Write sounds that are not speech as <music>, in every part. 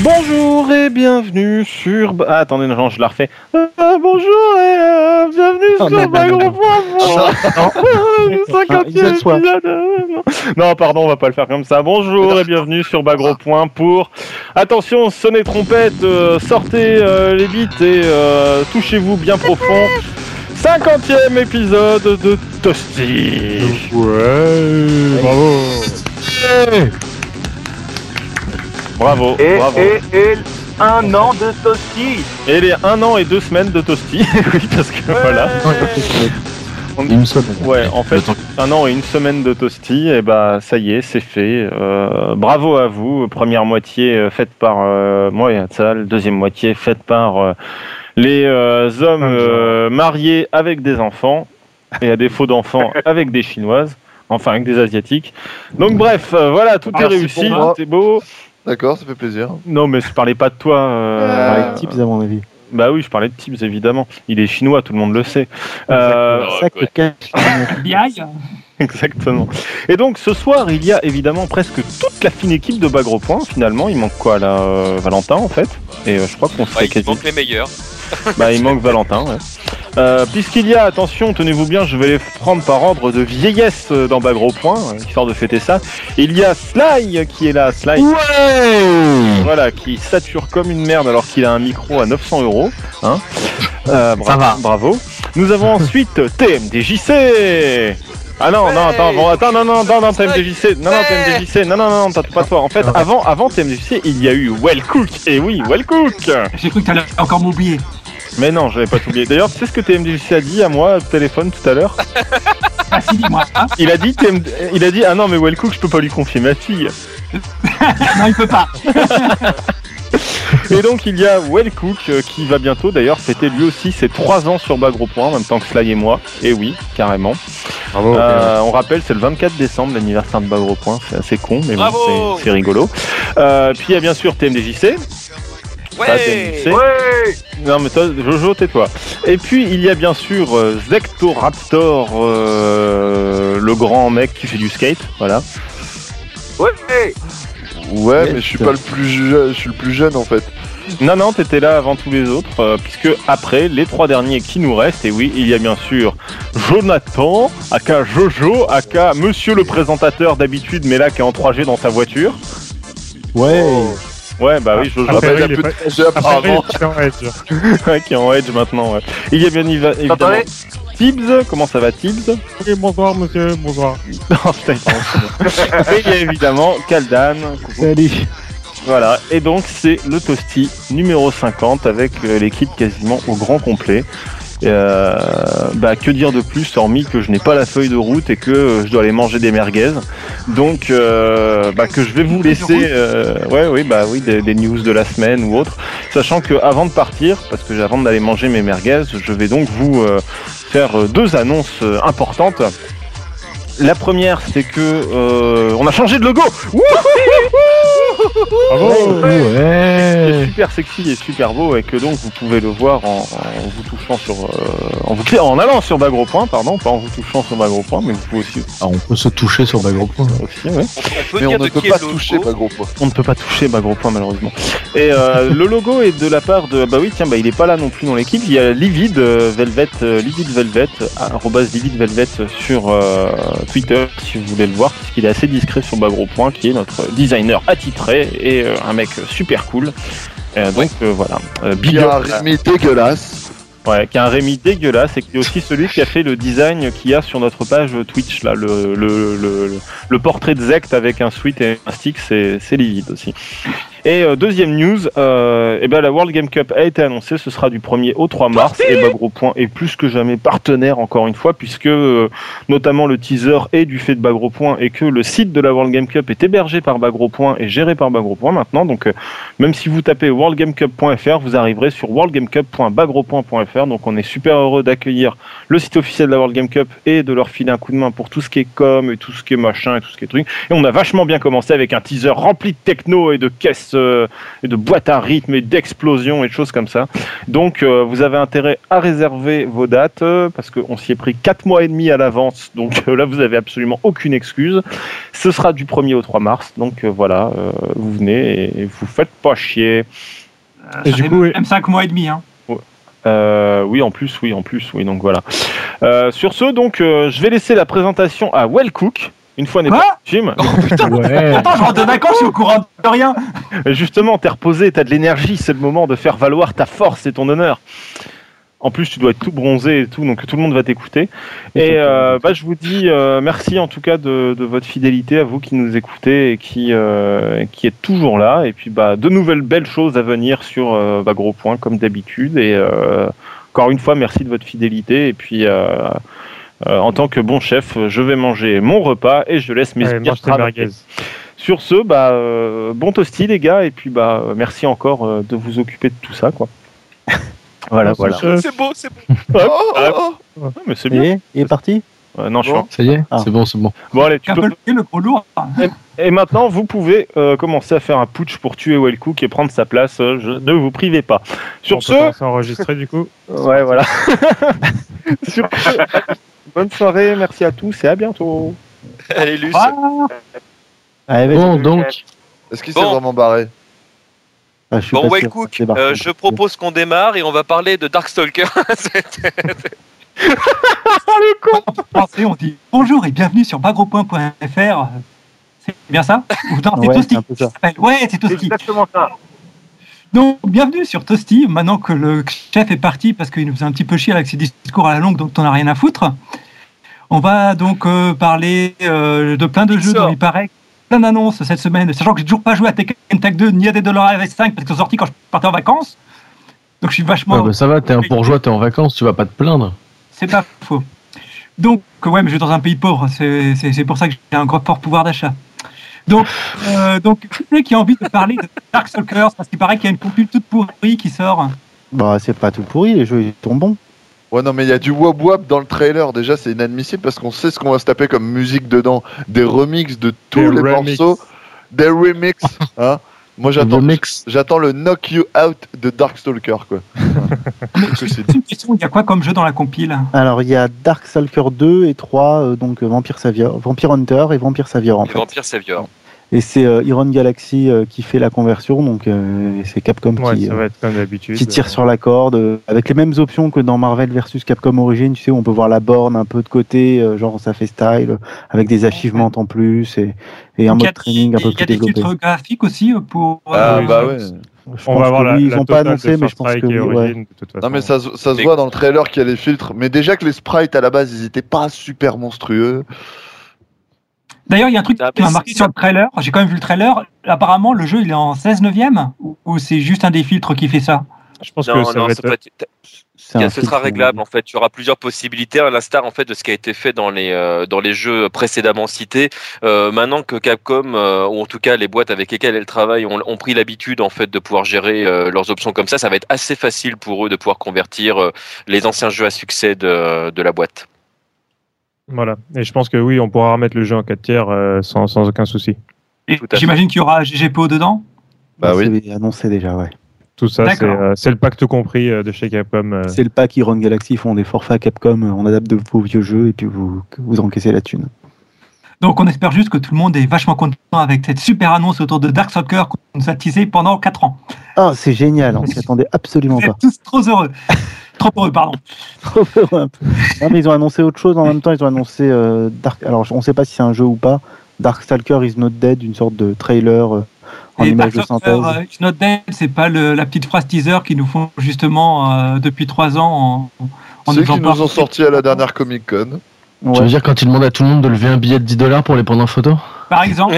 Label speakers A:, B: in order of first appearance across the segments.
A: Bonjour et bienvenue sur. Ah, attendez, non, je la refais. Euh, bonjour et euh, bienvenue
B: Oh,
A: sur
B: non, non, Ah, non, non.
A: <laughs> Bagro.point.
B: Ah, une seule fois.
A: Non, pardon, on va pas le faire comme ça. Bonjour et bienvenue sur Bagro Point pour. Attention, sonnez trompette, euh, sortez euh, les bites et euh, touchez-vous bien profond. 50e épisode de Toasty.
B: Ouais, bravo.
A: Bravo,
C: Et,
A: bravo.
C: et, et un an de saucisse
A: Et les 1 an et 2 semaines de Toasty. <laughs> oui, parce que
D: <laughs>
A: voilà.
B: Une semaine.
A: Ouais, en fait,
D: Le temps-
A: un an et une semaine de toasty, et bah ça y est, c'est fait. Euh, bravo à vous. Première moitié euh, faite par euh, moi et Hatzal. Deuxième moitié faite par euh, les euh, hommes euh, mariés avec des enfants et à
C: <laughs>
A: défaut d'enfants avec des chinoises. Enfin, avec des asiatiques. Donc bref, euh, voilà, tout est
C: Merci
A: réussi,
C: Ah, pour
A: tout
C: moi.
A: est beau.
E: D'accord, ça fait plaisir.
A: Non, mais je parlais pas de toi. euh,
E: Euh,
B: tips à mon avis.
A: Bah oui, je parlais de Tibbs, évidemment. Il est chinois, tout le monde le sait. Euh,
D: Ouais,
B: C'est ça que
D: ouais.
B: cache.
F: FBI
A: <laughs> Exactement. Et donc ce soir, il y a évidemment presque toute la fine équipe de Bagro Point. Finalement, il manque quoi là euh, Valentin en fait. Et euh, je crois qu'on
D: Ouais,
A: serait
D: il
A: quasi.
D: manque les meilleurs.
A: Bah, il manque Valentin. ouais. Euh, Puisqu'il y a, attention, tenez-vous bien, je vais les prendre par ordre de vieillesse euh, dans Bagro Point, euh, histoire de fêter ça. Il y a Sly euh, qui est là, Sly. Voilà, qui sature comme une merde alors qu'il a un micro à 900 euros. Hein Euh, bra-
B: Ça va.
A: Bravo. Nous avons ensuite TMDJC. Ah non, non, attends, bon, attends, non, non, non, non, TMDJC, non, non, TMDJC, non, non, non, non, pas pas toi. En fait, avant, avant TMDJC, il y a eu Well Cook. Et oui, Well Cook.
F: J'ai cru que t'allais encore m'oublier.
A: Mais non, j'avais pas tout oublié. D'ailleurs, tu sais ce que TMDJC a dit à moi au téléphone tout à l'heure
F: <laughs> Ah si, dis-moi. hein.
A: Il a dit, TMD il a dit, ah non, mais Well Cook, je peux pas lui confier ma fille.
F: non, il peut pas.
A: Et donc il y a Well Cook euh, qui va bientôt d'ailleurs fêter lui aussi ses 3 ans sur Bagro Point en même temps que Sly et moi. Et oui, carrément.
E: Oh,
B: Bravo.
A: Euh, on rappelle c'est le 24 décembre l'anniversaire de Bagro Point, c'est assez con mais bon,
D: Bravo
A: c'est- c'est rigolo. Euh, puis il y a bien sûr TMDJC. Ça,
D: Ouais
A: TMDJC.
C: Ouais
A: Non mais toi Jojo tais-toi. Et puis il y a bien sûr euh, Zectoraptor, euh, le grand mec qui fait du skate, voilà.
C: Ouais
E: Ouais,
B: Yes.
E: mais je suis pas le plus jeune, je suis le plus jeune en fait.
A: Non, non, t'étais là avant tous les autres, euh, puisque après, les trois derniers qui nous restent, et oui, il y a bien sûr Jonathan, aka Jojo, aka Monsieur le présentateur d'habitude, mais là qui est en 3G dans sa voiture.
B: Ouais.
A: Ouais, bah oui, Jojo,
E: Ah, bah, il a peu de j'ai apparemment.
A: ouais, qui est en Edge maintenant, ouais. Il y a bien évi- évidemment
C: parlé
A: Tibbs, comment ça va Tibbs
B: bonsoir, monsieur.
A: <laughs>
B: Bonsoir.
A: Oh, putain, il parle. Et il y a évidemment Kaldan, coucou.
B: Salut.
A: Voilà, et donc c'est le Toasty numéro 50 avec euh, l'équipe quasiment au grand complet. Euh, bah, que dire de plus hormis que je n'ai pas la feuille de route et que euh, je dois aller manger des merguez. Donc euh, bah, que je vais vous laisser euh, ouais oui bah oui des, des news de la semaine ou autre. Sachant que avant de partir, parce que j'ai- avant d'aller manger mes merguez, je vais donc vous euh, faire euh, deux annonces euh, importantes. La première c'est que euh, on a changé de logo Wouh qui est
B: Ouais.
A: super sexy et super beau et que donc vous pouvez le voir en, en vous touchant sur euh, en vous cla- en allant sur Bagro Point pardon pas en vous touchant sur Bagro Point mais vous pouvez aussi,
B: Alors, Ah, on peut se toucher sur Bagro Point.
A: aussi ouais.
D: On on peut
E: Mais on
D: dire de
E: ne peut
D: qui est
E: pas
D: le
E: toucher
D: logo.
E: ma gros poids.
A: on ne peut pas toucher Bagro Point malheureusement et euh, <laughs> le logo est de la part de bah oui tiens bah il est pas là non plus dans l'équipe il y a Livid euh, Velvet euh, Livid Velvet arrobase Livid Velvet sur euh, Twitter si vous voulez le voir parce qu'il est assez discret sur Bagro Point qui est notre designer attitré et euh, un mec super cool Euh, donc euh, voilà euh,
E: Il
A: big
E: y a
A: up
E: un
A: à-
E: rythme dégueulasse.
A: Ouais, qui a un Rémi dégueulasse et qui est aussi celui qui a fait le design qu'il y a sur notre page Twitch là, le, le, le, le portrait de Zect avec un sweat et un stick, c'est c'est livide aussi. Et euh, deuxième news, euh, eh ben, la World Game Cup a été annoncée, ce sera du 1er au 3 mars, et bah, gros point est plus que jamais partenaire encore une fois, puisque euh, notamment le teaser est du fait de Bagro Point et que le site de la World Game Cup est hébergé par Bagro Point et géré par Bagro Point maintenant, donc euh, même si vous tapez worldgamecup.fr, vous arriverez sur worldgamecup.bagropoint.fr. Donc on est super heureux d'accueillir le site officiel de la World Game Cup et de leur filer un coup de main pour tout ce qui est com et tout ce qui est machin et tout ce qui est truc. Et on a vachement bien commencé avec un teaser rempli de techno et de caisses vitesse, euh, et de boîte à rythme et d'explosion et de choses comme ça. Donc euh, vous avez intérêt à réserver vos dates euh, parce qu'on s'y est pris 4 mois et demi à l'avance. Donc euh, là vous avez absolument aucune excuse. Ce sera du 1er au 3 mars. Donc euh, voilà, euh, vous venez et, et vous faites pas chier.
F: Euh,
B: Et
F: ça
B: du
F: fait
B: coup,
F: même 5 mois et demi. Hein.
A: Euh, oui, en plus, oui, en plus, oui. Donc voilà. Euh, sur ce, donc euh, je vais laisser la présentation à Well Cook. Une fois n'est
F: Quoi
A: pas coutume.
B: Ouais.
F: Attends, je rentre de vacances, je suis au courant de rien.
A: Justement, t'es reposé, t'as de l'énergie, c'est le moment de faire valoir ta force et ton honneur. En plus, tu dois être tout bronzé et tout, donc tout le monde va t'écouter. Et euh, bah, je vous dis euh, merci en tout cas de, de votre fidélité à vous qui nous écoutez et qui, euh, qui est toujours là. Et puis, bah, de nouvelles belles choses à venir sur euh, bah, Gros Point, comme d'habitude. Et euh, encore une fois, merci de votre fidélité. Et puis, euh, euh, en tant que bon chef, je vais manger mon repas et je laisse mes
D: Allez,
A: sbires
D: mange tes
A: travailler.
D: merguez.
A: Sur ce, bah, euh, bon toasty les gars, et puis bah, euh, merci encore euh, de vous occuper de tout ça, quoi. voilà, voilà.
G: C'est beau, c'est beau.
E: Oh, oh, oh.
A: Ouais, mais c'est
H: Il
A: bien.
H: est, il est parti
A: Euh, non, je suis.
E: Bon.
A: en-
B: Ça y est,
H: Ah.
B: c'est bon, c'est bon.
A: Bon, allez, tu peux-
F: Capelé, le gros lourd.
A: Et maintenant, vous pouvez euh, commencer à faire un putsch pour tuer Wellcook et prendre sa place. euh, je... Ne vous privez pas. Sur
D: On peut
A: ce,
D: commencer à enregistrer du coup.
A: ouais, voilà. Sur ce, bonne soirée, merci à tous et à bientôt.
G: Allez, Luce.
F: Ah,
H: Allez, vas-y.
B: Bon,
G: Ah,
B: donc,
E: Est-ce qu'il s'est
G: Bon.
E: vraiment barré
H: Ah, je suis
G: Bon,
H: pas
G: Well
H: sûr,
G: Cook,
H: c'est
E: Bah,
H: parti.
G: euh, je
B: Ah,
G: propose qu'on démarre et on va parler de Darkstalker. C'était-
F: français, on dit bonjour et bienvenue sur bagropoint.fr. C'est bien ça Ou non, c'est
H: Ouais,
F: Toasty
H: c'est un peu
F: qui
H: ça.
F: s'appelle. Ouais, c'est
C: C'est
F: Toasty.
C: exactement ça.
F: Donc, bienvenue sur Toasty. Maintenant que le chef est parti parce qu'il nous faisait un petit peu chier avec ses discours à la longue, donc t'en as rien à foutre. On va donc euh, parler euh, de plein de
G: Il
F: jeux
G: sort.
F: dont il paraît plein d'annonces cette semaine, sachant que j'ai toujours pas joué à Tekken Tag 2 ni à Dead or Alive 5 parce qu'ils sont sortis quand je partais en vacances. Donc je suis
H: Ah
F: vachement
B: ouais, bah, ça va, t'es un bourgeois, t'es en vacances, tu vas pas te plaindre.
F: c'est pas faux. Donc, ouais, mais je suis dans un pays pauvre, hein. c'est c'est- c'est pour ça que j'ai un gros fort pouvoir d'achat. Donc, euh, donc, qui c'est qui a envie de parler de Darkstalkers Parce qu'il paraît qu'il y a une compil toute pourrie qui sort.
H: Bah, c'est pas tout pourri, les jeux ils sont bons.
E: Ouais, non, mais il y a du wop wop dans le trailer. Déjà, c'est inadmissible parce qu'on sait ce qu'on va se taper comme musique dedans. Des remixes de tous
D: Des
E: les
D: remixes.
E: morceaux. Des remixes. hein Moi, j'attends.
B: Le mix.
E: J'attends le knock you out de Darkstalker, quoi. Parce que c'est-
F: C'est une question, il y a quoi comme jeu dans la compile
H: Alors, il y a Darkstalker 2 et 3, euh, donc euh, Vampire, Savior, Vampire Hunter et Vampire Savior
G: <laughs>
H: en
G: Les
H: fait.
G: vampires hein. savior.
H: Et c'est euh, Iron Galaxy euh, qui fait la conversion, donc euh, c'est Capcom
D: Ouais,
H: qui,
D: ça
H: euh,
D: va être comme d'habitude.
H: qui tire sur la corde, euh, avec les mêmes options que dans Marvel versus Capcom Origins, tu sais, où on peut voir la borne un peu de côté, euh, genre ça fait style, avec des achievements en plus et,
F: Il y
H: et un
F: a
H: mode training un
F: des-
H: peu
F: il y
H: plus
F: a des
H: développé.
F: titres graphiques aussi pour.
E: Ah,
F: euh,
E: bah ouais.
H: Je
D: On
H: pense
D: va avoir
H: que
D: la,
H: oui, ils
D: la
H: ont pas
D: totale
H: annoncé,
D: de
H: mais je pense
D: Surstrike
H: que
D: et
H: oui, ouais.
D: Origin, de toute façon.
E: Non, mais ça, se- ça se voit dans le trailer qu'il y a les filtres. Mais déjà que les sprites à la base, ils étaient pas super monstrueux.
F: D'ailleurs, il y a un truc
G: Ah,
F: qui m'a
G: mais
F: marqué
G: c'est-
F: sur le trailer. J'ai quand même vu le trailer. Apparemment, le jeu il est en 16 neuvième ou, ou c'est juste un des filtres qui fait ça
D: je pense que
G: Non,
D: ça
G: non,
D: va
G: ça
D: être.
G: peut être-
H: C'est un
G: ce sera
H: filtre.
G: réglable en fait. Tu auras plusieurs possibilités à l'instar en fait de ce qui a été fait dans les euh, dans les jeux précédemment cités. Euh, maintenant que Capcom euh, ou en tout cas les boîtes avec lesquelles elles travaillent ont, ont pris l'habitude en fait de pouvoir gérer euh, leurs options comme ça, ça va être assez facile pour eux de pouvoir convertir euh, les anciens jeux à succès de, de la boîte.
D: Voilà. Et je pense que oui, on pourra remettre le jeu en 4 tiers euh, sans, sans aucun souci.
F: Et
G: Tout à fait.
F: J'imagine qu'il y aura GGPO dedans.
E: Bah oui.
H: C'est annoncé déjà, ouais.
D: Tout ça, c'est
F: D'accord.
D: euh, c'est le pacte compris euh, de chez Capcom. euh.
H: C'est le pack Iron Galaxy, ils font des forfaits Capcom, euh, on adapte de vos vieux jeux et puis vous, vous encaissez la thune.
F: Donc on espère juste que tout le monde est vachement content avec cette super annonce autour de Dark Soccer qu'on nous a teasé pendant 4 ans.
H: Ah, c'est génial, on s'y attendait absolument
F: Vous
H: pas.
F: êtes tous trop
H: <laughs>
F: heureux. trop heureux, pardon.
H: Trop heureux <laughs> un peu. Non, mais ils ont annoncé autre chose en même temps, ils ont annoncé euh, Dark. Alors, on sait pas si c'est un jeu ou pas. Darkstalker is not dead, une sorte de trailer euh, en
F: Et
H: image de
F: Dark Soccer,
H: synthèse.
F: euh, It's Not Dead, c'est pas le- la petite phrase teaser qu'ils nous font justement euh, depuis 3 ans en, en
E: Ceux qui
F: parle.
E: nous ont sortis à la dernière Comic Con.
H: Ouais.
B: Tu veux dire quand ils demandent à tout le monde de lever un billet de 10 dollars pour les prendre en photo
F: Par
E: <laughs>
F: exemple,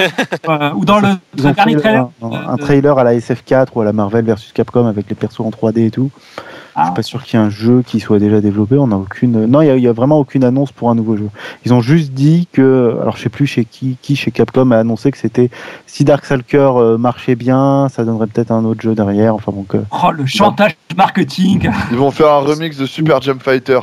F: euh, ou dans le,
H: Ils ont
F: dernier
H: fait
F: trailer.
H: un, un- un
F: euh,
H: trailer à la SF4 ou à la Marvel versus Capcom avec les persos en 3D et tout. Je
F: Ah.
H: suis pas sûr qu'il y ait un jeu qui soit déjà développé. On a aucune. Non, il y a- il y, a vraiment aucune annonce pour un nouveau jeu. Ils ont juste dit que. Alors, je sais plus chez qui, qui chez Capcom a annoncé que c'était si Darkstalker euh, marchait bien, ça donnerait peut-être un autre jeu derrière. Enfin bon, que-
F: Oh, le chantage marketing.
E: Ils vont faire un remix de Super Jump Fighter.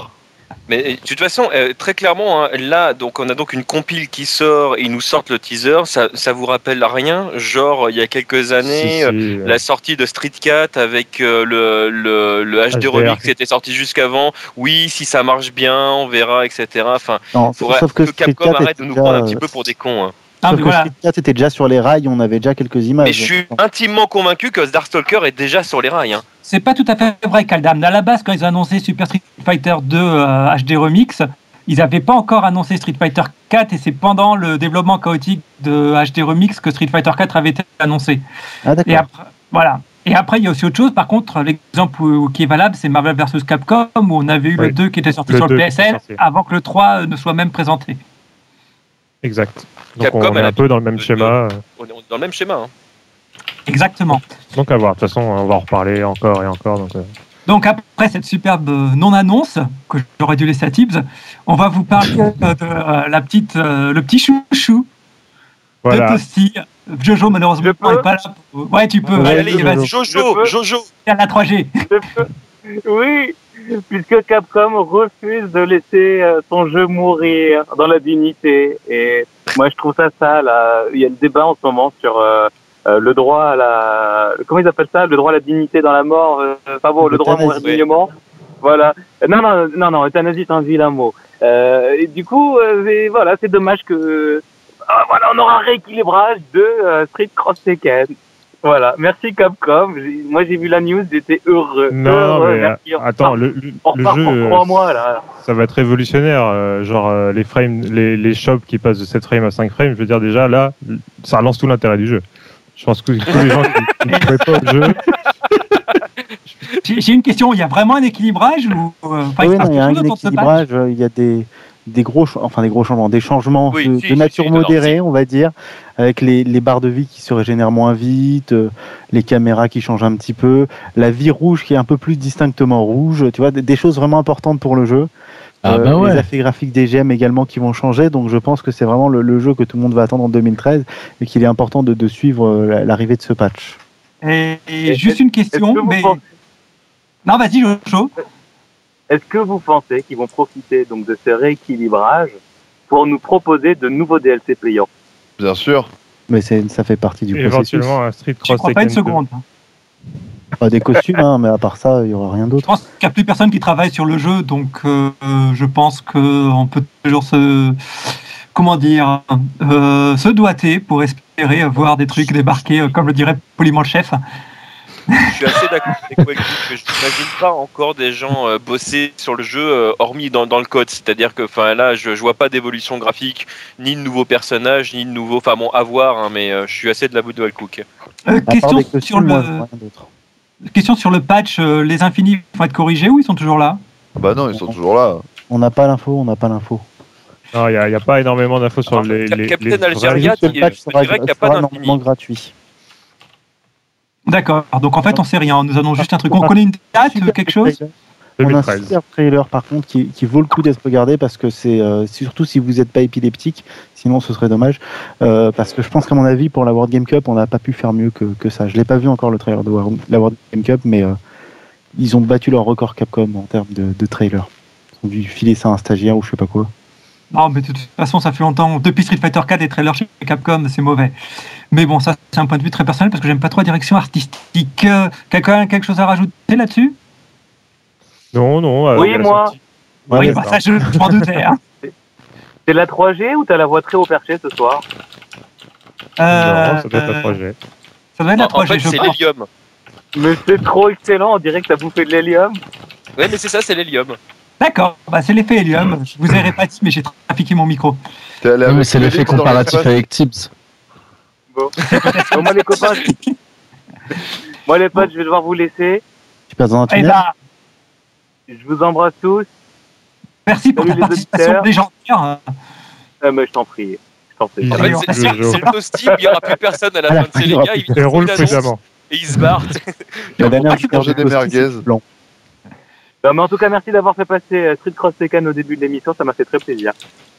G: Mais de toute façon, euh, très clairement, hein, là, donc on a donc une compile qui sort, ils nous sortent le teaser, ça, ça vous rappelle rien Genre, il y a quelques années, euh, la sortie de Street Cat avec euh, le, le, le HD
D: HDR.
G: Remix qui était sorti jusqu'avant, oui, si ça marche bien, on verra, etc. Enfin,
H: Non,
G: faudrait
H: sauf
G: que,
H: que,
G: Capcom arrête de nous prendre un petit peu
H: peu
G: pour des cons. hein.
F: Ah, mais
H: Sauf que
F: voilà.
H: Street Cat était déjà sur les rails, on avait déjà quelques images.
G: Mais je suis intimement convaincu que Darkstalker est déjà sur les rails. hein.
F: C'est pas tout à fait vrai, Kaldam. À la base, quand ils ont annoncé Super Street Fighter 2 euh, HD Remix, ils n'avaient pas encore annoncé Street Fighter 4 et c'est pendant le développement chaotique de HD Remix que Street Fighter 4 avait été annoncé.
H: Ah
F: Et
H: d'accord.
F: après, voilà. Et après, il y a aussi autre chose. Par contre, l'exemple où- qui est valable, c'est Marvel vs Capcom où on avait eu le
D: Oui.
F: 2 qui était sorti
D: Le
F: sur le
D: 2 qui était
F: PSN
D: sorti.
F: avant que le 3 ne soit même présenté.
D: Exact. Donc
G: Capcom a
D: on est un
G: l'habitude
D: peu dans le même
G: de-
D: schéma. euh,
G: On est on est dans le même schéma. hein.
F: Exactement.
D: Donc à voir. De toute façon, on va en reparler encore et encore. Donc, euh,
F: Donc après cette superbe euh, non-annonce que j'aurais dû laisser à Tibbs, on va vous parler euh, de euh, la petite, euh, le petit chouchou de
D: voilà.
F: Tosti. Jojo malheureusement
C: Je peux
F: n'est pas là. pour- Ouais tu peux.
D: Ouais,
F: Allez,
G: Allez,
D: Jojo.
F: vas-y,
C: Je peux
G: Jojo, Jojo.
F: à la 3G.
C: Oui, puisque Capcom refuse de laisser euh, son jeu mourir dans la dignité. Et moi, je trouve ça ça. Là, il y a le débat en ce moment sur euh, euh, le droit à la. Comment ils appellent ça Le droit à la dignité dans la mort. euh, Enfin bon, le droit à mourir
H: L'euthanasie.
C: dignement. Voilà. Euh, Non, non, non, non. Euthanasie, c'est un vilain mot. Euh, et du coup, euh, c'est- voilà, c'est dommage que. Ah, voilà, on aura un rééquilibrage de euh, Street Cross Tekken. Voilà, merci Capcom. J'ai- Moi j'ai vu la news, j'étais heureux.
D: Non,
C: heureux,
D: mais
C: merci.
D: euh, attends, le, le-
C: on
D: le
C: repart
D: jeu,
C: pour
D: euh,
C: trois mois là.
D: ça va être révolutionnaire. euh, genre euh, les frames, les, les shops qui passent de 7 frames à 5 frames, je veux dire déjà là, ça relance tout l'intérêt du jeu. Je pense que tous les gens qui qui ne jouaient
F: <laughs>
D: pas au jeu,
F: J'ai j'ai une question. Il y a vraiment un équilibrage ou euh, enfin,
H: Oui,
F: se passe
H: non, il y a un
F: quelque chose autour de ce patch
H: équilibrage, euh, il y a des, des gros, ch- enfin des gros changements, des changements
G: Oui,
H: de,
G: si,
H: de
G: si,
H: nature
G: si, non,
H: modérée, on va dire, avec les, les barres de vie qui se régénèrent moins vite, euh, les caméras qui changent un petit peu, la vie rouge qui est un peu plus distinctement rouge, tu vois, des, des choses vraiment importantes pour le jeu.
B: Ah
H: Euh,
B: bah
H: Les
B: ouais.
H: effets graphiques des gemmes également qui vont changer, donc je pense que c'est vraiment le, le jeu que tout le monde va attendre en 2013 et qu'il est important de, de suivre euh, l'arrivée de ce patch.
F: Et, et
C: Est-ce-
F: juste une
C: Est-ce
F: question,
C: que, vous
F: mais
C: pensez-
F: non vas-y Jojo.
C: est-ce que vous pensez qu'ils vont profiter donc de ce rééquilibrage pour nous proposer de nouveaux DLC payants
E: Bien sûr.
H: Mais c'est- ça fait partie du processus.
D: éventuellement un Street
F: Je
D: Cross
F: crois pas une
D: Tekken 2.
F: seconde.
H: Pas des costumes, hein, mais à part ça, il y aura rien d'autre.
F: Je pense qu'il n'y a plus personne qui travaille sur le jeu, donc euh, je pense qu'on peut toujours se. Comment dire euh, Se doiter pour espérer voir des trucs débarquer, euh, comme le dirait poliment le chef.
G: Je suis assez d'accord avec Wagyu, que je n'imagine pas encore des gens euh, bosser sur le jeu euh, hormis dans, dans le code. C'est-à-dire que enfin là, je, je vois pas d'évolution graphique, ni de nouveaux personnages, ni de nouveaux. Enfin bon, à voir, hein, mais euh, je suis assez de la bout de Cook.
H: Ah,
F: Euh,
H: À part
F: question,
H: des costumes, hein.
F: sur
H: moi,
F: le,
H: je vois rien d'autre.
F: question sur le patch euh, les infinis vont être corrigés ou ils sont toujours là
E: Ah Bah non, ils sont toujours là.
H: On n'a pas l'info, on n'a pas l'info.
D: Non, il n'y a, il y a pas énormément d'infos sur
G: Alors,
D: les,
G: Ah, Cap- Captain
D: les, les vrais-
G: Algérien, Regarde,
H: Juste que
G: il-
H: le patch
G: je
H: sera,
G: dirais qu'il y a
H: sera
G: pas d'infini.
H: normalement gratuit.
F: D'accord, donc en fait on sait rien, on nous annonce juste un truc. On connaît une date, euh, quelque chose
H: On a un
D: 2013.
H: super trailer par contre qui, qui vaut le coup d'être regardé parce que c'est euh, surtout si vous n'êtes pas épileptique, sinon ce serait dommage. Euh, parce que je pense qu'à mon avis pour la World Game Cup on n'a pas pu faire mieux que, que ça. Je l'ai pas vu encore le trailer de World- la World Game Cup mais euh, ils ont battu leur record Capcom en termes de, de trailer. Ils ont dû filer ça à un stagiaire ou je sais pas quoi.
F: Non, mais de toute façon, ça fait longtemps. Depuis Street Fighter 4 et trailers chez Capcom, c'est mauvais. Mais bon, ça, c'est un point de vue très personnel parce que j'aime pas trop la direction artistique. Euh, Quelqu'un a quelque chose à rajouter là-dessus
D: Non, non. euh,
C: Oui,
D: il y a la
C: moi.
D: sortie.
H: Ouais,
F: Oui,
H: mais
F: bah, ça, je, je m'en
C: <laughs>
F: doutais. hein.
C: C'est la 3G ou t'as la voix très haut perché ce soir
F: Euh,
D: Non, hein, ça doit être un projet.
F: ça doit être
G: En,
F: la
G: en
F: 3G,
G: fait,
F: je
G: c'est
F: pense.
G: l'hélium.
C: Mais c'est trop excellent, on dirait que t'as bouffé de l'hélium.
G: Ouais, mais c'est ça, c'est l'hélium.
F: D'accord, bah, c'est l'effet Helium. Je vous ai pas dit, mais j'ai trafiqué mon micro.
E: T'es allé
G: Bah,
B: Non, mais
E: avec
B: c'est l'effet
E: Félix dans
B: comparatif
E: l'espace.
B: avec Tibbs.
C: Bon, moi les copains, je- moi les potes, je vais devoir vous laisser.
H: Tu passes dans un
F: Eh
H: tunnel
F: bah,
C: Je vous embrasse tous.
F: merci pour
C: Salut
F: ta
C: les
F: participation
C: auditeurs.
F: légendaire.
C: Ah, mais je t'en prie, je t'en prie.
D: Il-
G: En
F: Allez,
G: fait,
F: on
G: c'est-
F: va
G: c'est
F: sur-
G: c'est le toasty, il n'y aura plus personne à la
H: À la
G: fin.
H: fin,
G: C'est
H: Ah, il y
G: les
H: aura
G: gars,
H: plus
G: ils
D: Et
G: font
D: roule
G: une annonce
D: prudemment.
G: Et ils se barrent.
H: La dernière
E: tu manges des
H: vidéo de Costi,
E: merguez.
H: c'est blanc.
C: Non, Bah, mais en tout cas, merci d'avoir fait passer euh, Street Cross Tekken au début de l'émission, ça m'a fait très plaisir.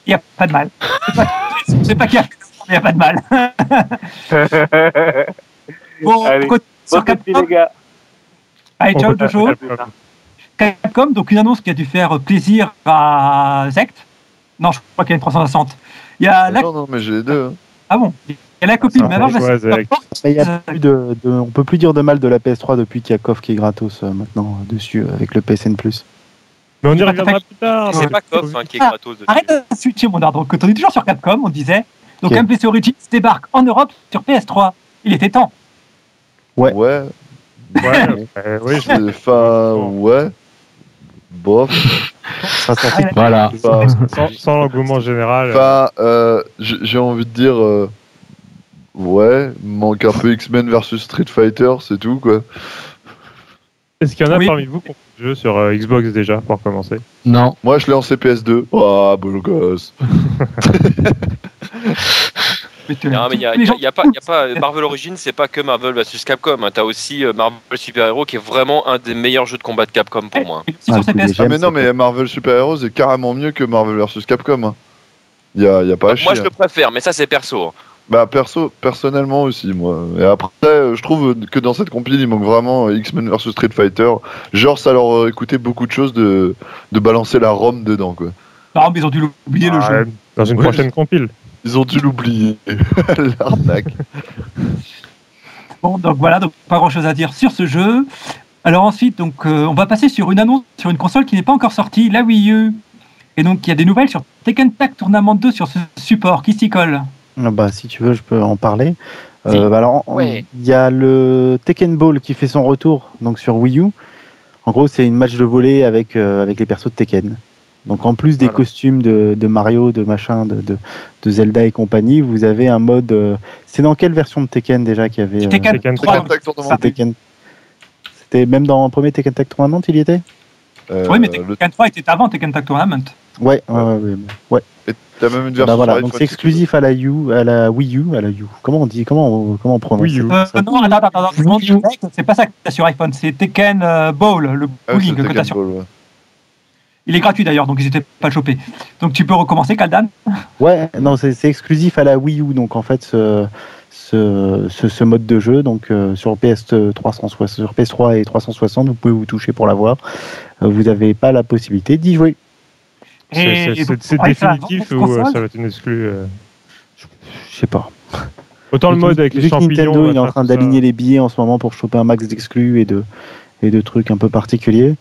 F: Il n'y a pas de mal. C'est pas- C'est pas qu'il y a- il n'y a pas
C: <laughs>
F: de mal. Bon,
C: Allez,
F: côté-
C: Bon
F: sur
C: appétit,
F: Capcom.
C: les gars.
F: Allez, ciao,
D: On peut-
F: Jojo.
C: À plus tard.
F: Capcom, donc une annonce qui a dû faire plaisir à Zect. Non, je crois qu'il y a une 360. Il y a la...
E: Non, non, mais j'ai les deux. hein.
F: Ah bon Il y a la copine,
D: ça
F: mais alors
D: fait
F: je la
D: jouer à Zect.
H: Mais il y a plus de- de- on peut plus dire de mal de la PS3 depuis qu'il y a KOF qui est gratos euh, maintenant euh, dessus euh, avec le PSN Plus.
D: Mais on y reviendra plus tard.
G: C'est pas Coff hein, qui est
F: Ah,
G: gratos. dessus.
F: Arrête de switcher mon art. Donc, quand on est toujours sur Capcom, on disait. Donc,
H: Ok.
F: MPC Origins débarque en Europe sur PS3. Il était temps.
H: Ouais.
E: Ouais.
D: Ouais, euh, oui, je-
E: c'est- Enfin, ouais. Bof.
H: Ça sortait
F: Arrête-
B: Voilà.
E: Enfin,
D: sans, sans l'engouement général. euh,
E: Enfin, euh, j'ai j'ai envie de dire, euh, ouais, manque un peu X-Men versus Street Fighter, c'est tout quoi.
D: Est-ce qu'il y en a
F: oui.
D: parmi vous qui ont joué au jeu sur euh, Xbox déjà, pour commencer
B: Non.
E: Moi, je l'ai en CPS2. Ah, bon gosse.
F: Mais tu-
G: Non, mais il y a,
F: les
G: y a-
F: gens-
G: y a pas, y a pas euh, Marvel Origins, c'est pas que Marvel vs Capcom. Hein. T'as aussi euh, Marvel Super Hero qui est vraiment un des meilleurs jeux de combat de Capcom pour moi.
F: Et aussi
H: Ah,
F: sur cette
H: mais
F: PS3.
E: Ah, mais
H: J'aime
E: non,
H: ça.
E: mais Marvel Super Heroes est carrément mieux que Marvel versus Capcom. hein. Y a, y a pas à chier.
G: Bah,
E: hein.
G: Moi, je le préfère, mais ça, c'est perso. hein.
E: Bah perso, personnellement aussi moi. Et après, euh, je trouve que dans cette compil, il manque vraiment euh, X-Men versus Street Fighter. Genre, ça leur euh, coûtait beaucoup de choses de, de balancer la ROM dedans quoi.
F: Non, mais ils ont dû oublier le
D: Ah,
F: jeu.
D: euh, Dans une
E: Oui.
D: prochaine compile.
E: Ils ont dû l'oublier. <laughs> L'arnaque.
F: Bon, donc voilà, donc pas grand chose à dire sur ce jeu. Alors ensuite, donc, euh, on va passer sur une annonce sur une console qui n'est pas encore sortie, la Wii U. Et donc, il y a des nouvelles sur Tekken Tag Tournament 2 sur ce support qui s'y colle.
H: Ah Bah, si tu veux, je peux en parler. Euh, bah alors, on- il
G: Ouais.
H: y a le Tekken Ball qui fait son retour donc sur Wii U. En gros, c'est une match de volley avec, euh, avec les persos de Tekken. Donc, en plus des
D: Voilà.
H: costumes de, de Mario, de machin, de, de, de Zelda et compagnie, vous avez un mode. euh, c'est dans quelle version de Tekken déjà qu'il y avait euh,
F: Tekken
D: Tekken
F: 3.
E: Tag Tournament.
H: c'est Tekken C'était même dans le premier Tekken Tag Tournament, il y était
E: Euh,
F: oui, mais
E: le-
F: Tekken 3 était avant Tekken Tag Tournament.
H: Ouais, ouais, ouais. ouais.
E: T'as même une
H: Bah
E: version
H: voilà,
E: sur
H: donc
E: iPhone,
H: c'est exclusif à la U, à la Wii U, à la U. Comment on dit Comment on, comment on prononce
D: Wii U.
H: cette-
F: Euh,
H: cette-
F: non, attends, attends, attends, attends, direct, c'est pas ça que t'as sur iPhone, c'est Tekken euh, Ball, le
E: Ah oui,
F: bowling
E: c'est
F: que t'as
E: Tekken
F: sur.
E: Ball, ouais.
F: Il est gratuit d'ailleurs, donc ils étaient pas chopés. Donc tu peux recommencer, Kaldan.
H: Ouais, non, c'est c'est exclusif à la Wii U, donc en fait, ce, ce, ce, ce mode de jeu, donc euh, sur PS360, sur PS3 et 360, vous pouvez vous toucher pour l'avoir. Euh, vous n'avez pas la possibilité d'y jouer.
D: C'est-
F: Et-
D: C'est c'est- c'est
F: Ouais, ça,
D: définitif
F: dans
D: ou
F: cette
D: euh,
F: console.
D: ça va être une exclue euh,
H: Je sais pas.
D: Autant le
H: Vu
D: mode
H: que-
D: avec les
H: vu que
D: champignons.
H: Nintendo il est en
D: machin,
H: train
D: tout ça.
H: d'aligner les billets en ce moment pour choper un max d'exclus et de, et de trucs un peu particuliers.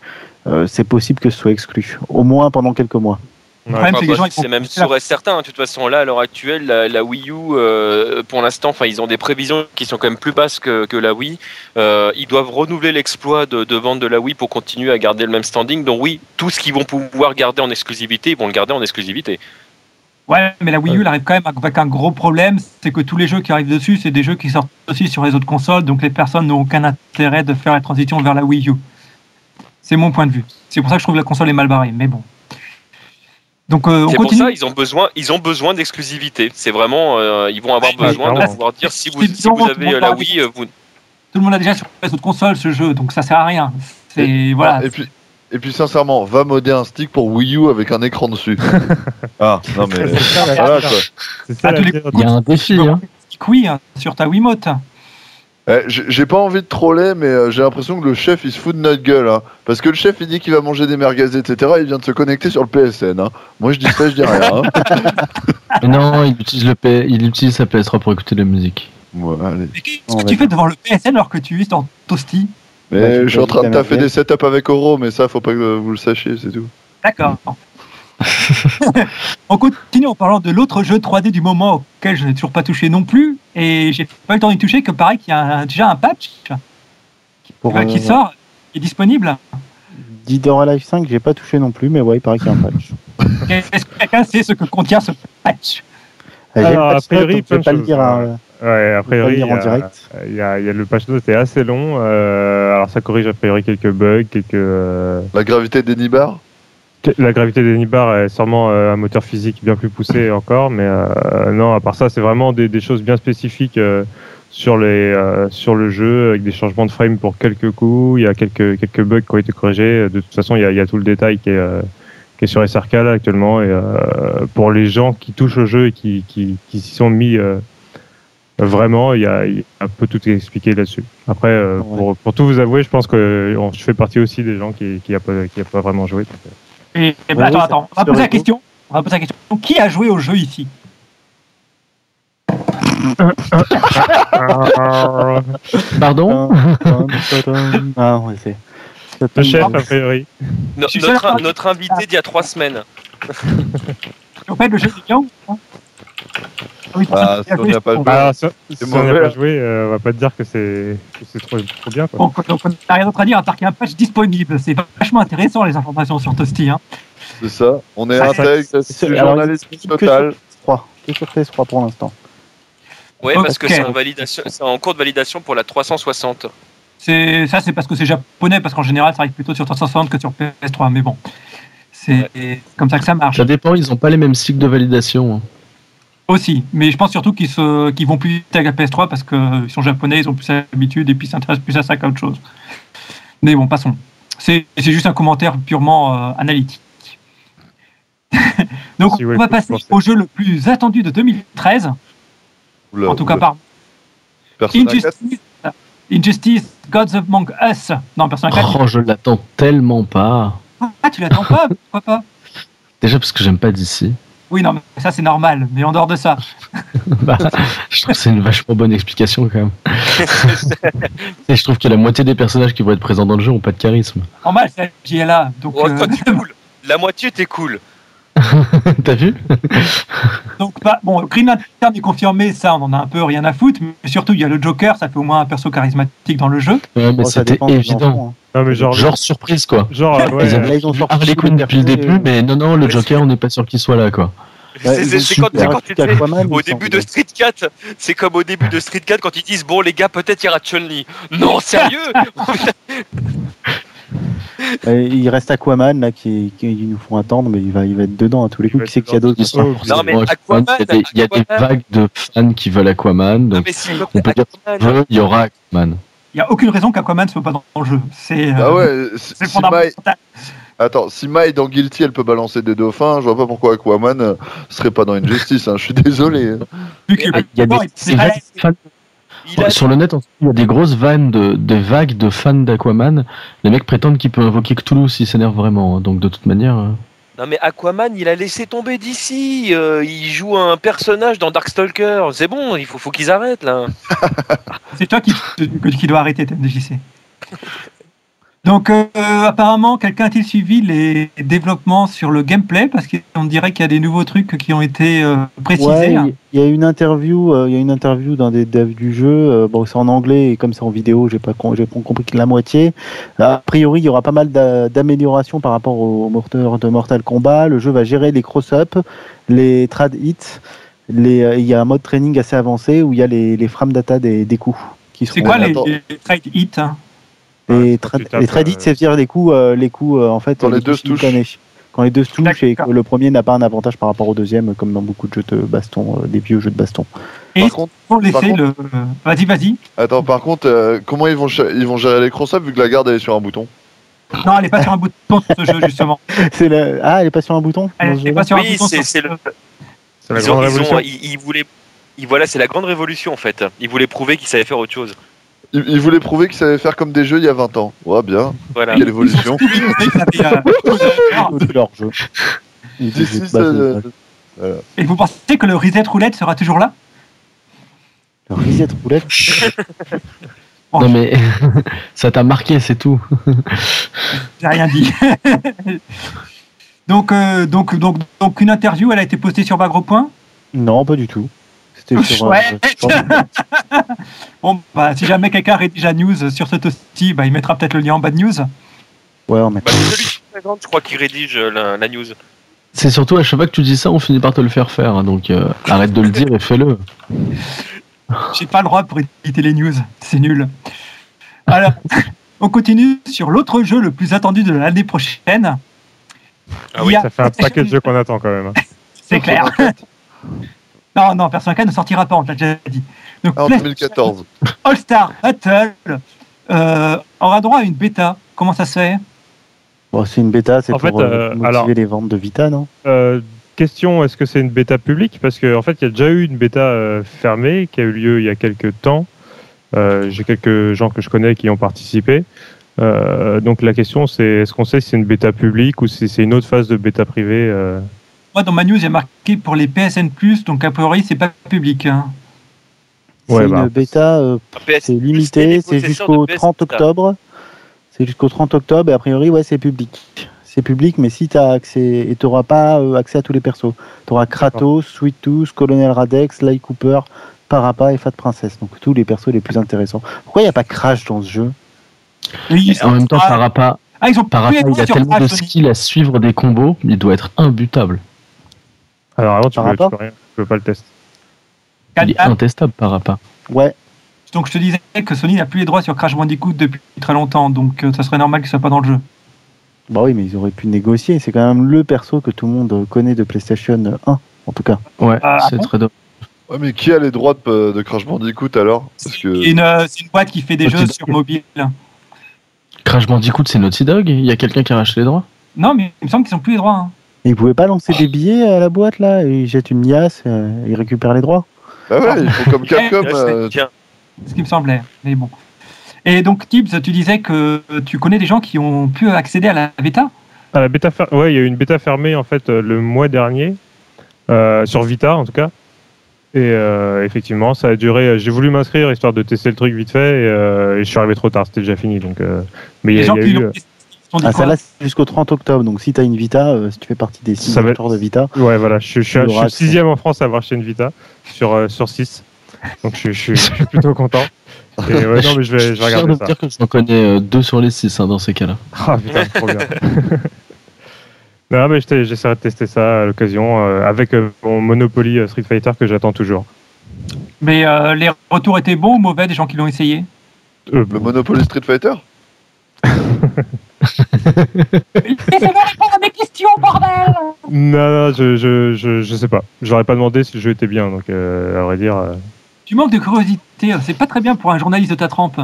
H: euh, c'est possible que ce soit exclu, au moins pendant quelques mois.
F: Le problème,
G: Enfin,
F: c'est que les gens,
G: bah,
F: ils font-
G: c'est même sûr et certain. hein. De toute façon, là, à l'heure actuelle, la, la Wii U, euh, pour l'instant, enfin, ils ont des prévisions qui sont quand même plus basses que, que la Wii. Euh, ils doivent renouveler l'exploit de, de vente de la Wii pour continuer à garder le même standing. Donc oui, tout ce qu'ils vont pouvoir garder en exclusivité, ils vont le garder en exclusivité.
F: Ouais, mais la Wii
H: Euh.
F: U, elle arrive quand même avec un gros problème, c'est que tous les jeux qui arrivent dessus, c'est des jeux qui sortent aussi sur les autres consoles, donc les personnes n'ont aucun intérêt de faire la transition vers la Wii U. C'est mon point de vue. C'est pour ça que je trouve que la console est mal barrée, mais bon. Donc euh, on
G: C'est pour ça
F: continue.
G: ils ont besoin, ils ont besoin d'exclusivité. C'est vraiment, euh, ils vont avoir
D: Ouais,
G: besoin de
D: clairement.
G: pouvoir dire si vous,
F: C'est
G: si
F: bizarre,
G: vous
F: tout le
G: avez
F: monde
G: euh, la
F: parle.
G: Wii, euh, vous.
F: Tout le monde a déjà sur les autres consoles ce jeu, donc ça sert à rien.
G: bah,
F: C'est voilà.
E: Et puis, et puis sincèrement, va modder un stick pour Wii U avec un écran
H: <laughs>
E: dessus. ah, non
H: euh,
E: mais...
D: C'est ça, la-
E: voilà, quoi.
D: Ah, c'est ça,
F: À
D: la
F: tous les
D: guerre.
B: Il y a un défi. Hein.
F: Oui, hein, sur ta Wiimote.
E: Eh, j'ai j'ai pas envie de troller, mais euh, j'ai l'impression que le chef il se fout de notre gueule. hein. Parce que le chef il dit qu'il va manger des merguez, etc. Il vient de se connecter sur le PSN. hein. Moi je dis ça, je dis rien. <laughs> hein.
B: Mais Non, il utilise, le P- il utilise sa PS3 pour écouter de la musique.
E: Ouais, allez.
F: Mais
H: On
F: qu'est-ce
H: va
F: que tu
H: dire.
F: fais devant le PSN alors que tu es dans Toasty
E: Mais
H: Ouais,
E: je suis en train de
H: t'as
E: taffer
H: merguez.
E: des setups avec Oro, mais ça faut pas que vous le sachiez, c'est tout.
F: D'accord. <laughs> on continue en parlant de l'autre jeu 3D du moment auquel je n'ai toujours pas touché non plus. Et j'ai pas eu le temps d'y toucher que pareil qu'il y a un- déjà un patch
E: Oh,
H: Pour,
D: Ah,
F: euh, qui
H: euh,
F: sort, qui est disponible.
H: Dead or Alive 5, j'ai pas touché non plus, mais ouais, il paraît qu'il y a un patch.
F: Est-ce que quelqu'un sait ce que contient ce patch
H: Euh, j'ai
D: Alors,
H: pas
D: Ah, a
H: de notes,
D: priori,
H: donc je
D: plein
H: vais
D: de
H: pas le
D: choses,
H: dire,
D: hein.
H: euh,
D: Ouais, a
H: je vais pas le
D: priori, euh,
H: dire en
D: il y a-
H: direct.
D: il y a, il y a le patch note est assez long. euh, alors ça corrige a priori quelques bugs, quelques. euh,
E: La gravité des nibards
D: La gravité des Nibar est sûrement euh, un moteur physique bien plus poussé encore, mais euh, non, à part ça, c'est vraiment des, des choses bien spécifiques euh, sur, les, euh, sur le jeu, avec des changements de frame pour quelques coups, il y a quelques, quelques bugs qui ont été corrigés. De toute façon, il y a, il y a tout le détail qui est, euh, qui est sur SRK là, actuellement, et euh, pour les gens qui touchent au jeu et qui, qui, qui s'y sont mis euh, vraiment, il y a, il y a un peu tout expliqué là-dessus. Après, euh,
H: Ouais.
D: pour, pour tout vous avouer, je pense que on- je fais partie aussi des gens qui qui a pas, qui a pas vraiment joué. donc, euh,
F: Et, et ben,
H: Ouais,
F: attends,
H: oui,
F: attends, on
H: c'est-
F: va
H: c'est
F: poser la
H: rigolo.
F: question. On va poser la question. Qui a joué au jeu ici
B: Pardon
H: <laughs> Ah, ouais, c'est. ça
D: <laughs> Le
H: tombe
D: chef,
H: bien.
D: a priori.
G: No-
F: Je suis
G: notre,
F: sûr que-
G: notre invité d'il y a trois semaines.
F: En fait, le jeu c'est bien ou pas Ah oui,
E: Ah, si
F: qui a
E: on
F: joué,
E: n'y a pas
F: on-
E: joué.
D: Bah, si si on n'a
E: mauvais,
D: pas
E: hein.
D: joué, euh, on va pas te dire que c'est que c'est trop, trop bien. Quoi.
F: on- on- on n'a rien d'autre à dire à part qu'il y a un patch disponible. C'est vachement intéressant les informations sur Toasty. Hein.
E: C'est ça. On est
F: Ah,
E: intègre,
H: c'est-
E: c'est
H: alors,
E: journaliste
H: que sur-
E: total.
H: PS3. Que sur PS3 pour l'instant.
G: Ouais,
F: Ok.
G: parce que c'est en, validation, c'est en cours de validation pour la
F: <laughs>
G: 360.
F: C'est ça, c'est parce que c'est japonais, parce qu'en général, ça arrive plutôt sur 360 que sur PS3. Mais bon, c'est comme ça que ça marche
B: Ça dépend, ils ont pas les mêmes cycles de validation. hein.
F: aussi. Mais je pense surtout qu'ils se, qu'ils vont plus vite avec la PS3 parce qu'ils sont japonais, ils ont plus l'habitude et puis ils s'intéressent plus à ça qu'à autre chose. Mais bon, passons. C'est c'est juste un commentaire purement euh, analytique. <laughs> Donc,
D: Si,
F: on
D: ouais,
F: va
D: faut
F: passer
D: penser.
F: au jeu le plus attendu de 2013,
E: Oula,
F: en tout cas
E: oula.
F: par
E: Persona 4.
F: Injustice, Injustice Gods Among Us. Non, Persona
B: <laughs>
F: 4.
B: Oh, je l'attends tellement pas.
F: Ah, tu l'attends pas Pourquoi pas
B: Déjà parce que j'aime pas d'ici.
F: Oui, non, mais ça c'est normal. Mais en dehors de ça,
B: Bah, je trouve que c'est une vachement bonne explication quand même. <laughs> Et je trouve que la moitié des personnages qui vont être présents dans le jeu ont pas de charisme. <laughs>
F: normal, c'est la JLA. Donc,
G: Oh,
F: euh,
G: toi, t'es cool. La moitié, t'es cool.
B: T'as vu
F: <laughs> donc pas- bon, Green Lantern est confirmé, ça on en a un peu rien à foutre. Mais surtout, il y a le Joker, ça fait au moins un perso charismatique dans le jeu.
B: Ouais, mais
H: Bon, ça
B: c'était
H: dépend des
B: évident.
H: enfants, hein.
D: Non, mais genre, genre,
B: Genre surprise quoi.
D: euh, ouais,
B: Ils
D: euh,
B: avaient
H: Là, ils ont sorti
B: Harley
H: tous les
B: Quinn depuis le
H: personnages,
B: début, mais non, non, le
G: Ouais,
B: Joker, on n'est pas sûr qu'il soit là quoi.
H: Ouais,
G: C'est-
H: ils
G: c'est-
H: ont
G: c'est quand,
H: super
G: c'est quand tu
H: rajouté
G: le fais
H: Aquaman, il
G: au
H: me
G: début
H: semble.
G: de Street 4, c'est comme au début de Street 4 quand ils disent bon les gars peut-être il y aura Chun-Li. Non
H: <laughs>
G: sérieux
H: Et il reste Aquaman là qui, qui- ils nous font attendre, mais il va, il va être dedans à tous les
D: Il va
H: coups. Qui c'est
D: être
H: qu'il y a d'autres
D: dedans.
H: qui sont
D: Oh,
B: Forcément,
G: Non, mais
B: Aquaman,
G: Aquaman,
B: il y a des- il y, a des
G: Aquaman.
B: vagues de fans qui veulent Aquaman,
G: Non
B: donc
G: mais s'il
B: on peut dire
G: Aquaman,
B: veut, il y aura Aquaman.
F: Il n'y a aucune raison qu'Aquaman ne soit pas dans le jeu. C'est euh,
E: Ah ouais, si,
F: <laughs> c'est
E: si
F: fondamental.
E: Mai- attends, si Mai dans Guilty elle peut balancer des dauphins, je vois pas pourquoi Aquaman euh, serait pas dans Injustice, hein, je suis désolé.
F: Vu qu'il
G: Mais
F: est
B: Il y a des,
F: mort, Ah, il
B: c'est
F: est
B: vrai,
F: à l'aise.
B: fans-
G: il a-
B: Sur le net, en- il y a des grosses vannes de, de vagues de fans d'Aquaman. Les mecs prétendent qu'il peut invoquer Cthulhu s'il s'énerve vraiment. hein. Donc de toute manière, euh,
G: Non mais Aquaman, il a laissé tomber d'ici. il joue un personnage dans Darkstalker. C'est bon, il faut, faut qu'ils arrêtent là.
F: C'est toi qui, qui dois arrêter, TMDJC. Donc, euh, apparemment, quelqu'un a-t-il suivi les développements sur le gameplay Parce qu'on dirait qu'il y a des nouveaux trucs qui ont été euh,
H: Ouais,
F: précisés.
H: il y a une interview, euh, il y a une interview d'un des devs du jeu. euh, bon, c'est en anglais et comme c'est en vidéo, j'ai pas, con- j'ai pas compris que la moitié. Euh, A priori, il y aura pas mal d'a- d'améliorations par rapport au moteur de Mortal Kombat. Le jeu va gérer les cross-up, les trad hits. Les, euh, il y a un mode training assez avancé où il y a les, les frames data des, des coups. qui
F: C'est
H: seront-
F: quoi
E: mais
F: les,
E: attends.
F: les trade hits hein
H: Les,
D: quand tu
H: trad-
D: tapes,
H: les trad hits,
D: euh,
H: c'est dire les coups, euh, les coups euh, en fait
E: Quand les deux se
H: touches
E: touchent.
H: simultanées. Quand les deux se touchent et que
F: D'accord.
H: le premier n'a pas un avantage par rapport au deuxième, comme dans beaucoup de jeux de baston, euh, des vieux jeux de baston.
F: Et
E: Par contre,
F: pour laisser
E: par
F: le. Vas-y, vas-y.
E: attends, par contre, euh, comment ils vont, cha- ils vont gérer les cross vu que la garde elle est sur un bouton
F: Non, elle n'est pas sur un bouton sur ce jeu, justement.
H: C'est le... Ah, elle est pas sur un bouton dans ce
F: Elle n'est
H: jeu-là
F: pas sur un
G: Oui,
F: bouton.
G: c'est-
F: sur
G: c'est
F: ce
G: le-
F: jeu.
D: c'est la
G: Ils ont-
D: grande
G: ils ont-
D: révolution.
G: ils- ils voulaient- ils- voilà, c'est la grande révolution en fait. Ils voulaient prouver qu'ils savaient faire autre chose.
E: ils, ils voulaient prouver qu'ils savaient faire comme des jeux il y a 20 ans. Ouais, bien,
F: Ah.
G: Voilà.
E: quelle
F: <laughs>
E: évolution.
F: Et, euh,
G: <laughs>
H: C'est leur jeu. Ils
E: Si,
H: disent,
E: si,
H: bah,
E: ça,
H: c'est le
E: euh,
F: Et vous pensez que le reset roulette sera toujours là
H: reset roulette.
F: Oh,
B: non mais <laughs> ça t'a marqué, c'est tout.
F: J'ai rien dit. <laughs> donc, euh, donc, donc, donc, une interview, elle a été postée sur Bagro Point.
H: Non, pas du tout. C'était sur.
F: Ouais.
H: euh, sur-
F: Bon, bah, si jamais quelqu'un rédige la news sur ce toasty, bah, il mettra peut-être le lien en bas de news.
H: Ouais, on met-
G: Bah, c'est celui qui présente, je crois, qui rédige euh, la, la news.
B: C'est surtout à chaque fois que tu dis ça, on finit par te le faire faire. hein. donc euh, arrête de le dire
F: <laughs>
B: et fais-le.
F: J'ai pas le droit pour éditer les news. C'est nul. Alors, <laughs> on continue sur l'autre jeu le plus attendu de l'année prochaine.
G: Ah oui,
F: Il y a-
D: Ça fait un paquet de jeux qu'on attend quand même. hein.
F: C'est clair. <laughs> Non, non, Persona 4 ne sortira pas, on te l'a déjà dit. Donc,
E: Ah, en
F: PlayStation
E: 2014.
F: All Star Battle euh, aura droit à une bêta. Comment ça se fait
H: Bon, c'est une bêta, c'est
D: En
H: pour
D: fait, euh,
H: euh, motiver
D: alors-
H: les ventes de Vita, non
D: Euh, question, est-ce que c'est une bêta publique Parce qu'en en fait, il y a déjà eu une bêta euh, fermée qui a eu lieu il y a quelques temps. Euh, J'ai quelques gens que je connais qui y ont participé. Euh, donc la question, c'est est-ce qu'on sait si c'est une bêta publique ou si c'est une autre phase de bêta privée euh
F: Moi, dans ma news, il y a marqué pour les PSN+, donc a priori, c'est pas public. hein.
H: C'est
D: Ouais,
H: une
D: bah.
H: bêta, euh,
G: PS,
H: c'est
G: c'est les
H: limité, c'est
G: possesseurs
H: jusqu'au
G: de PS,
H: 30 octobre. C'est jusqu'au 30 octobre et a priori, ouais, c'est public. C'est public, mais si tu as accès, et tu n'auras pas euh, accès à tous les persos. Tu auras Kratos, Sweet Tooth, Colonel Radex, Lai Cooper, Parappa et Fat Princess. Donc tous les persos les plus intéressants. Pourquoi il n'y a pas Crash dans ce jeu
F: Oui,
B: En même temps,
F: ah,
B: Parappa,
F: ah, ils ont pas
B: Parappa, il a tellement de
F: Sony.
B: skills à suivre des combos, il doit être imbutable.
D: Alors avant, tu
H: Par
D: peux, tu
H: rapport
D: peux rien, tu peux pas le tester.
B: Il est intestable, Parappa.
H: Ouais,
F: Donc je te disais que Sony n'a plus les droits sur Crash Bandicoot depuis très longtemps, donc euh, ça serait normal qu'il soit pas dans le jeu.
B: Euh.
H: bah oui, mais ils auraient pu négocier. C'est quand même le perso que tout le monde connaît de PlayStation 1, en tout cas.
B: Ouais,
F: Ah,
B: c'est
F: bon
B: très dommage.
E: Ouais, mais qui a les droits de, euh, de Crash Bandicoot alors Parce que.
F: C'est une, euh, c'est une boîte qui fait des
B: Ah,
F: jeux
B: c'est
F: sur
B: dingue.
F: mobile.
B: Crash Bandicoot, c'est Naughty Dog Il y a quelqu'un qui arrache les droits
F: Non, mais il me semble qu'ils ont plus les droits. hein.
H: Et ils pouvaient pas lancer
G: Ah.
H: des billets à la boîte là et Ils jettent une liasse, euh, ils récupèrent les droits.
E: Ah ouais, ils font comme
F: <laughs>
E: Capcom.
G: Là,
E: euh,
G: c'est- tiens,
F: ce qui me semblait, mais bon. Et donc, Tibbs, tu disais que tu connais des gens qui ont pu accéder à la bêta
D: Ah, la bêta fer- ouais, il y a eu une bêta fermée en fait euh, le mois dernier euh, sur Vita en tout cas. Et euh, effectivement, ça a duré. euh, J'ai voulu m'inscrire histoire de tester le truc vite fait et, euh, et je suis arrivé trop tard. C'était déjà fini donc. euh, mais il y
F: Les
D: a,
F: gens
D: il y a
F: qui
D: eu, euh,
F: l'ont testé, ils se sont dit
H: Ah,
F: quoi
H: celle-là, c'est jusqu'au 30 octobre. Donc, si t'as une Vita, euh, si tu fais partie des
D: Ça va-
H: signatures de Vita,
D: euh, Ouais, voilà. Je, je, suis-
H: Il
D: je
H: aura
D: suis
H: accès.
D: sixième en France à avoir acheté une Vita sur euh, sur six. Donc je, je suis- je suis plutôt content. Et ouais, non mais je vais, je vais
B: fier
D: regarder
B: de me <laughs>
D: ça.
B: dire que j'en connais euh, deux sur les six hein, dans ces cas-là.
D: Ah putain, trop bien. <laughs> non, mais j'étais- j'essaierai de tester ça à l'occasion euh, avec euh, mon Monopoly euh, Street Fighter que j'attends toujours.
F: Mais euh, les retours étaient bons ou mauvais des gens qui l'ont essayé
D: Euh,
E: Le Monopoly Street Fighter
F: Laissez-moi répondre à mes questions, bordel
D: non, non, je, je, je, je sais pas. J'aurais pas demandé si le jeu était bien, donc euh, à vrai dire. euh,
F: Tu manques de curiosité, hein. c'est pas très bien pour un journaliste de ta trempe.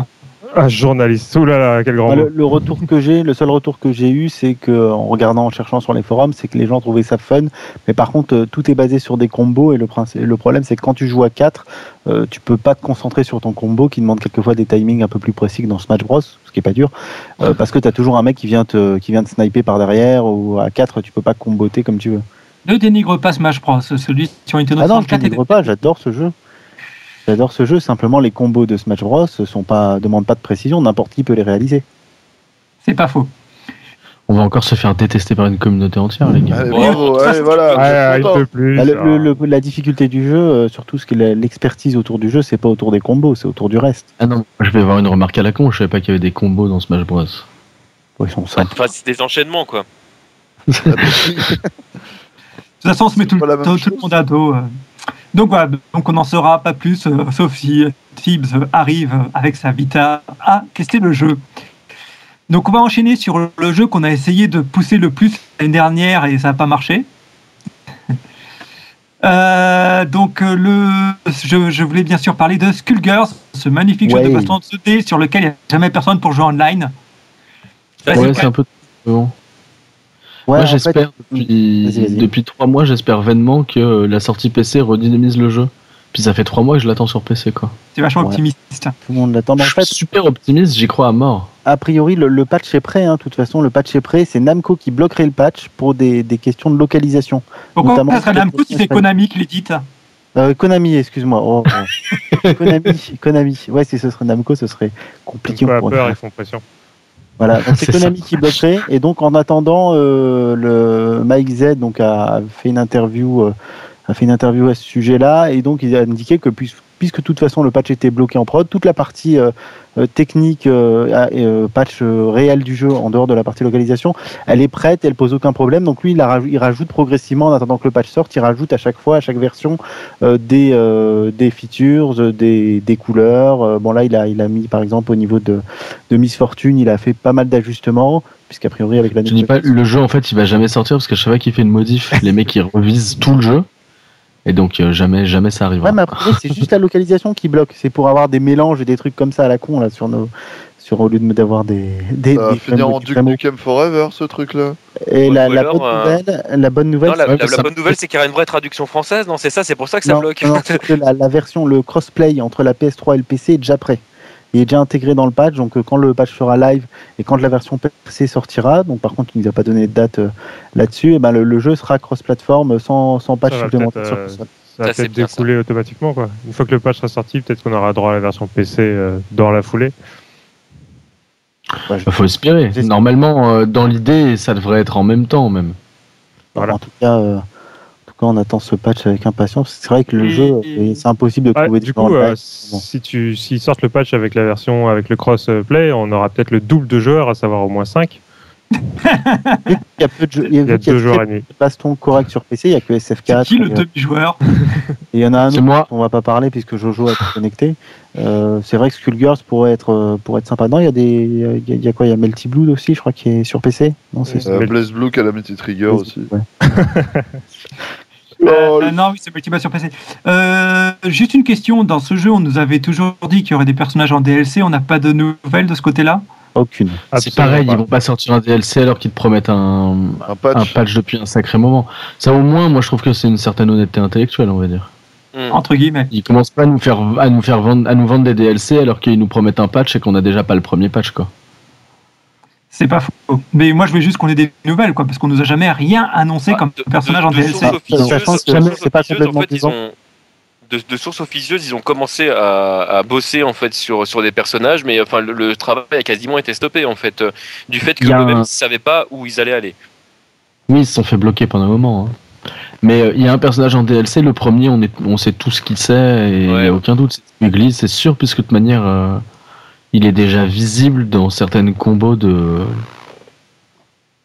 D: Ah, journaliste, oh là là, quel grand
H: Bah,
D: mot.
H: le, le retour que j'ai, le seul retour que j'ai eu, c'est que en regardant, en cherchant sur les forums, c'est que les gens trouvaient ça fun. Mais par contre, euh, tout est basé sur des combos et le, princi- le problème, c'est que quand tu joues à 4, euh, tu peux pas te concentrer sur ton combo qui demande quelquefois des timings un peu plus précis que dans Smash Bros, ce qui est pas dur, euh, parce que t'as toujours un mec qui vient te qui vient te sniper par derrière ou à 4, tu peux pas comboter comme tu veux.
F: Ne dénigre pas Smash Bros, celui sur Nintendo
H: Ah non, je
F: 64 est-
H: dénigre pas, j'adore ce jeu. J'adore ce jeu, simplement les combos de Smash Bros sont pas demandent pas de précision, n'importe qui peut les réaliser.
F: C'est pas faux.
B: On va encore se faire détester par une communauté entière, les gars.
E: Allez,
G: Bon,
E: bravo,
F: ça,
E: allez,
F: c'est-
D: Ah,
E: voilà.
D: il
E: je suis
D: peut
E: content.
D: plus.
H: Bah, le-
D: ah.
H: le- le- la difficulté du jeu, euh, surtout ce qui est la- l'expertise autour du jeu, c'est pas autour des combos, c'est autour du reste.
B: Ah non, je vais avoir une remarque à la con, je savais pas qu'il y avait des combos dans Smash Bros.
H: Ouais, ils sont simples.
G: enfin, c'est des enchaînements, quoi.
F: De toute façon, on se met tout,
E: pas
F: le-
E: la même
F: tout, tout le
E: chose.
F: monde à dos. euh. Donc voilà, donc on n'en saura pas plus, euh, sauf si Tibbs euh, arrive euh, avec sa Vita à tester le jeu. Donc on va enchaîner sur le jeu qu'on a essayé de pousser le plus l'année dernière et ça n'a pas marché. <laughs> Euh, donc euh, le, je, je voulais bien sûr parler de Skullgirls, ce magnifique jeu de
H: Ouais.
F: baston de sauter sur lequel il n'y a jamais personne pour jouer online.
G: Vas-y,
B: Ouais, c'est un peu. Bon.
H: Ouais, en
B: Moi,
H: fait,
B: j'espère
H: Mm. Vas-y,
B: depuis...
H: vas-y.
B: depuis trois mois, j'espère vainement que euh, la sortie PC redynamise le jeu. Puis ça fait trois mois que je l'attends sur PC, quoi.
F: C'est vachement
H: Ouais.
F: optimiste.
H: tout le monde l'attend. Ah, Mais En
B: je
H: fait,
B: suis super optimiste, j'y crois à mort.
H: a priori, le, le patch est prêt. hein, De toute façon, le patch est prêt. C'est Namco qui bloquerait le patch pour des, des questions de localisation.
F: Pourquoi
H: Notamment-
F: ça serait Namco si c'est Konami qui l'édite
H: Euh, Konami, excuse-moi. Oh, oh.
D: <laughs>
H: Konami, Konami. Ouais, si ce serait Namco, ce serait
D: Ils
H: compliqué.
D: font pas
H: pour-
D: peur, ils font pression.
H: Voilà, donc c'est
B: C'est ça.
H: Konami qui bloquerait. Et donc, en attendant, euh, le Mike Z donc, a fait une interview, euh, a fait une interview à ce sujet-là, et donc il a indiqué que puis- puisque de toute façon le patch était bloqué en prod, toute la partie euh, euh, technique, euh, ah, et, euh, patch euh, réel du jeu en dehors de la partie localisation, elle est prête, elle pose aucun problème. Donc lui, il, la raj- il rajoute progressivement en attendant que le patch sorte, il rajoute à chaque fois, à chaque version, euh, des, euh, des features, euh, des, des couleurs. Euh, bon là, il a, il a mis par exemple au niveau de, de Miss Fortune, il a fait pas mal d'ajustements, puisqu'à priori avec la
B: Je dis pas, le jeu en fait il va jamais sortir parce que je savais qu'il fait une modif.
H: <laughs>
B: Les mecs ils revisent tout le jeu. Et donc euh, jamais, jamais ça
H: Ouais,
B: arrivera.
H: mais après, c'est juste la localisation qui bloque. C'est pour avoir des mélanges et des trucs comme ça à la con là sur nos sur au lieu de- d'avoir des, des,
E: Ça va
H: des
E: finir en
H: des-
E: Duke Nukem Forever, ce truc-là.
H: Et
G: Ou
H: la,
G: alors,
H: la bonne
G: euh,
H: nouvelle, la bonne nouvelle,
G: Non, la,
H: c'est-
B: ouais,
G: la-
B: parce
G: la
B: que ça-
G: bonne nouvelle, c'est qu'il y a une vraie traduction française, non C'est ça, c'est pour ça que ça
H: non,
G: bloque.
H: non, c'est que la, la version, le crossplay entre la PS3 et le PC est déjà prêt. Il est déjà intégré dans le patch, donc euh, quand le patch sera live et quand la version PC sortira, donc par contre il nous a pas donné de date euh, là-dessus, et ben le, le jeu sera cross-platform euh, sans, sans patch
D: va
H: supplémentaire
D: peut-être,
H: sur
D: euh, Ça
H: console.
G: Ça,
D: va peut-être
G: c'est bien, ça.
D: découler automatiquement, quoi. Une fois que le patch sera sorti, peut-être qu'on aura droit à la version PC euh, dans la foulée.
H: Ouais, je-
B: Il bah, faut espérer.
H: J'espère.
B: Normalement, euh, dans l'idée, ça devrait être en même temps même.
D: Voilà.
H: En tout cas, euh, en tout cas, on attend ce patch avec impatience. C'est vrai que le
F: Et-
H: jeu, euh, c'est impossible de
D: Ouais,
H: trouver des
D: du
H: gens en
D: coup, euh,
H: live. bon.
D: si tu s'ils sortent le patch avec la version avec le crossplay, on aura peut-être le double de joueurs, à savoir au moins 5.
H: Il y a peu de jeux-
D: Il y a
H: vu qu'il
D: deux joueurs
H: très
D: et demi.
H: peu de bastons corrects sur PC, il y a que
F: C'est
H: SF4.
F: qui le
H: et, euh,
F: demi-joueur
H: et il y en a un
B: C'est
H: autre
B: moi.
H: on va pas parler puisque Jojo est connecté. Euh, c'est vrai que Skullgirls pourrait être euh, pourrait être sympa. Non, il y a des il y a- il y a quoi Il y a Melty Blood aussi, je crois qui est sur PC. Non, c'est
E: Euh,
D: Mais-
E: Blaze Blue Calamity Trigger aussi.
H: Ouais.
E: Oh,
F: Euh, non, oui, c'est multiplayer sur PC. Euh, juste une question, dans ce jeu, on nous avait toujours dit qu'il y aurait des personnages en DLC, on n'a pas de nouvelles de ce côté-là
H: Aucune.
G: Ah,
B: C'est pareil, ils vont pas sortir un DLC alors qu'ils te promettent un,
E: un
B: un
E: patch.
B: patch depuis un sacré moment. Ça au moins, moi je trouve que c'est une certaine honnêteté intellectuelle, on va dire.
G: Hmm.
F: Entre guillemets.
B: Ils commencent pas à nous faire à nous faire vendre à nous vendre des DLC alors qu'ils nous promettent un patch et qu'on a déjà pas le premier patch quoi.
F: C'est pas faux. Mais moi, je veux juste qu'on ait des nouvelles, quoi, parce qu'on nous a jamais rien annoncé
G: Ah,
F: comme
G: de-
F: personnage
G: de-
F: en
G: de
F: DLC.
G: sources officieuses-
H: Sachant que
G: de
H: jamais,
G: sources
H: c'est pas
G: officieuses, en
H: complètement
G: fait, ils
H: disant.
G: ont- de, de sources officieuses, ils ont commencé à, à bosser en fait sur sur des personnages, mais enfin le, le travail a quasiment été stoppé en fait euh, du fait que
B: Il y a
G: eux-mêmes
B: un-
G: ne savaient pas où ils allaient aller.
B: Oui, ils se sont fait bloquer pendant un moment. hein. Mais euh, il y a un personnage en DLC, le premier, on, est, on sait tout ce qu'il sait, et il
G: Ouais.
B: n'y a aucun doute. C'est Smugly, c'est sûr, puisque de toute manière, euh, il est déjà visible dans certaines combos de.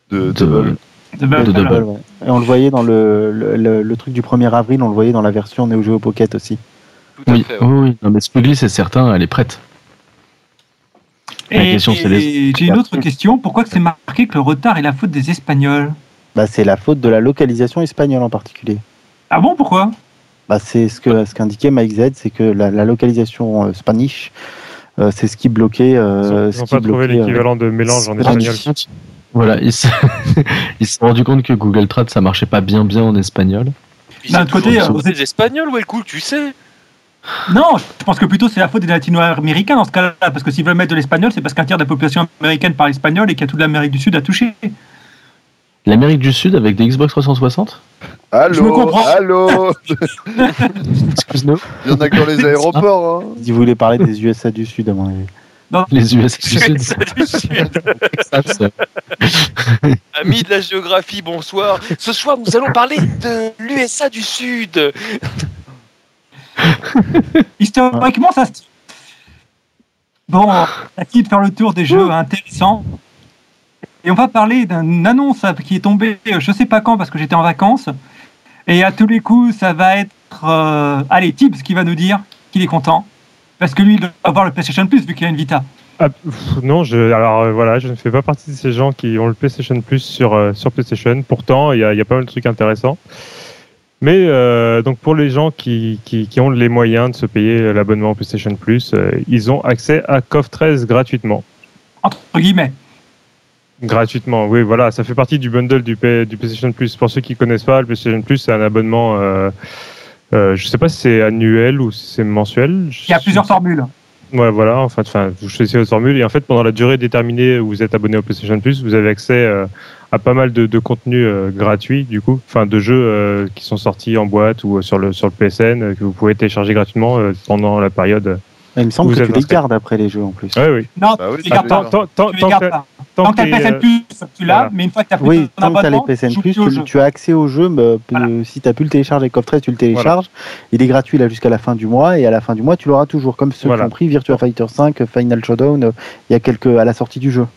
E: De,
B: de-
E: de-
F: De Bubble,
B: de Bubble.
F: alors.
H: Ouais. Et on le voyait dans le, le, le- le truc du 1er avril, on le voyait dans la version Neo Geo Pocket aussi.
G: Tout à
B: Oui,
G: fait. ouais.
B: oui, oui. Non, mais Smugly, c'est certain, elle est prête. La
F: Et,
B: question, c'est les-
F: et j'ai une autre question, pourquoi que c'est marqué que le retard est la faute des Espagnols
H: Bah, c'est la faute de la localisation espagnole en particulier.
F: Ah bon, pourquoi
H: Bah, c'est ce que ce qu'indiquait Mike Z, c'est que la, la localisation euh, spanish, euh, c'est ce qui bloquait.
D: Ils
H: euh,
D: n'ont
H: ce qui
D: pas trouvé
H: bloquait, euh,
D: l'équivalent de mélange en
H: c'est-
D: espagnol.
B: Voilà, ils se <laughs> ils se sont rendus compte que Google Trad, ça marchait pas bien bien en espagnol.
G: Puis
F: D'un
G: c'est toujours
F: côté,
G: la
F: euh,
G: faute des Espagnols, ouais, le coup, tu sais.
F: Non, je pense que plutôt c'est la faute des latino-américains dans ce cas-là, parce que s'ils veulent mettre de l'espagnol, c'est parce qu'un tiers de la population américaine parle espagnol et qu'il y a toute l'Amérique du Sud à toucher.
B: L'Amérique du Sud avec des
G: <laughs>
B: Xbox 360
F: Je me
E: Allô
F: comprends. <laughs>
E: Allô
B: Excuse-nous.
E: Il y en a que dans les aéroports. Hein.
H: Ils voulaient parler des <laughs> USA du Sud, à mon avis.
B: Les US
G: <laughs>
B: du Sud,
G: Ça, du Sud.
B: ça, ça.
G: Amis de la géographie, bonsoir. Ce soir, nous allons parler de l'USA du Sud.
F: Historiquement, ça se tient. Bon,
H: Ah.
F: on a fini de faire le tour des jeux intéressants. Et on va parler d'une annonce qui est tombée, euh, je sais pas quand, parce que j'étais en vacances. Et à tous les coups, ça va être. euh, allez, Tibbs qui va nous dire qu'il est content. Parce que lui, il doit avoir le PlayStation Plus vu qu'il a une Vita.
D: Ah, pff, non, je, alors euh, voilà, je ne fais pas partie de ces gens qui ont le PlayStation Plus sur, euh, sur PlayStation. Pourtant, il y, a- il y a pas mal de trucs intéressants. Mais euh, donc pour les gens qui, qui, qui ont les moyens de se payer euh, l'abonnement PlayStation Plus, euh, ils ont accès à CoF 13 gratuitement.
F: Entre guillemets.
D: Gratuitement, oui, voilà, ça fait partie du bundle du, P- du PlayStation Plus. Pour ceux qui connaissent pas, le PlayStation Plus, c'est un abonnement, euh, euh, je sais pas si c'est annuel ou si c'est mensuel.
F: Il y a plusieurs formules.
D: Ouais, voilà, en fait, enfin, vous choisissez votre formule et en fait, pendant la durée déterminée où vous êtes abonné au PlayStation Plus, vous avez accès euh, à pas mal de, de contenus euh, gratuits, du coup, enfin, de jeux euh, qui sont sortis en boîte ou euh, sur le, sur le PSN euh, que vous pouvez télécharger gratuitement euh, pendant la période.
H: Il me semble
D: Vous
H: que tu
D: avez
H: les
D: inscrit.
H: gardes après les jeux en plus.
D: Ouais, oui.
F: Non,
E: Bah oui,
F: Ah tu les
E: tu
F: gardes
E: les
F: pas.
E: gardes.
D: tant, tant,
F: Tu les
D: tant
F: gardes
D: que-
F: pas.
D: tant
F: Tant que
D: que
F: t'as le
D: t'es,
F: PSN
D: euh,
F: Plus, tu l'as,
D: voilà.
F: mais une fois que t'as
H: Oui,
F: pris ton
H: tant que tu as les
F: abonnement,
H: PSN
F: tu joues
H: Plus,
F: plus au jeu.
H: tu, tu as accès au jeu, mais, euh,
F: Voilà.
H: si tu n'as plus le télécharge avec Coffret, tu le télécharges. Il est gratuit là jusqu'à la fin du mois, et à la fin du mois, tu l'auras toujours, comme ceux
D: Voilà.
H: qui ont pris Virtua Fighter 5, Final Showdown, euh, il y a quelques à la sortie du jeu.
D: tant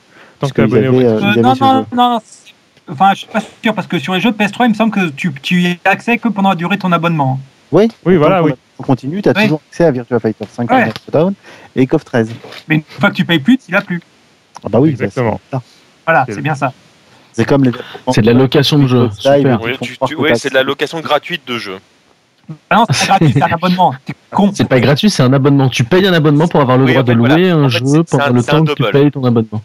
H: Parce
D: que t'es
H: qu'ils
D: abonné au
H: avaient, euh,
F: Euh,
H: ils avaient
F: non,
H: ce jeu.
F: non, non. c'est- Enfin, je suis pas sûr parce que sur les jeux PS3, il me semble que tu, tu y as accès que pendant la durée de ton abonnement.
D: Oui, voilà,
H: Donc,
D: oui.
H: on- On continue, tu as
F: Oui.
H: toujours accès à Virtua Fighter 5,
F: Ouais.
H: Final Showdown et Coff 13.
F: Mais une fois que tu payes plus, tu l'as plus.
H: Ah bah oui, ça, c'est
D: Exactement.
H: ça.
F: Voilà,
D: C'est-
F: c'est bien ça.
H: C'est comme les.
B: C'est de la location de jeu.
H: Ça, ils
B: Super.
H: vont te
G: Ouais,
H: faire
G: tu-
H: croire
G: tu-
H: que
G: ouais,
H: t'as
G: c'est de la
H: accès.
G: location gratuite de jeux.
F: Ah non, c'est pas gratuit, c'est un abonnement. T'es con.
B: C'est pas gratuit, c'est un abonnement. Tu payes un abonnement pour avoir le
G: Oui,
B: droit
G: en fait,
B: de louer
G: voilà.
B: un
G: En fait,
B: jeu
G: c'est- c'est
B: pendant
G: un-
B: le
G: c'est un
B: temps que tu
G: double.
B: payes ton abonnement.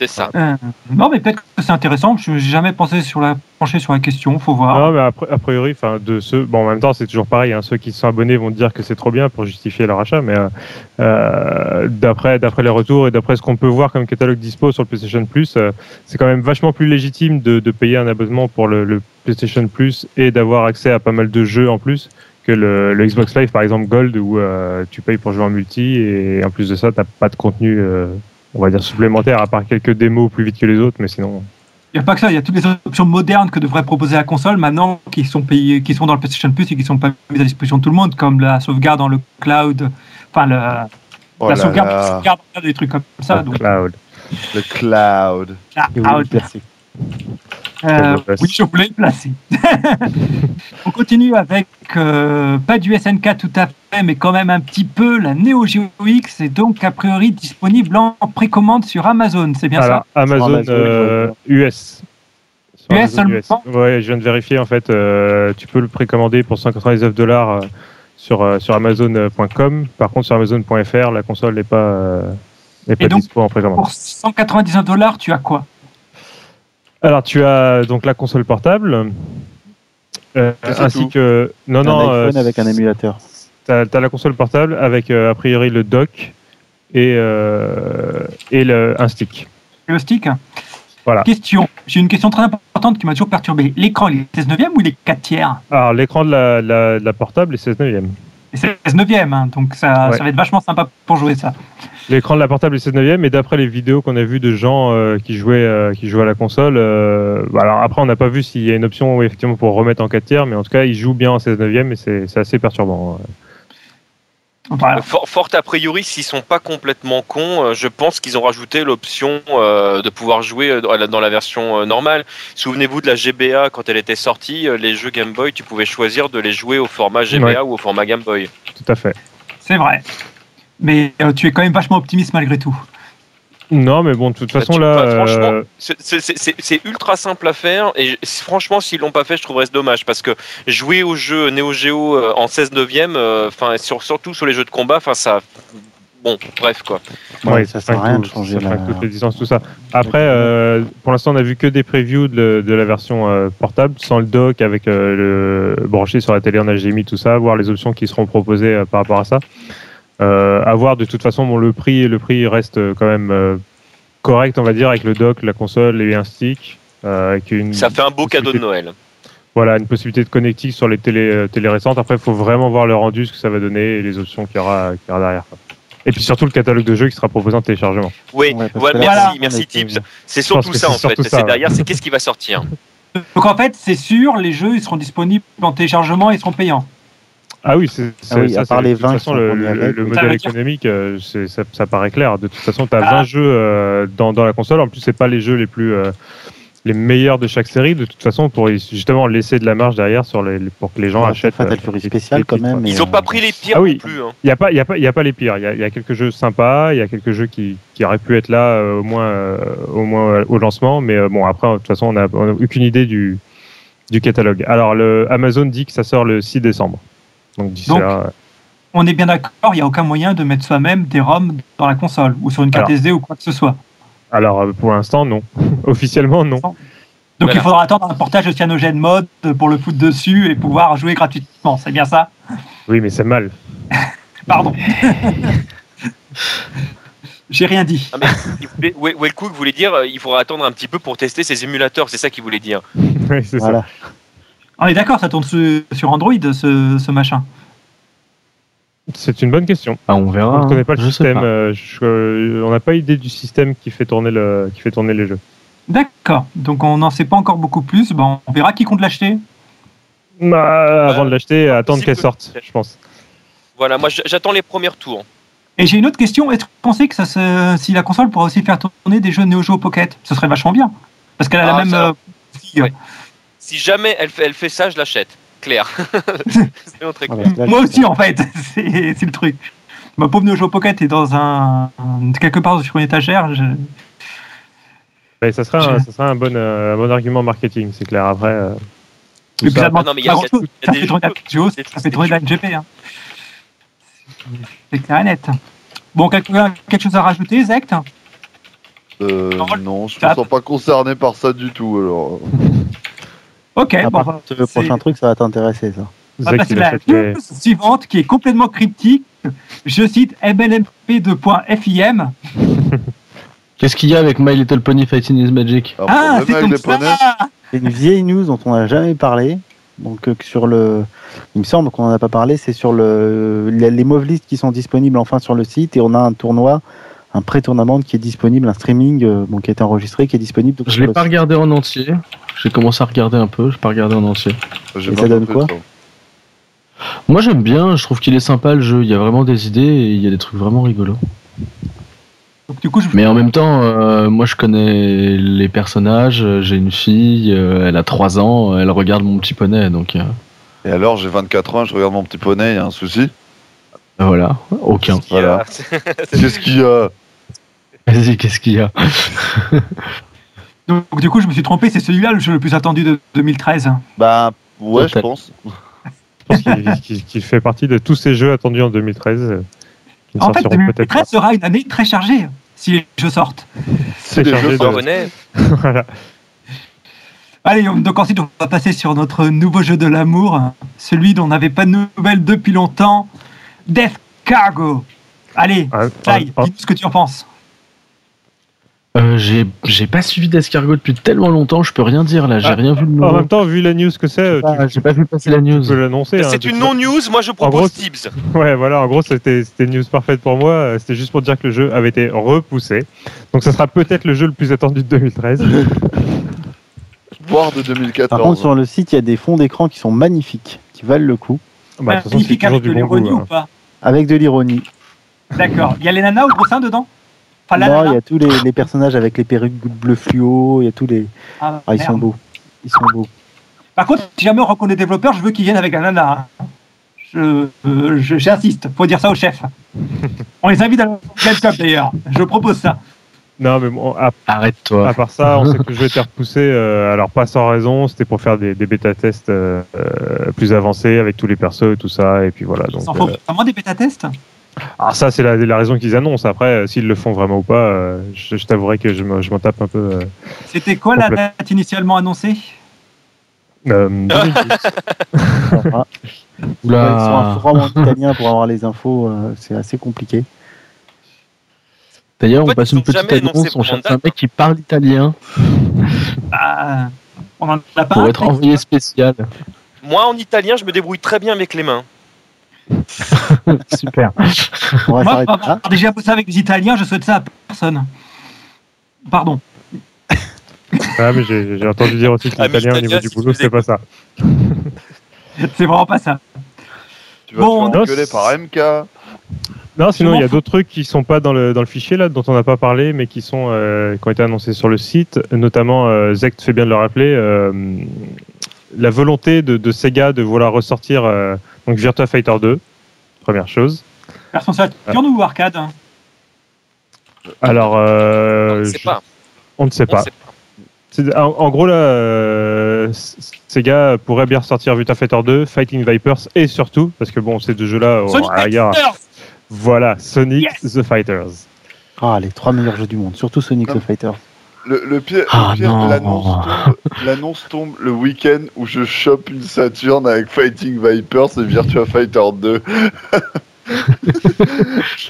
G: C'est ça.
F: Euh, non, mais peut-être que c'est intéressant. Je n'ai jamais pensé sur la pencher sur la question. Faut voir.
D: Non, mais après- a priori, enfin, de ceux, bon, en même temps, c'est toujours pareil. hein, ceux qui se sont abonnés vont dire que c'est trop bien pour justifier leur achat, mais euh, euh, d'après, d'après les retours et d'après ce qu'on peut voir comme catalogue dispo sur le PlayStation Plus, euh, c'est quand même vachement plus légitime de, de payer un abonnement pour le, le PlayStation Plus et d'avoir accès à pas mal de jeux en plus que le, le Xbox Live, par exemple Gold, où euh, tu payes pour jouer en multi et en plus de ça, t'as pas de contenu. euh, on va dire supplémentaire, à part quelques démos plus vite que les autres, mais sinon.
F: Il n'y a pas que ça. Il y a toutes les options modernes que devrait proposer la console maintenant qui sont payées, qui sont dans le PlayStation Plus et qui sont pas mises à disposition de tout le monde, comme la sauvegarde dans le cloud. Enfin, le-
E: Oh
F: la
E: là
F: sauvegarde,
E: là,
F: sauvegarde, des trucs comme ça. Donc,
D: Cloud.
E: le cloud.
F: là,
H: Et vous
F: ah,
H: le placez.
F: Euh,
D: Quelle
F: oui, je voulais le
D: <laughs>
F: placer. On continue avec euh, pas du SNK tout à fait, mais quand même un petit peu la Neo Geo X est donc a priori disponible en précommande sur Amazon, c'est bien
D: Alors, Amazon,
H: Sur Amazon,
D: euh, US. Sur
F: US
D: Amazon
F: seulement
D: Ouais, je viens de vérifier en fait. euh, tu peux le précommander pour 199 dollars sur euh, sur Amazon.com. Par contre, sur Amazon.fr, la console n'est pas euh, n'est pas
F: donc,
D: dispo en
F: ça
D: précommande.
F: Pour 199 dollars, tu as quoi
D: Alors, tu as donc la console portable. euh,
E: C'est
D: ainsi
E: tout.
D: que non
H: Un
D: non
H: iPhone
D: euh,
H: avec un émulateur.
D: T'as t'as la console portable avec euh, a priori le dock et euh, et le un stick.
F: Le stick
D: Voilà.
F: Question. J'ai une question très importante qui m'a toujours perturbé. L'écran, il est 16 neuvième ou il est 4 tiers
D: Alors l'écran de la, de la, de la portable est 16 neuvième.
F: Il est 16 neuvième, hein, donc ça,
D: Ouais.
F: ça va être vachement sympa pour jouer ça.
D: L'écran de la portable est 16 neuvième et d'après les vidéos qu'on a vues de gens euh, qui jouaient euh, qui jouaient à la console, euh, bah, alors après on n'a pas vu s'il y a une option effectivement pour remettre en 4 tiers, mais en tout cas ils jouent bien en 16 neuvième et c'est c'est assez perturbant. Ah.
F: Voilà.
G: Fort, fort a priori, s'ils sont pas complètement cons, euh, je pense qu'ils ont rajouté l'option euh, de pouvoir jouer euh, dans la- dans la version euh, normale. Souvenez-vous de la GBA quand elle était sortie, euh, les jeux Game Boy, tu pouvais choisir de les jouer au format GBA
D: Ouais.
G: ou au format Game Boy.
D: Tout à fait.
F: C'est vrai. Mais euh, tu es quand même vachement optimiste malgré tout.
D: Non mais bon de toute
G: Bah,
D: façon
G: tu-
D: là.
G: bah, franchement,
D: euh,
G: C'est- c'est- C'est c'est- c'est ultra simple à faire et je- franchement, s'ils l'ont pas fait, je trouverais ça dommage parce que jouer au jeu Neo Geo euh, en 16 neuvième, euh, enfin sur, surtout sur les jeux de combat, enfin ça, bon, bref quoi.
H: Ouais,
D: Ouais,
H: ça
D: ça
H: sert à
D: fringue
H: rien de
D: tout,
H: changer
D: ça
H: la-
D: fringue toutes les distances, tout ça. Après, euh, pour l'instant, on a vu que des previews de, de la version euh, portable, sans le dock, avec euh, le branché sur la télé en HDMI, tout ça, voir les options qui seront proposées euh, par rapport à ça. Euh, à voir, de toute façon, bon, le prix, le prix reste euh, quand même euh, correct, on va dire, avec le dock, la console et un stick. euh, avec une,
G: Ça fait un beau cadeau de Noël.
D: voilà, une possibilité de connectique sur les télé, euh, télé récentes. Après, il faut vraiment voir le rendu, ce que ça va donner et les options qu'il y aura, qu'il y aura derrière. quoi. Et puis surtout le catalogue de jeux qui sera proposé en téléchargement.
G: Oui,
H: Ouais, parce
G: voilà,
H: que là,
G: merci,
H: on
G: merci
H: est-
G: Tips. C'est
D: Je pense
G: surtout
D: que
G: ça
D: c'est
G: en fait.
D: surtout ça,
G: C'est
D: ouais.
G: derrière, c'est
D: <laughs>
G: qu'est-ce qui va sortir.
F: Donc en fait, c'est sûr, les jeux ils seront disponibles en téléchargement et ils seront payants.
D: Ah oui, c'est c'est-
H: Ah oui,
D: ça,
H: à part
D: c'est-
H: les
D: de toute
H: 20
D: façon,
H: qui
D: le,
H: sont
D: le-
H: mis avec,
D: le
H: oui.
F: Ça
D: modèle
F: veut dire-
D: économique, euh, c'est- ça, ça paraît clair. De toute façon, tu as
F: Ah.
D: 20 jeux euh, dans, dans la console. En plus, c'est pas les jeux les plus euh, les meilleurs de chaque série. De toute façon, pour y- justement laisser de la marge derrière sur les, les- pour que les gens
H: Ouais,
D: achètent.
H: Ah, Fatal
D: euh,
H: Fury
D: des-
H: spécial,
D: des
H: quand
D: titres,
H: même, euh,
D: quoi.
H: mais-
G: Ils ont pas pris les pires
D: Ah oui.
G: non plus. hein.
D: Il n'y a, pas- il y a, pas- il y a pas les pires. Il y a, il y a quelques jeux sympas, il y a quelques jeux qui, qui auraient pu être là euh, au moins, euh, au, moins euh, au lancement. Mais euh, bon, après, de toute façon, on n'a on n'a aucune idée du, du catalogue. Alors, le, Amazon dit que ça sort le 6 décembre. Donc, d'ici
F: Donc,
D: là,
F: On est bien d'accord, il n'y a aucun moyen de mettre soi-même des ROM dans la console ou sur une carte
D: Alors.
F: SD ou quoi que ce soit.
D: Alors euh, pour l'instant non, <laughs> officiellement non.
F: Donc
G: Voilà.
F: il faudra attendre un portage de Cyanogen Mode pour le foutre dessus et pouvoir jouer gratuitement, c'est bien ça
D: Oui mais c'est mal. <laughs>
F: Pardon. J'ai rien dit.
G: Ah, mais il voulait- Wel- Wellcook voulait dire euh, il faudra attendre un petit peu pour tester ces émulateurs. C'est ça qu'il voulait dire.
D: Oui, c'est ça.
H: Voilà.
F: On est d'accord, ça tourne su- sur Android ce, ce machin.
D: C'est une bonne question.
B: Ah, on verra.
D: on ne
B: hein.
D: connaît pas le
B: Je sais
D: système.
B: pas.
D: euh, je- euh, on n'a pas idée du système qui fait tourner le qui fait tourner les jeux.
F: D'accord, donc on n'en sait pas encore beaucoup plus, Bon, on verra qui compte l'acheter.
D: Bah, avant de l'acheter, attendre
G: Euh, possible
D: qu'elle
G: que-
D: sorte, je pense.
G: Voilà, moi j- j'attends les premiers tours.
F: Et j'ai une autre question. Est-ce que vous pensez que ça se- si la console pourra aussi faire tourner des jeux Neo Geo Pocket Ce serait vachement bien. Parce qu'elle a
G: Ah,
F: la même.
G: ça-
F: euh, fille.
G: Ouais. Si jamais elle fait, elle fait ça, je l'achète. Clair. <laughs> C'est vraiment très
H: Ah,
D: bah,
G: clair.
H: parce que là,
F: <laughs> Moi
H: je-
F: aussi, en fait. <laughs> C'est c'est le truc. Ma pauvre Neo Geo Pocket est dans un. un- quelque part sur une étagère. je-
D: Mais ça sera un, ça sera un bon euh, un bon argument marketing, c'est clair. Après, euh,
F: Et puis
D: ça.
F: ça demande
G: Ah non, mais il y a-
F: pas grand chose.
G: il y a
F: Ça
G: des
F: fait tourner la
G: jeux-
F: Geos,
G: des-
F: ça fait tourner la NGP. Hein. C'est clair et net. Bon, quelqu'un a quelque chose à rajouter, Zect
E: Euh, non, je me sens pas concerné par ça du tout. Alors,
F: Ok,
H: Ah,
F: bon,
H: par
F: on va-
H: contre, le prochain
F: Eh ben, c'est-
H: truc, ça va t'intéresser, ça.
G: Ah,
F: on
G: bah,
F: va
D: Zach,
F: passer
D: il
F: à
D: achète
F: la
D: les...
F: news suivante qui est complètement cryptique. Je cite mlmp2.fim.
B: Qu'est-ce qu'il y a avec My Little Pony Fighting is Magic
E: un
F: Ah,
E: problème
F: c'est
E: avec
F: comme
E: les poneys
F: ça
H: C'est une vieille news dont on n'a jamais parlé. Donc euh, que sur le, il me semble qu'on n'en a pas parlé. C'est sur le les, les mauves listes qui sont disponibles enfin sur le site et on a un tournoi, un pré-tournament qui est disponible, un streaming euh, bon, qui est enregistré, qui est disponible. donc,
B: Je
H: sur
B: l'ai
H: le
B: pas
H: site.
B: regardé en entier. J'ai commencé à regarder un peu, j'ai pas regardé en entier.
E: J'ai
H: Et
E: pas
H: ça donne
E: compris
H: quoi
B: Moi j'aime bien, je trouve qu'il est sympa le jeu, il y a vraiment des idées et il y a des trucs vraiment rigolos.
F: Donc, du coup, je...
B: Mais en même temps, euh, moi je connais les personnages, euh, j'ai une fille, euh, elle a 3 ans, elle regarde mon petit poney, donc euh,
E: Et alors, j'ai 24 ans, je regarde mon petit poney, y a un souci.
B: voilà,
G: <laughs>
B: aucun.
G: Qui, euh,
E: Voilà. Qu'est-ce qu'il y a
B: Vas-y, qu'est-ce qu'il y a
F: Donc, du coup, je me suis trompé. C'est celui-là le jeu le plus attendu de 2013.
E: Bah, ouais, je
B: Total.
E: pense.
D: Je
G: <laughs>
D: pense qu'il- qu'il qu'il fait partie de tous ces jeux attendus en 2013. euh, Qui ne
F: En fait,
D: sortiront peut-être pas.
F: 2013 sera une année très chargée si les jeux sortent.
E: <laughs> C'est des
D: chargé
E: jeux
D: de-
E: sans-
G: Poney.
F: Allez, on- donc ensuite, on va passer sur notre nouveau jeu de l'amour, celui dont on n'avait pas de nouvelles depuis longtemps, Death Cargo. Allez,
D: Un-
F: Fly,
D: un- un-
F: dis-nous ce que tu en penses.
B: Euh, j'ai j'ai pas suivi d'escargot depuis tellement longtemps, je peux rien dire là, j'ai
D: Ah,
B: rien vu de
D: En
B: nouveau.
D: même temps, vu la news que c'est, euh, tu
B: Ah, J'ai pas vu passer la news.
D: peux l'annoncer. hein,
G: C'est
D: de
G: une
D: toute
G: non-news, moi je
D: gros,
G: propose
D: c'est-
G: Tibbs.
D: Ouais, voilà, en gros, c'était c'était une news parfaite pour moi. Euh, C'était juste pour dire que le jeu avait été repoussé. Donc, ça sera peut-être le jeu le plus attendu
G: <laughs>
D: de 2013.
E: Voire de
H: Par
E: 2014.
H: contre, sur le site, il y a des fonds d'écran qui sont magnifiques, qui valent le coup,
D: Bah, de toute façon, c'est
F: Magnifique
D: toujours
F: avec de
D: du bon
F: l'ironie
D: goût.
F: ou
D: hein.
F: pas
H: avec de l'ironie.
F: D'accord. Il y a les nanas au gros seins dedans Enfin, la
H: Non,
F: nana
H: il y a tous les, les personnages avec les perruques bleu fluo, il y a tous les.
F: Ah,
H: Ah, ils sont
F: merde.
H: beaux. Ils sont beaux.
F: Par contre, si jamais on reconnaît développeur, je veux qu'il vienne avec la nana. hein. Je- euh, je- J'insiste, faut dire ça au
B: <laughs>
F: chef. On les invite à la Game Cup, d'ailleurs. Je propose ça.
D: Non, mais bon, à,
B: Arrête-toi.
D: à part ça, on sait que le jeu était repoussé. euh, alors, pas sans raison. C'était pour faire des, des bêta-tests euh, euh, plus avancés avec tous les persos et tout ça. Et puis voilà.
F: Il
D: Donc,
F: s'en faut
D: euh,
F: vraiment des bêta-tests
D: alors, ça, c'est la, la raison qu'ils annoncent. Après, euh, s'ils le font vraiment ou pas, euh, je, je t'avouerai que je me- je m'en tape un peu. euh,
F: C'était quoi la date initialement annoncée
D: euh,
G: <laughs>
D: 2010. <laughs>
H: Alors,
B: Oula.
H: ouais, sur un forum en italien pour avoir les infos, euh, c'est assez compliqué.
B: D'ailleurs,
G: En
B: on
G: fait,
B: passe
G: ils
B: une
G: ont jamais
B: petite
G: annoncé
B: annonce, on
G: pour
B: cherche
G: Mandate,
B: un mec qui parle italien
F: Bah, On en a pas
B: pour
F: un,
B: être
F: mais-
B: envoyé spécial.
G: Moi en italien, je me débrouille très bien avec les mains.
B: <laughs> Super.
G: <laughs>
H: On va
F: Moi,
H: s'arrêter
F: pour
H: là.
B: hein.
F: avoir déjà bossé avec des Italiens, je souhaite ça à personne. Pardon.
D: Ah, mais j'ai j'ai entendu dire aussi que
G: Ah, mais
D: l'italien au niveau
G: l'italien,
D: du
G: si
D: boulot,
G: tu
D: c'est pas ça.
F: C'est vraiment pas ça.
E: tu vas
F: Bon,
E: te faire
D: non,
E: engueuler
D: c'est-
E: par MK.
D: Non, sinon
F: m'en
D: il y a d'autres trucs qui sont pas dans le dans le fichier là, dont on n'a pas parlé, mais qui sont euh, qui ont été annoncés sur le site. Notamment, euh, Zect fait bien de le rappeler, euh, la volonté de, de Sega de vouloir ressortir euh, donc Virtua Fighter 2, première chose.
F: Version
B: Ah.
F: Saturn ou arcade hein
G: Ah.
D: Alors, euh,
G: Je sais
D: je-
G: pas.
D: on ne sait
G: On
D: pas.
G: sait pas.
D: C'est- En, en gros, là, euh, S- Sega pourrait bien ressortir Virtua Fighter 2, Fighting Vipers et surtout, parce que bon, ces deux jeux-là, oh,
F: Sonic
D: à la rigueur,
F: Fighters
D: voilà, Sonic
F: Yes
D: the Fighters.
H: Ah, les trois meilleurs jeux du monde, surtout Sonic
G: Ah.
H: the Fighter.
E: Le, le pire, le
B: Ah,
E: pire,
B: non.
E: l'annonce tombe- l'annonce tombe, le week-end où je chope une Saturn avec Fighting Vipers et Virtua Fighter 2.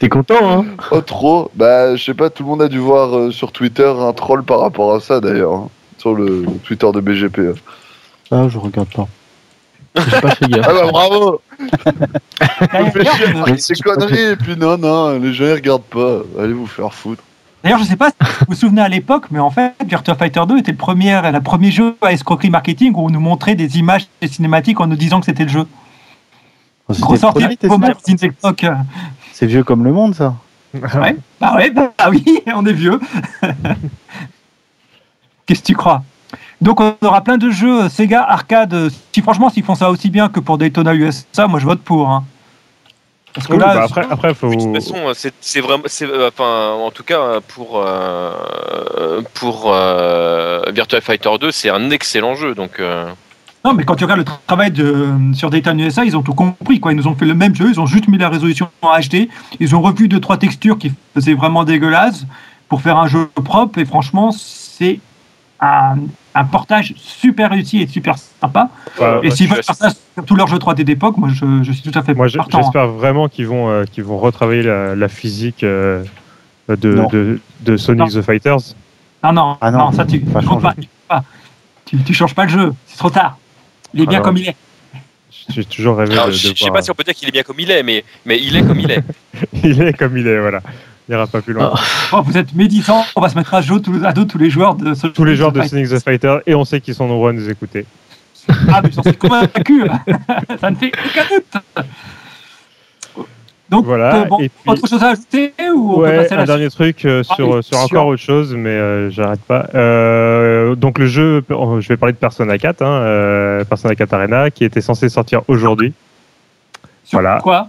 B: T'es content, hein
E: Oh trop Bah je sais pas, tout le monde a dû voir euh, sur Twitter un troll par rapport à ça d'ailleurs. hein, Sur le Twitter de BGP.
H: Ah, je regarde pas.
B: J'ai pas fait gaffe.
E: Ah bah bravo
F: D'ailleurs, euh,
E: C'est connerie Et puis non, non, les gens ils regardent pas. Allez vous faire foutre.
F: D'ailleurs, je sais pas si vous vous souvenez à l'époque, mais en fait, Virtua Fighter 2 était le premier, le premier jeu à escroquerie marketing où on nous montrait des images des cinématiques en nous disant que c'était le jeu.
H: Oh, C'était
F: Gros sorti
H: trop vite,
F: vos
H: ça.
F: magazines d'époque.
H: C'est vieux comme le monde, ça.
F: Bah ouais, bah oui, <laughs> on est vieux. Qu'est-ce que tu crois Donc on aura plein de jeux euh, Sega arcade. euh, Si franchement, s'ils font ça aussi bien que pour Daytona USA, moi je vote pour. hein. Parce que
D: Oui,
F: là,
D: bah après, après, faut.
G: De toute façon, euh, c'est- c'est vraiment, c'est, euh, enfin, en tout cas euh, pour euh, pour euh, Virtua Fighter 2, c'est un excellent jeu, donc. euh,
F: Non, mais quand tu regardes le tra- travail de, sur Dayton USA, ils ont tout compris. Quoi. Ils nous ont fait le même jeu, ils ont juste mis la résolution en HD, ils ont revu deux trois textures qui faisaient vraiment dégueulasse pour faire un jeu propre. Et franchement, c'est un, un portage super réussi et super sympa.
D: Enfin,
F: et
G: ouais,
F: s'ils
G: je
F: veulent
G: suis
F: faire ça sur tous leurs jeux 3D d'époque, moi je, je suis tout à fait
D: Moi, je-
F: partant. hein.
D: j'espère vraiment qu'ils vont, euh, qu'ils vont retravailler la, la physique euh, de,
H: Non.
D: de, de Sonic the Fighters.
F: Non, non,
H: Ah non,
F: non, ça tu
H: pas
F: tu comptes
H: changer.
F: pas, tu comptes pas. Tu, tu changes pas le jeu, c'est trop tard. Il est bien
D: Alors,
F: comme il est.
D: J'ai toujours rêvé
G: Alors,
D: de,
G: je
D: de
G: je sais
D: voir- hein.
G: pas si on peut dire qu'il est bien comme il est, mais, mais il est comme
D: <laughs>
G: il est.
D: Il est comme il est, voilà. Il n'ira pas plus loin.
F: Oh, vous êtes médisants, on va se mettre à, jeu, tous- à dos tous les joueurs de ce
D: Tous les joueurs de Sonic the Fighter, et on sait qu'ils sont nombreux à nous écouter.
F: Ah, mais j'en suis convaincu <laughs> Ça ne fait aucun doute Donc,
D: Voilà,
F: euh, bon,
D: et puis-
F: autre chose à ajouter ou on peut
D: Ouais,
F: passer à
D: un
F: la
D: dernier truc euh,
F: Ah,
D: sur,
F: oui,
D: sur
F: sûr.
D: encore autre chose, mais euh, j'arrête pas. Euh, donc le jeu, euh, je vais parler de Persona 4, hein, euh, Persona 4 Arena, qui était censé sortir aujourd'hui
F: suite Sur
D: voilà.
F: quoi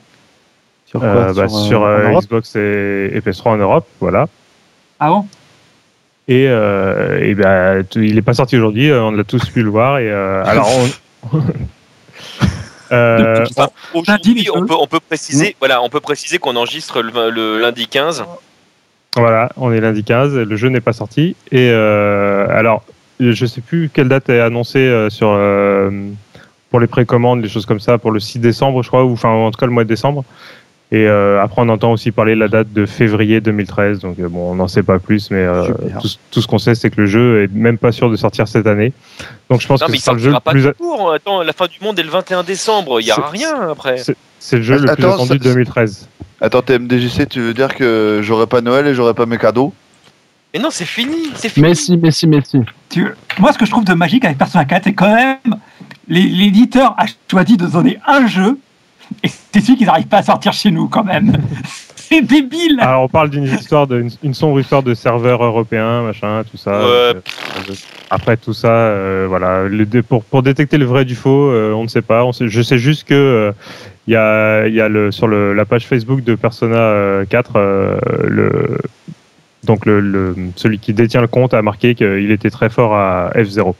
H: Sur quoi
D: euh, bah, sur,
H: euh,
D: euh,
H: en Europe
D: Xbox et, et PS3 en Europe, voilà.
F: Ah bon
D: Et, euh, et ben, tu- il est pas sorti aujourd'hui, euh, on l'a tous pu le voir. Et, euh, alors
G: <laughs>
D: on- Euh,
G: Enfin,
F: dit
G: Aujourd'hui,
F: les
G: on
F: choses.
G: peut, on peut préciser, voilà, on peut préciser qu'on enregistre le, le lundi 15.
D: Voilà, on est lundi 15, le jeu n'est pas sorti. Et euh, alors, je sais plus quelle date est annoncée euh, sur, euh, pour les précommandes, les choses comme ça, pour le 6 décembre, je crois, ou enfin, en tout cas le mois de décembre. Et euh, après, on entend aussi parler de la date de février 2013, donc euh, bon, on n'en sait pas plus, mais euh,
H: Super.
D: tout, tout ce qu'on sait, c'est que le jeu est même pas sûr de sortir cette année. Donc je pense
G: Non,
D: que
G: mais il
D: ce sera le jeu
G: sortira pas
D: le plus. a-
G: du court. Attends, la fin du monde est le 21 décembre. Il y
D: C'est-
G: aura rien après.
D: C'est le jeu le plus
E: Attends,
D: attendu de
E: ça-
D: 2013.
E: Attends, TMDJC, tu veux dire que j'aurais pas Noël et j'aurais pas mes cadeaux
G: Mais non, c'est fini, c'est fini.
B: Mais si, mais si, mais si.
F: Tu- Moi, ce que je trouve de magique avec Persona 4, c'est quand même les- l'éditeur a choisi de donner un jeu et c'est celui qu'ils n'arrivent pas à sortir chez nous quand même. <laughs> c'est débile
D: Alors, on parle d'une histoire, de, une, une sombre histoire de serveurs européens, machin, tout ça.
G: Ouais.
D: Donc, euh, après tout ça, euh, voilà, le dé- pour, pour détecter le vrai du faux, euh, on ne sait pas. On sait- je sais juste que euh, il y a, il y a le, sur le, la page Facebook de Persona euh, 4, euh, le, donc le, le- celui qui détient le compte a marqué qu'il était très fort à F0.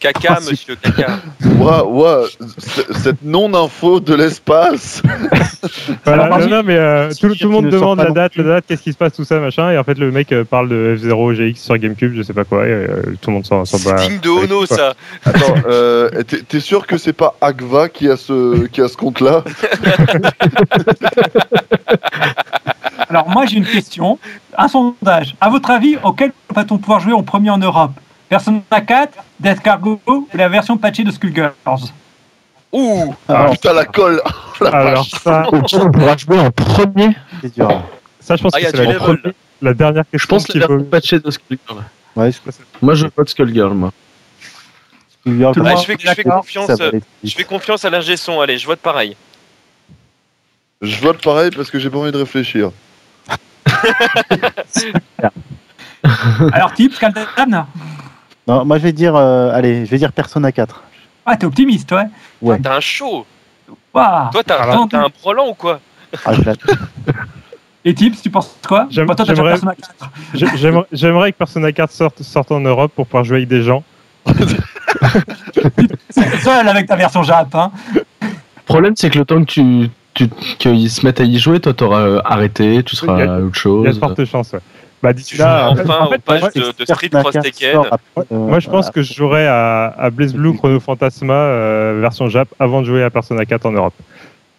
G: Caca, monsieur caca.
E: Ouah, ouah, c- cette non-info de l'espace
D: Voilà,
F: Alors,
D: non,
F: vas-y.
D: non, mais euh,
H: Si
D: tout,
H: tu
D: tout le monde
H: ne sors
D: demande
H: pas
D: la
H: non
D: date, la
H: plus.
D: date, qu'est-ce qui se passe, tout ça, machin. Et en fait, le mec euh, parle de F0 GX sur GameCube, je sais pas quoi. Et, euh, tout le monde s'en s'en
G: C'est
D: bat.
G: digne de Ono,
D: quoi.
G: ça.
E: Attends, euh, t'es- t'es sûr que c'est pas Agva qui a ce, qui a ce compte-là
D: Ah.
F: Alors moi j'ai une question, un sondage. À votre avis, auquel va-t-on pouvoir jouer en premier en Europe Persona 4, Death Cargo ou la version patchée de Skullgirls
G: Ouh,
E: Ah putain, la colle la
D: Alors, ça,
B: Ok, on pourra jouer en premier.
H: c'est dur.
D: ça, je pense
G: Ah,
D: que
G: y a
D: c'est
G: du
D: la,
G: level.
D: première- la dernière
B: Je
D: question
B: pense
D: qu'il
B: qu'il va
D: faut.
B: patcher de Skullgirl.
H: Ouais, je-
B: Moi, je vote Skullgirl, moi.
H: Skullgirl,
F: Tout le
H: ça-
G: Ah,
F: monde-
G: je fais, je fais confiance.
H: ça va
G: euh,
H: aller vite.
G: Je fais confiance à l'ingé son. Allez, je vote pareil.
E: Je vote pareil parce que j'ai pas envie de réfléchir.
F: Alors type, Skaldan
H: Non, moi je vais dire, euh, allez, je vais dire Persona 4.
F: Ah t'es optimiste, ouais.
H: Ouais.
G: T'as un show.
F: Waouh.
G: Toi, t'as
F: Alors,
G: t'as un Prolan ou quoi <laughs>
H: Ah, je la-
F: Et type, tu penses quoi
D: J'aime-
F: Bah, Toi t'as déjà
D: j'aimerais-
F: Persona 4.
D: J'ai- j'aimerais- J'aimerais que Persona 4 sorte, sorte en Europe pour pouvoir jouer avec des gens.
F: C'est le seul avec ta version Jap.
D: <laughs>
F: Hein.
B: Le problème, c'est que le temps que tu, tu qu'ils se mettent à y jouer, toi, t'auras euh, arrêté, tu
D: Il y
B: seras à autre
D: Il y a de
B: chose.
D: fortes chances. ouais. Bah, d'ici
G: Tu
D: là,
G: joues enfin
D: en fait,
G: aux pages
D: moi,
G: de, de Street
H: Persona
G: Cross
H: 4
G: Tekken.
H: sort après, euh,
D: moi, je pense que je jouerai à, à Blaze Blue Chrono Fantasma euh, version Jap avant de jouer à Persona 4 en Europe.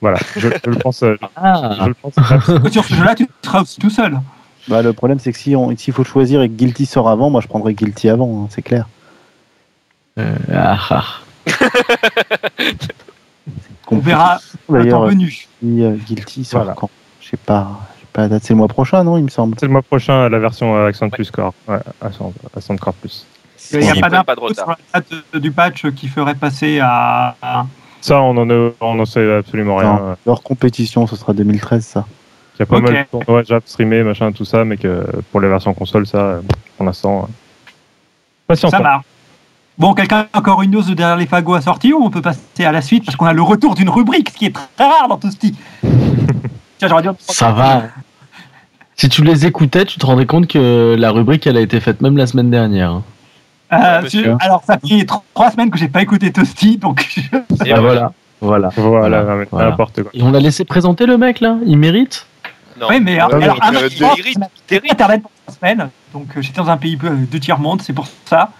D: Voilà, je, je le pense. euh, Je
B: Ah,
D: le pense absolument.
F: Sur ce jeu-là, tu seras aussi tout seul.
H: Bah, le problème, c'est que si on- s'il faut choisir et que Guilty sort avant, moi je prendrais Guilty avant, hein, c'est clair.
B: ah, ah.
F: On verra le temps
H: D'ailleurs,
F: venu.
H: si, euh, Guilty sort
D: Voilà.
H: quand Je sais pas, je sais pas la date, c'est le mois prochain, non, il me semble.
D: C'est le mois prochain la version euh, Accent Plus Core. Ouais, Accent, Accent Core Plus.
F: Il n'y a
G: S'ils
F: pas
G: prennent pas de
F: d'impact sur
G: retard.
F: la date du patch qui ferait passer à... à-
D: Ça, on en, a- on en sait absolument rien.
H: Non. Leur compétition, ce sera 2013, ça.
D: Il y a pas
F: Ok.
D: mal de tournois Jap streamés, machin, tout ça, mais que pour les versions console, ça, euh, pour l'instant. euh, Patience.
F: Ça marche. Bon, quelqu'un a encore une dose de derrière les fagots à sortir ou on peut passer à la suite parce qu'on a le retour d'une rubrique, ce qui est très rare dans tout ce
D: <laughs>
F: qui. Tiens, j'aurais dû. en prendre-
B: Ça va. Si tu les écoutais, tu te rendais compte que la rubrique, elle a été faite même la semaine dernière. hein.
F: Euh,
G: Ouais,
F: je- alors, ça fait tro- trois semaines que j'ai pas écouté Toasty, donc <laughs> je-
D: Bah
G: Et
B: Ah,
G: ouais.
B: voilà, voilà.
D: Voilà,
B: Voilà.
D: non, mais
B: Voilà.
D: n'importe quoi.
B: Et on l'a laissé présenter le mec là, il mérite.
G: Non.
F: Ouais, mais alors,
E: mais
F: alors,
E: on
F: un
E: dirait
F: mec,
E: des
F: je pense,
G: grippes,
F: on a pas
G: des grippes.
F: internet pour trois semaines, donc euh, j'étais dans un pays euh, de tiers monde, c'est pour ça.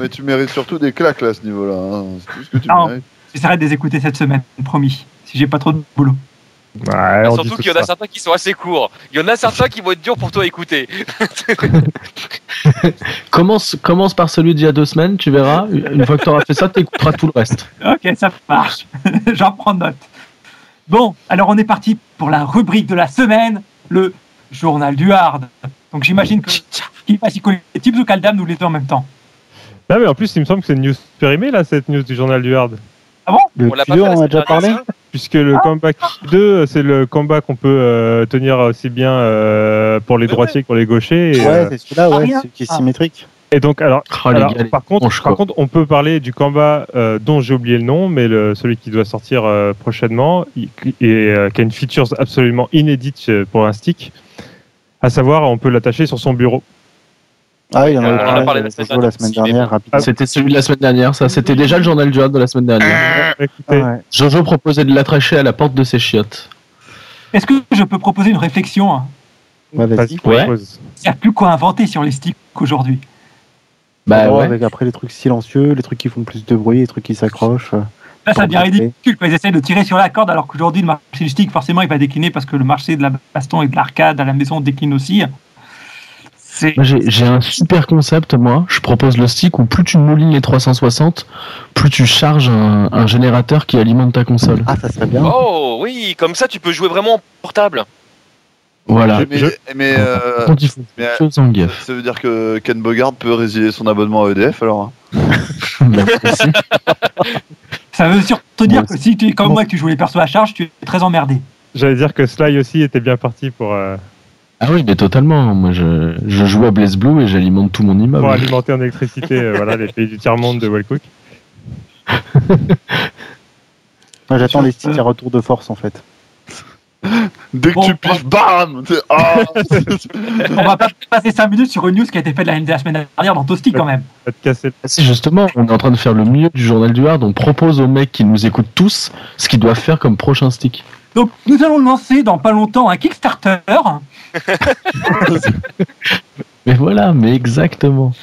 E: Mais tu mérites surtout des claques là à ce niveau-là. hein. C'est tout ce que tu
F: Non.
E: mérites.
F: J'essaierai de les écouter cette semaine, promis, si j'ai pas trop de boulot.
D: Ouais, on dit
G: Surtout
D: tout
G: qu'il y en a
D: ça.
G: certains qui sont assez courts. Il y en a certains qui vont être durs pour toi à écouter.
B: Commence, commence par celui d'il y a deux semaines, tu verras. Une fois que tu auras fait ça, tu écouteras tout le reste.
F: Ok, ça marche. <laughs> J'en prends note. Bon, alors on est parti pour la rubrique de la semaine, le journal du hard. Donc j'imagine que qu'il va s'y coller Tips ou Kaldam, nous les deux en même temps.
D: Non, mais en plus, il me semble que c'est une news périmée là, cette news du journal du Hard.
H: Le
G: On l'a pas
H: tuyau,
G: fait la
H: on en a
G: semaine
H: déjà
G: dernière,
H: parlé
G: ça
D: Puisque
G: Ah.
D: le comeback 2, c'est le combat qu'on peut euh, tenir aussi bien euh, pour les droitiers que pour les gauchers. Et, euh,
H: Ouais, c'est celui-là,
F: Ah,
H: ouais,
F: rien.
H: celui qui est
F: Ah.
H: symétrique.
D: et donc, alors,
B: Oh, les
D: alors,
B: gars, les
D: par, contre,
B: tronches,
D: par
B: quoi.
D: contre, on peut parler du combat euh, dont j'ai oublié le nom, mais le, celui qui doit sortir euh, prochainement il- et euh, qui a une feature absolument inédite euh, pour un stick, à savoir, on peut l'attacher sur son bureau.
H: Ah, il en
G: On en a
H: avait parlé,
G: parlé la
H: euh,
G: semaine
H: Jojo, la
G: dernière,
H: semaine
G: si, mais
H: dernière, rapidement.
B: C'était celui de la semaine dernière, ça. C'était déjà le journal du hard de la semaine dernière.
H: Ah,
D: Écoutez,
H: ouais.
B: Jojo proposait de l'attacher à la porte de ses chiottes.
F: Est-ce que je peux proposer une réflexion hein
H: Bah, vas-y.
D: vas-y,
B: Ouais.
D: propose.
F: Il n'y a plus quoi inventer sur les sticks aujourd'hui.
B: Bah
H: Alors,
B: ouais.
H: avec après les trucs silencieux, les trucs qui font plus de bruit, les trucs qui s'accrochent. euh.
F: Là, ça devient
H: Ok.
F: ridicule quand ils essayent de tirer sur la corde, alors qu'aujourd'hui, le marché du stick, forcément, il va décliner parce que le marché de la baston et de l'arcade à la maison décline aussi. C'est
B: Moi, J'ai j'ai un super concept, moi. Je propose le stick où plus tu moulines les 360, plus tu charges un, un générateur qui alimente ta console.
H: Ah, ça serait bien.
G: Oh oui, comme ça tu peux jouer vraiment en portable.
B: Voilà.
E: Mais, mais, euh,
B: Quand il faut
E: mais, euh,
B: chose en gaffe.
E: <laughs> ça veut dire que Ken Bogard peut résilier son abonnement à EDF alors. hein.
B: Bah, merci.
F: Ça veut surtout dire
B: Bon,
F: que si tu es comme
B: bon.
F: moi et que tu joues les persos à charge, tu es
E: <laughs>
F: très emmerdé.
D: J'allais dire que Sly aussi était bien parti pour, euh,
B: ah oui, mais totalement. Moi, je, je joue à Blaze Blue et j'alimente tout mon
D: pour
B: immeuble.
D: alimenter en électricité euh, voilà, les pays du tiers-monde de Wellcook.
H: Moi, j'attends les sticks à retour de force, en fait.
E: Dès que
F: Bon,
E: tu piches, bam T'es- ah
F: On va pas passer 5 minutes sur une news qui a été faite la la semaine dernière dans Toasty quand même.
D: Ça te casser
B: Ah, Si justement, on est en train de faire le mieux du journal du hard, on propose aux mecs qui nous écoutent tous ce qu'ils doivent faire comme prochain stick.
F: Donc nous allons lancer dans pas longtemps un Kickstarter.
E: Ah,
B: Mais voilà, mais exactement.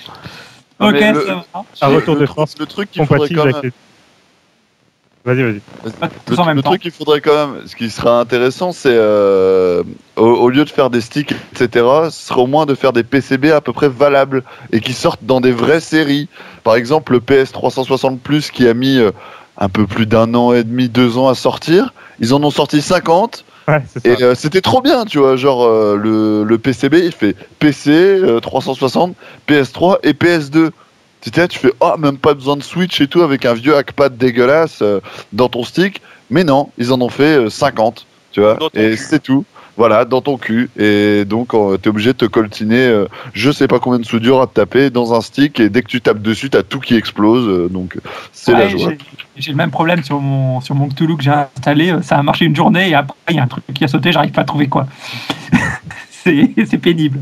E: Non,
F: Ok,
E: mais le-
F: ça va.
D: Un retour
E: le
D: de
E: truc-
D: force
E: Le truc qu'il faudrait
D: compatible
E: quand même.
D: avec les... Vas-y, vas-y.
F: Pas
E: Le,
F: tous en même
E: le
F: temps.
E: truc qu'il faudrait quand même, ce qui sera intéressant, c'est euh, au, au lieu de faire des sticks, etc., ce serait au moins de faire des PCB à peu près valables et qui sortent dans des vraies séries. Par exemple, le PS360 Plus qui a mis euh, un peu plus d'un an et demi, deux ans à sortir, ils en ont sorti 50
D: Ouais, c'est ça.
G: Ah.
E: et euh, c'était trop bien, tu vois. Genre, euh, le, le PCB, il fait PC euh, 360, PS3 et PS2. Tu sais, tu fais, oh, même pas besoin de Switch et tout avec un vieux hackpad dégueulasse euh, dans ton stick. Mais non, ils en ont fait euh, 50, tu vois.
G: Dans ton
E: Et
G: cul.
E: c'est tout. Voilà, dans ton cul. Et donc, euh, t'es obligé de te coltiner, euh, je sais pas combien de soudure à te taper dans un stick. Et dès que tu tapes dessus, t'as tout qui explose. euh, donc, c'est la
F: Ouais,
E: joie.
F: j'ai- J'ai le même problème sur mon, sur mon Cthulhu que j'ai installé. Euh, Ça a marché une journée et après, il y a un truc qui a sauté, j'arrive pas à trouver quoi. <laughs> c'est c'est pénible.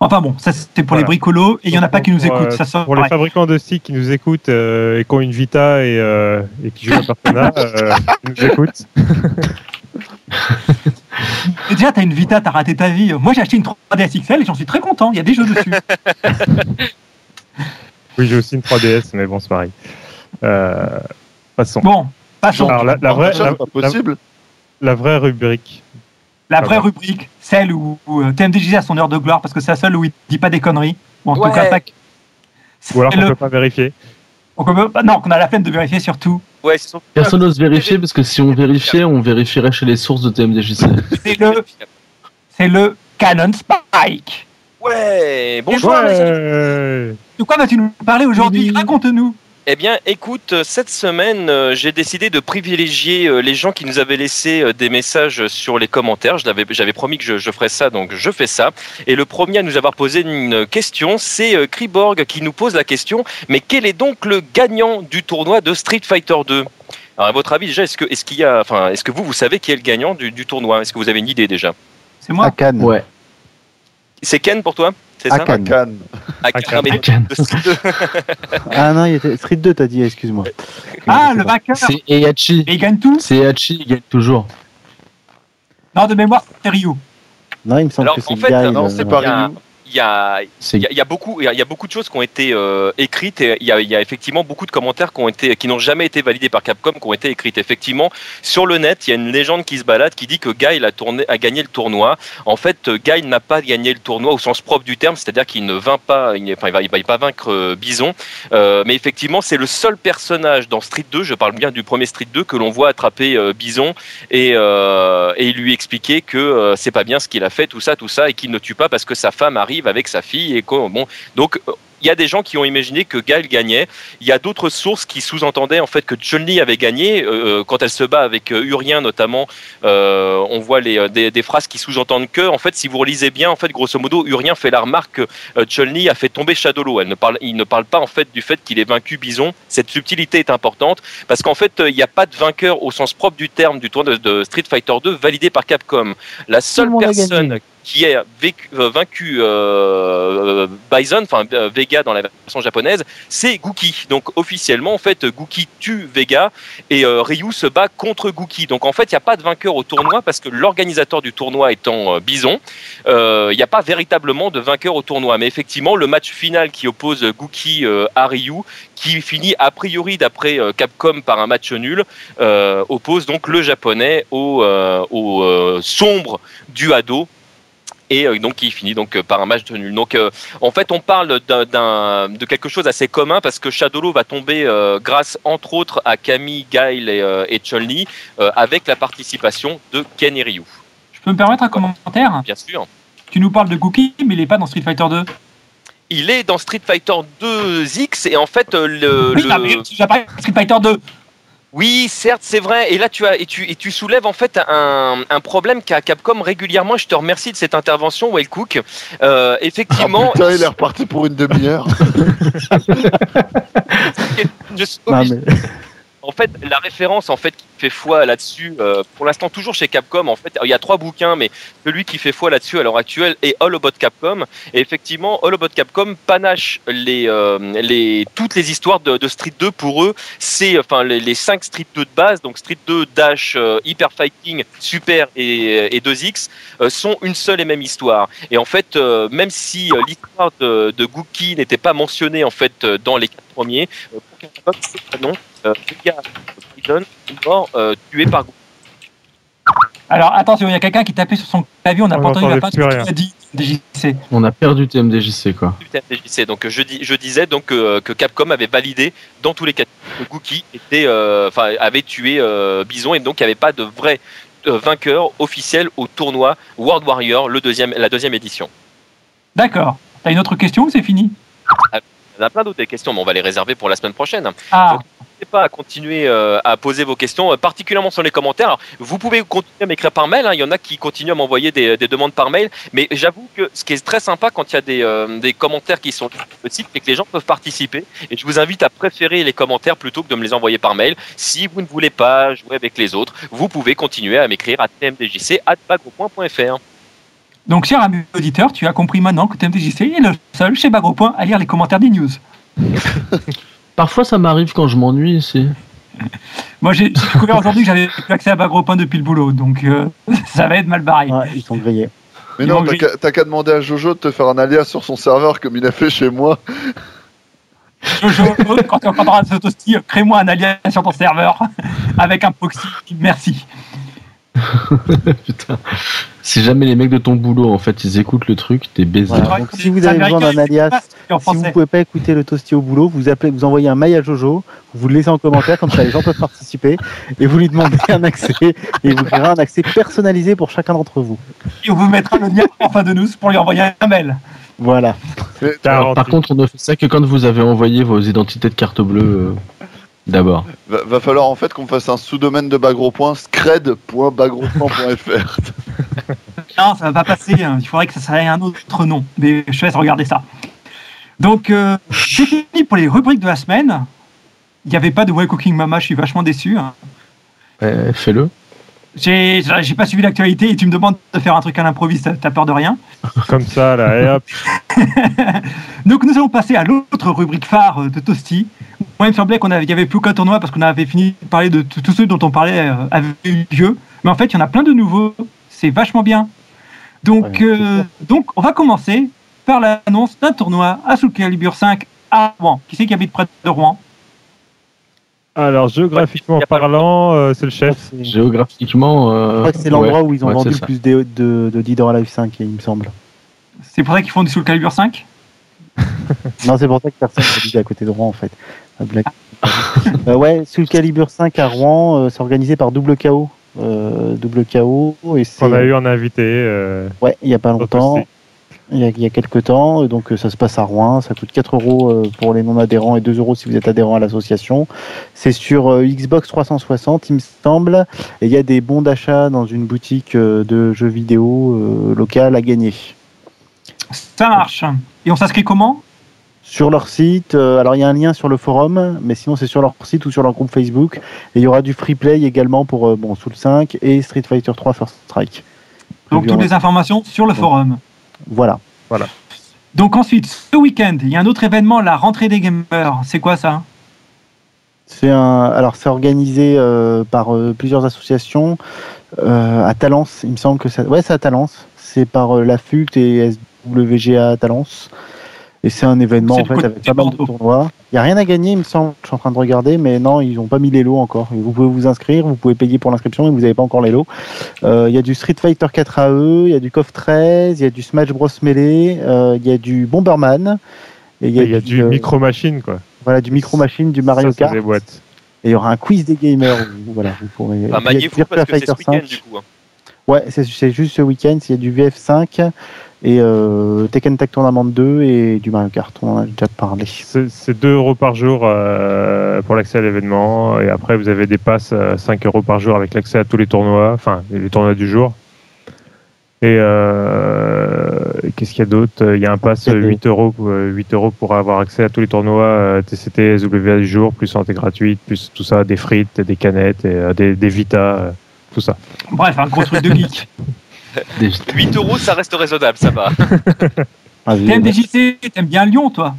F: Enfin bon, ça c'était pour
D: Voilà.
F: les bricolos et il y en a pas qui nous
D: Pour, euh,
F: écoutent. Ça sort
D: Pour les fabricants de sticks qui nous écoutent euh, et qui ont une Vita et, euh, et qui jouent à
G: <laughs>
D: Persona, euh, qui nous écoutent.
F: Et Déjà, t'as une Vita, t'as raté ta vie. Moi, j'ai acheté une 3DS XL et j'en suis très content. Il y a des jeux
D: <laughs>
F: dessus.
D: Oui, j'ai aussi une 3DS, mais bon, c'est pareil. Euh, passons.
F: Bon, passons.
D: Alors, la, la vraie,
E: Ça,
D: la,
E: c'est pas
D: la-
E: possible.
D: la vraie rubrique.
F: La vraie rubrique, celle où, où euh, TMDJ a son heure de gloire parce que c'est la seule où il dit pas des conneries. Ou en
G: Ouais.
F: tout cas, pas.
D: Ou alors
F: C'est
D: qu'on
F: le-
D: peut pas vérifier.
F: on peut- bah non, qu'on a la peine de vérifier surtout.
G: Ouais, c'est son-
B: Personne n'ose vérifier parce que si on vérifiait, on vérifierait chez les sources de TMDJC.
F: C'est le, c'est le Canon Spike.
G: Ouais, bonjour.
F: Ouais.
G: les amis.
D: Ouais.
F: De quoi vas-tu nous parler aujourd'hui Raconte-nous.
G: Eh bien, écoute, euh, cette semaine, euh, j'ai décidé de privilégier euh, les gens qui nous avaient laissé euh, des messages sur les commentaires. Je l'avais- J'avais promis que je, je ferais ça, donc je fais ça. Et le premier à nous avoir posé une question, c'est euh, Kriborg qui nous pose la question mais quel est donc le gagnant du tournoi de Street Fighter 2 alors à votre avis déjà, est-ce que est-ce qu'il y a, enfin, est-ce que vous vous savez qui est le gagnant du, du tournoi Est-ce que vous avez une idée déjà
F: C'est moi.
H: À Cannes.
B: Ouais.
G: C'est Ken pour toi c'est ça
H: À Cannes.
E: Cannes.
G: À
D: À
G: Cannes.
D: Cannes.
G: Mais
B: À Cannes.
G: le Street 2.
H: Ah non, il était Street 2, t'as dit, excuse-moi.
F: Ah, le vainqueur
B: C'est Eyachi.
F: Et il gagne tout
B: C'est Eyachi, il gagne toujours.
F: Non, de mémoire, c'est Ryu.
H: Non, il me semble
G: Alors,
H: que c'est
G: en fait,
H: Guy,
E: Non,
H: le- euh,
E: c'est pas
G: Il y a-
E: Ryu.
G: Il y a,
B: C'est
G: Il y, a- il y a beaucoup, il y a- il y a beaucoup de choses qui ont été euh, écrites et il y, a, il y a effectivement beaucoup de commentaires qui ont été, qui n'ont jamais été validés par Capcom, qui ont été écrites. Effectivement, sur le net, il y a une légende qui se balade qui dit que Guy a, tourné, a gagné le tournoi. En fait, euh, Guy n'a pas gagné le tournoi au sens propre du terme, c'est-à-dire qu'il ne vint pas, il, n'est- enfin, il va, il va pas vaincre euh, Bison. Euh, mais effectivement, c'est le seul personnage dans Street 2, je parle bien du premier Street 2, que l'on voit attraper euh, Bison et, euh, et lui expliquer que euh, c'est pas bien ce qu'il a fait, tout ça, tout ça, et qu'il ne tue pas parce que sa femme arrive avec sa fille et quoi. Bon, donc. euh, Il y a des gens qui ont imaginé que Gaël gagnait. Il y a d'autres sources qui sous-entendaient en fait que Chun-Li avait gagné Euh, quand elle se bat avec euh, Urien notamment. euh, on voit les, euh, des, des phrases qui sous-entendent que en fait, si vous relisez bien, en fait, grosso modo, Urien fait la remarque que euh, Chun-Li a fait tomber Shadolo. Elle ne parle, il ne parle pas en fait du fait qu'il ait vaincu Bison. Cette subtilité est importante parce qu'en fait, euh, il n'y a pas de vainqueur au sens propre du terme du tournoi de, de Street Fighter 2 validé par Capcom. La seule
H: monde a gagné.
G: personne qui a vécu- euh, vaincu euh, Bison, enfin euh, Vega dans la version japonaise, c'est Gookie. Donc officiellement, en fait, Gookie tue Vega et euh, Ryu se bat contre Gookie. Donc en fait, il n'y a pas de vainqueur au tournoi parce que l'organisateur du tournoi étant euh, Bison, euh, il n'y a pas véritablement de vainqueur au tournoi. Mais effectivement, le match final qui oppose Gookie euh, à Ryu, qui finit a priori d'après euh, Capcom par un match nul, euh, oppose donc le japonais au, euh, au euh, sombre duado. Et euh, donc qui finit donc euh, par un match de nul. Donc euh, en fait on parle d'un- d'un- de quelque chose assez commun parce que Shadolo va tomber euh, grâce entre autres à Camille, Guile et, euh, et Chun-Li euh, avec la participation de Ken et Ryu.
F: Je peux me permettre un commentaire
G: Bien sûr.
F: Tu nous parles de Gookie, mais il est pas dans Street Fighter 2.
G: Il est dans Street Fighter 2X et en fait euh, le,
F: Oui,
G: le-
F: non, mais j'ai pas Street Fighter 2.
G: Oui, certes, c'est vrai. Et là, tu as et tu et tu soulèves en fait un, un problème qu'a Capcom régulièrement. Je te remercie de cette intervention, Well Cook. Euh, effectivement,
E: Ah, Putain, il est reparti pour une demi-heure.
G: je suis
H: Non,
G: obligé-
H: mais-
G: En fait, la référence en fait qui fait foi là-dessus, euh, pour l'instant toujours chez Capcom. En fait, il y a trois bouquins, mais celui qui fait foi là-dessus à l'heure actuelle est All About Capcom. Et effectivement, All About Capcom panache les euh, les toutes les histoires de, de Street 2 pour eux. C'est enfin les, les cinq Street 2 de base, donc Street 2, Dash, euh, Hyper Fighting, Super et, et 2X euh, sont une seule et même histoire. Et en fait, euh, même si euh, l'histoire de, de Gookie n'était pas mentionnée en fait euh, dans les quatre premiers, euh, pour Capcom, c'est canon euh, Vega Biden mort euh, tué par Gookie.
F: Alors attention, il y a quelqu'un qui tapait sur son clavier, on n'a
D: On
F: pas entendu la
D: n'entendait
F: partie
D: plus
F: qu'il
D: rien.
F: a dit. DJC.
B: On a perdu TMDJC, quoi.
G: du TMDJC. Donc euh, je, dis, je disais donc euh, que Capcom avait validé dans tous les cas que Gookie était, euh, enfin avait tué euh, Bison et donc il n'y avait pas de vrai euh, vainqueur officiel au tournoi World Warrior, le deuxième, la deuxième édition.
F: D'accord. T'as une autre question ou c'est fini
G: On a plein d'autres questions, mais on va les réserver pour la semaine prochaine.
F: Ah,
G: Donc, N'hésitez pas à continuer euh, à poser vos questions, euh, particulièrement sur les commentaires. Alors, vous pouvez continuer à m'écrire par mail. hein. Il y en a qui continuent à m'envoyer des, des demandes par mail. Mais j'avoue que ce qui est très sympa quand il y a des, euh, des commentaires qui sont sur le site, c'est que les gens peuvent participer. Et je vous invite à préférer les commentaires plutôt que de me les envoyer par mail. Si vous ne voulez pas jouer avec les autres, vous pouvez continuer à m'écrire à tmdjc.fr.
F: donc cher ami auditeur, tu as compris maintenant que TMDJC est le seul chez Bagropoint à lire les commentaires des news.
B: Parfois, ça m'arrive quand je m'ennuie ici.
F: Moi, j'ai j'ai découvert aujourd'hui que j'avais plus accès à Bagropoint depuis le boulot, donc euh, <laughs> ça va être mal barré.
H: Ouais, ils sont grillés.
E: Mais
F: Il
E: non,
F: manque
E: t'as
F: juste-
E: qu'à- t'as qu'à demander à Jojo de te faire un alias sur son serveur comme il a fait chez moi.
F: Jojo, quand tu entendras ce toasty, crée-moi un alien sur ton serveur <laughs> avec un proxy. Merci.
B: <laughs> Putain. Si jamais les mecs de ton boulot, en fait, ils écoutent le truc, t'es baisé.
H: Voilà.
F: Ouais,
H: Donc,
F: c'est-
H: si vous
F: c'est
H: avez besoin
F: américain,
H: d'un alias,
F: Ah, c'est en
H: si vous
F: français.
H: ne pouvez pas écouter le toasté au boulot, vous appelez, vous envoyez un mail à Jojo, vous le laissez en commentaire, comme ça les gens peuvent participer, et vous lui demandez un accès, et il vous créera un accès personnalisé pour chacun d'entre vous.
F: Et on vous mettra le lien en fin de news pour lui envoyer un mail.
H: Voilà.
F: Ah,
B: Alors, par
D: Garanti.
B: contre, on ne fait ça que quand vous avez envoyé vos identités de carte bleue euh, d'abord.
E: Va, va falloir en fait qu'on fasse un sous-domaine de Bagropoint, scred.bagropoint.fr.
F: Non, ça va pas passer. hein. Il faudrait que ça ait un autre nom. Mais je te laisse regarder ça. Donc, euh, c'est fini pour les rubriques de la semaine. Il n'y avait pas de Way Cooking Mama, je suis vachement déçu. hein.
B: Ouais, Fais-le.
F: J'ai j'ai pas suivi l'actualité et tu me demandes de faire un truc à l'improviste, t'as- t'as peur de rien.
D: Comme ça, là, et hop.
F: Donc nous allons passer à l'autre rubrique phare euh, de Toasty. Moi, il me semblait qu'on avait- il y avait plus qu'un tournoi parce qu'on avait fini de parler de t- tous ceux dont on parlait euh, avaient eu lieu. Mais en fait, il y en a plein de nouveaux. C'est vachement bien. Donc,
H: Ouais,
F: euh, donc on va commencer par l'annonce d'un tournoi à Soul Calibur 5 à Rouen. Qui c'est qui habite près de Rouen
D: Alors, géographiquement
G: Y a pas
D: parlant, euh, c'est le chef.
B: Géographiquement. euh,
H: Je crois que c'est
B: ouais.
H: l'endroit où ils ont
B: ouais,
H: vendu
B: c'est
H: le
B: ça.
H: plus de, de, de Dead or Alive 5, il me semble.
F: C'est pour ça qu'ils font du Soul Calibur 5
H: Non, c'est pour ça que personne ne dit à côté de Rouen, en fait. La blague. Euh, ouais, Soul Calibur 5 à Rouen, euh, c'est organisé par Double KO. Euh, double KO, et c'est.
D: On a eu un invité. euh,
H: Ouais, il y a pas
D: au
H: longtemps.
D: poste.
H: il y a, il y a quelques temps. Et Donc euh, ça se passe à Rouen, ça coûte 4 euros euh, pour les non-adhérents et 2 euros si vous êtes adhérent à l'association. C'est sur euh, Xbox 360, il me semble. Et il y a des bons d'achat dans une boutique euh, de jeux vidéo euh, locale à gagner.
F: Ça marche. Et on s'inscrit comment
H: Sur leur site, euh, alors il y a un lien sur le forum, mais sinon c'est sur leur site ou sur leur groupe Facebook. Et il y aura du free play également pour euh, bon, Soul 5 et Street Fighter 3 First Strike.
F: Donc
H: Prévu en-
F: toutes les informations sur le forum.
H: Voilà.
F: Donc ensuite, ce week-end, il y a un autre événement, la rentrée des gamers. C'est quoi ça
H: C'est un, alors c'est organisé euh, par euh, plusieurs associations euh, à Talence. Il me semble que ça, ouais, c'est à Talence. C'est par euh, la FUCT et SWGA à Talence. Et c'est un événement
F: C'est
H: en
F: du
H: fait
F: côté
H: avec pas mal de
F: Bordeaux.
H: tournois. Il y a rien à gagner, il me semble. Je suis en train de regarder, mais non, ils n'ont pas mis les lots encore. Vous pouvez vous inscrire, vous pouvez payer pour l'inscription, mais vous n'avez pas encore les lots. Euh, Il y a du Street Fighter 4 AE, il y a du KOF 13, il y a du Smash Bros Melee, euh, il y a du Bomberman. Et
D: Il y a du
H: euh,
D: micro-machine, quoi.
H: voilà du micro machine, du Mario
D: Ça, c'est
H: Kart.
D: des boîtes.
H: Et il y aura un quiz des gamers. où, voilà, vous pourrez.
G: Ah,
H: Et puis, il y a
G: maillez-vous parce
H: Virtua
G: que c'est ce
H: Fighter
G: week-end
H: 5.
G: du coup. hein.
H: Ouais, c'est- c'est juste ce week-end. Il y a du VF5 et euh, Tekken Tag Tournament 2 et du Mario Kart. On en a déjà parlé.
D: C'est c'est 2 euros par jour euh, pour l'accès à l'événement. Et après, vous avez des passes à 5 euros par jour avec l'accès à tous les tournois, enfin, les tournois du jour. Et euh, qu'est-ce qu'il y a d'autre Il y a un pass
H: Il y a des-
D: 8 euros, euh, 8 euros pour avoir accès à tous les tournois euh, TCT, SWA du jour, plus santé gratuite, plus tout ça, des frites, des canettes, et, euh, des, des Vita, euh, tout ça.
F: Bref, un gros truc de geek.
B: Des-
G: 8 euros, ça reste raisonnable, ça va.
H: Ah, j'ai-
F: T'aimes des JC, t'aimes bien Lyon, toi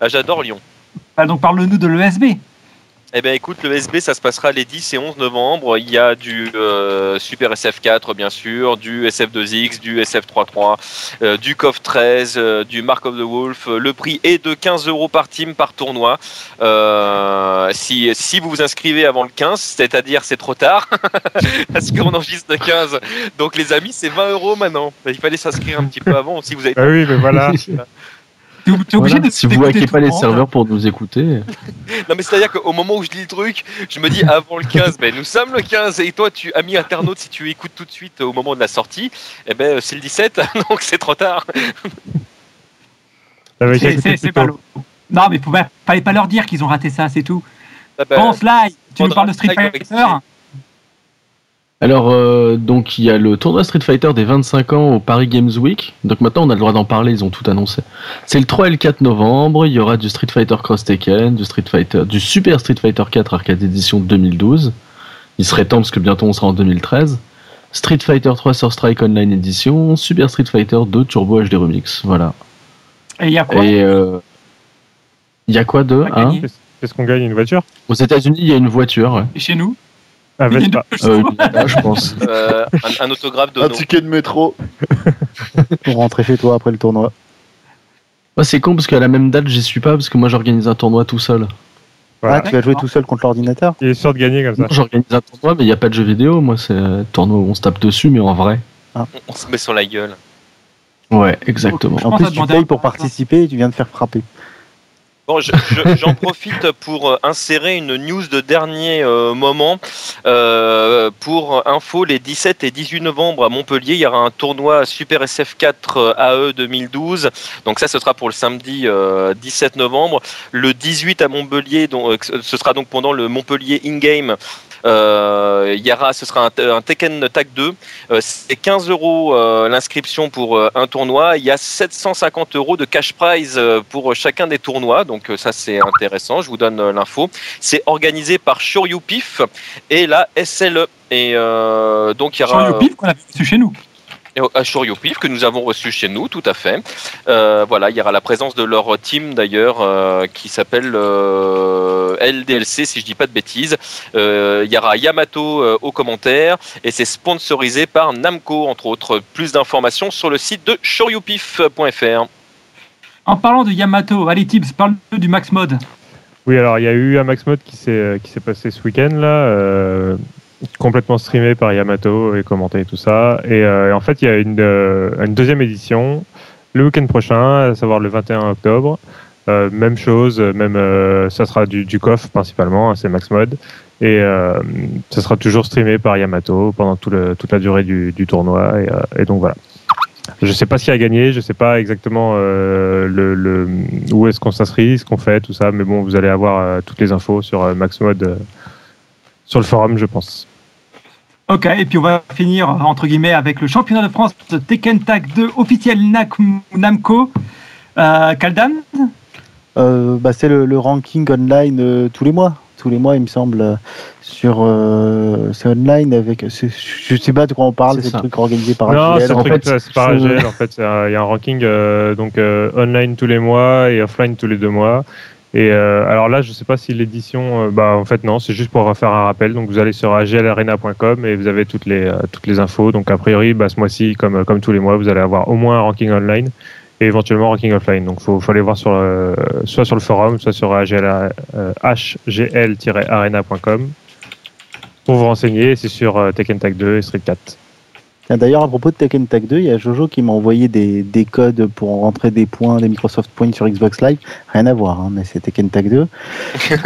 G: Ah, J'adore Lyon.
F: Bah, Donc parle-nous de l'ESB.
G: Eh bien, écoute, le SB, ça se passera les 10 et 11 novembre. Il y a du euh, Super SF4, bien sûr, du SF2X, du SF33, euh, du COF 13, euh, du Mark of the Wolf. Le prix est de 15 euros par team, par tournoi. Euh, si, si vous vous inscrivez avant le 15, c'est-à-dire c'est trop tard, <laughs> parce qu'on enregistre le 15. Donc, les amis, c'est 20 euros maintenant. Il fallait s'inscrire un petit peu avant. Si vous avez
F: Bah
D: Ah oui, mais
B: <laughs>
D: voilà.
F: T'es ob- t'es obligé
B: Voilà,
F: de
B: si vous
F: d'écouter
B: hackez
F: tout
B: pas
F: le
B: les
F: monde.
B: serveurs pour nous écouter,
G: Non mais c'est-à-dire qu'au moment où je lis le truc, je me dis avant le 15, ben nous sommes le 15 et toi tu ami internaute si tu écoutes tout de suite euh, au moment de la sortie, eh ben c'est le 17 <laughs> donc c'est trop tard.
D: Avec
F: C'est- C'est c'est pas l'eau. Non, mais faut pas- fallait pas leur dire qu'ils ont raté ça, c'est tout.
G: Ah ben,
F: Bon, Sly, tu nous
G: faudra-
F: parles de Street
G: Sly,
F: Fighter
B: Alors, euh, donc, il y a le tournoi Street Fighter des 25 ans au Paris Games Week. Donc, maintenant, on a le droit d'en parler, ils ont tout annoncé. C'est le 3 et le 4 novembre. Il y aura du Street Fighter Cross Tekken, du, Street Fighter, du Super Street Fighter 4 Arcade Edition 2012. Il serait temps parce que bientôt on sera en 2013. Street Fighter 3 sur Strike Online Edition, Super Street Fighter 2 Turbo HD Remix. Voilà.
F: Et il y a quoi
B: et euh, il y a quoi de
F: On va
B: hein
F: gagner.
D: Qu'est-ce qu'on gagne Une voiture Ah,
B: Aux États-Unis, il y a une voiture.
F: <laughs>
B: ouais.
F: Et Chez nous <laughs>
D: Un
F: Il y a
D: Vespa.
F: deux
B: Euh,
F: choses.
B: là, je pense.
G: euh, un, un autographe de
E: Un
G: nom.
E: ticket de métro.
H: Pour rentrer chez toi après le tournoi.
B: Moi, c'est con parce qu'à la même date, j'y suis pas parce que moi, j'organise un tournoi tout seul.
D: Voilà.
H: Ah, tu vas jouer tout seul contre l'ordinateur
D: Il est sûr de gagner comme ça.
B: Moi, J'organise un tournoi, mais il n'y a pas de jeu vidéo. Moi, c'est un tournoi où on se tape dessus, mais en vrai.
G: On se met sur la gueule.
B: Ouais, exactement.
F: Je
H: En
F: pense à
H: plus, tu
F: demander
H: payes
F: à-
H: pour participer et tu viens de faire frapper.
G: Bon, je- je- j'en profite pour euh, insérer une news de dernier euh, moment. Euh, pour info, les 17 et 18 novembre à Montpellier, il y aura un tournoi Super SF4 euh, AE 2012. Donc ça, ce sera pour le samedi euh, 17 novembre. Le 18 à Montpellier, donc, euh, ce sera donc pendant le Montpellier In-Game. Euh, il y aura, ce sera un, un Tekken Tag 2. Euh, c'est 15 euros euh, l'inscription pour euh, un tournoi. Il y a 750 euros de cash prize euh, pour chacun des tournois. Donc euh, ça c'est intéressant. Je vous donne euh, l'info. C'est organisé par Shoryu Pif et la SLE. Et euh, donc il y
F: Sur
G: aura
F: Youpif, qu'on a reçu chez nous.
G: et au- à Choriopif que nous avons reçu chez nous, tout à fait. Euh, voilà, il y aura la présence de leur team d'ailleurs euh, qui s'appelle euh, LDLC si je dis pas de bêtises. Euh, il y aura Yamato euh, au commentaire et c'est sponsorisé par Namco entre autres. Plus d'informations sur le site de choriopif.fr.
F: En parlant de Yamato, allez Tibbs, parle-nous du Max Mode.
D: Oui, alors il y a eu un Max Mode qui s'est euh, qui s'est passé ce week-end là, euh, complètement streamé par Yamato et commenté et tout ça. Et euh, en fait, il y a une, euh, une deuxième édition le week-end prochain, à savoir le 21 octobre. Euh, même chose, euh, même euh, ça sera du, du coff principalement, hein, c'est Max Mode. Et euh, ça sera toujours streamé par Yamato pendant tout le, toute la durée du, du tournoi. Et, euh, et donc voilà. Je sais pas qui a gagné, je sais pas exactement euh, le, le- où est-ce qu'on s'inscrit, ce qu'on fait, tout ça, mais bon, vous allez avoir euh, toutes les infos sur euh, Max Mode euh, sur le forum, je pense.
F: Ok, et puis on va finir entre guillemets avec le championnat de France de Tekken Tag 2 officiel NAC- Namco. Euh, Kaldan, <laughs>
H: Euh, bah, c'est le, le ranking online euh, tous les mois. Tous les mois, il me semble, euh, sur euh, c'est online avec. c'est- Je sais pas de quoi on parle,
B: C'est
H: c'est
B: ça.
H: le truc organisé par
D: non,
H: AGL.
D: c'est
B: en
D: truc,
B: fait,
D: euh, c'est pas
B: je-
D: AGL, en fait, c'est un- il y a un ranking euh, donc euh, online tous les mois et offline tous les deux mois. Et euh, alors là, je sais pas si l'édition, euh, bah en fait non, c'est juste pour faire un rappel. Donc vous allez sur aglarena.com et vous avez toutes les euh, toutes les infos. Donc a priori, bah, ce mois-ci, comme euh, comme tous les mois, vous allez avoir au moins un ranking online et éventuellement un ranking offline. Donc faut faut aller voir sur le- soit sur le forum, soit sur AGL, euh, hgl-arena.com pour vous renseigner. C'est sur euh, Tekken Tag 2 et Street 4.
H: Tiens, Ah, D'ailleurs, à propos de Tekken Tag 2, il y a Jojo qui m'a envoyé des, des codes pour rentrer des points, des Microsoft Points sur Xbox Live. Rien à voir, hein, mais c'est Tekken Tag 2.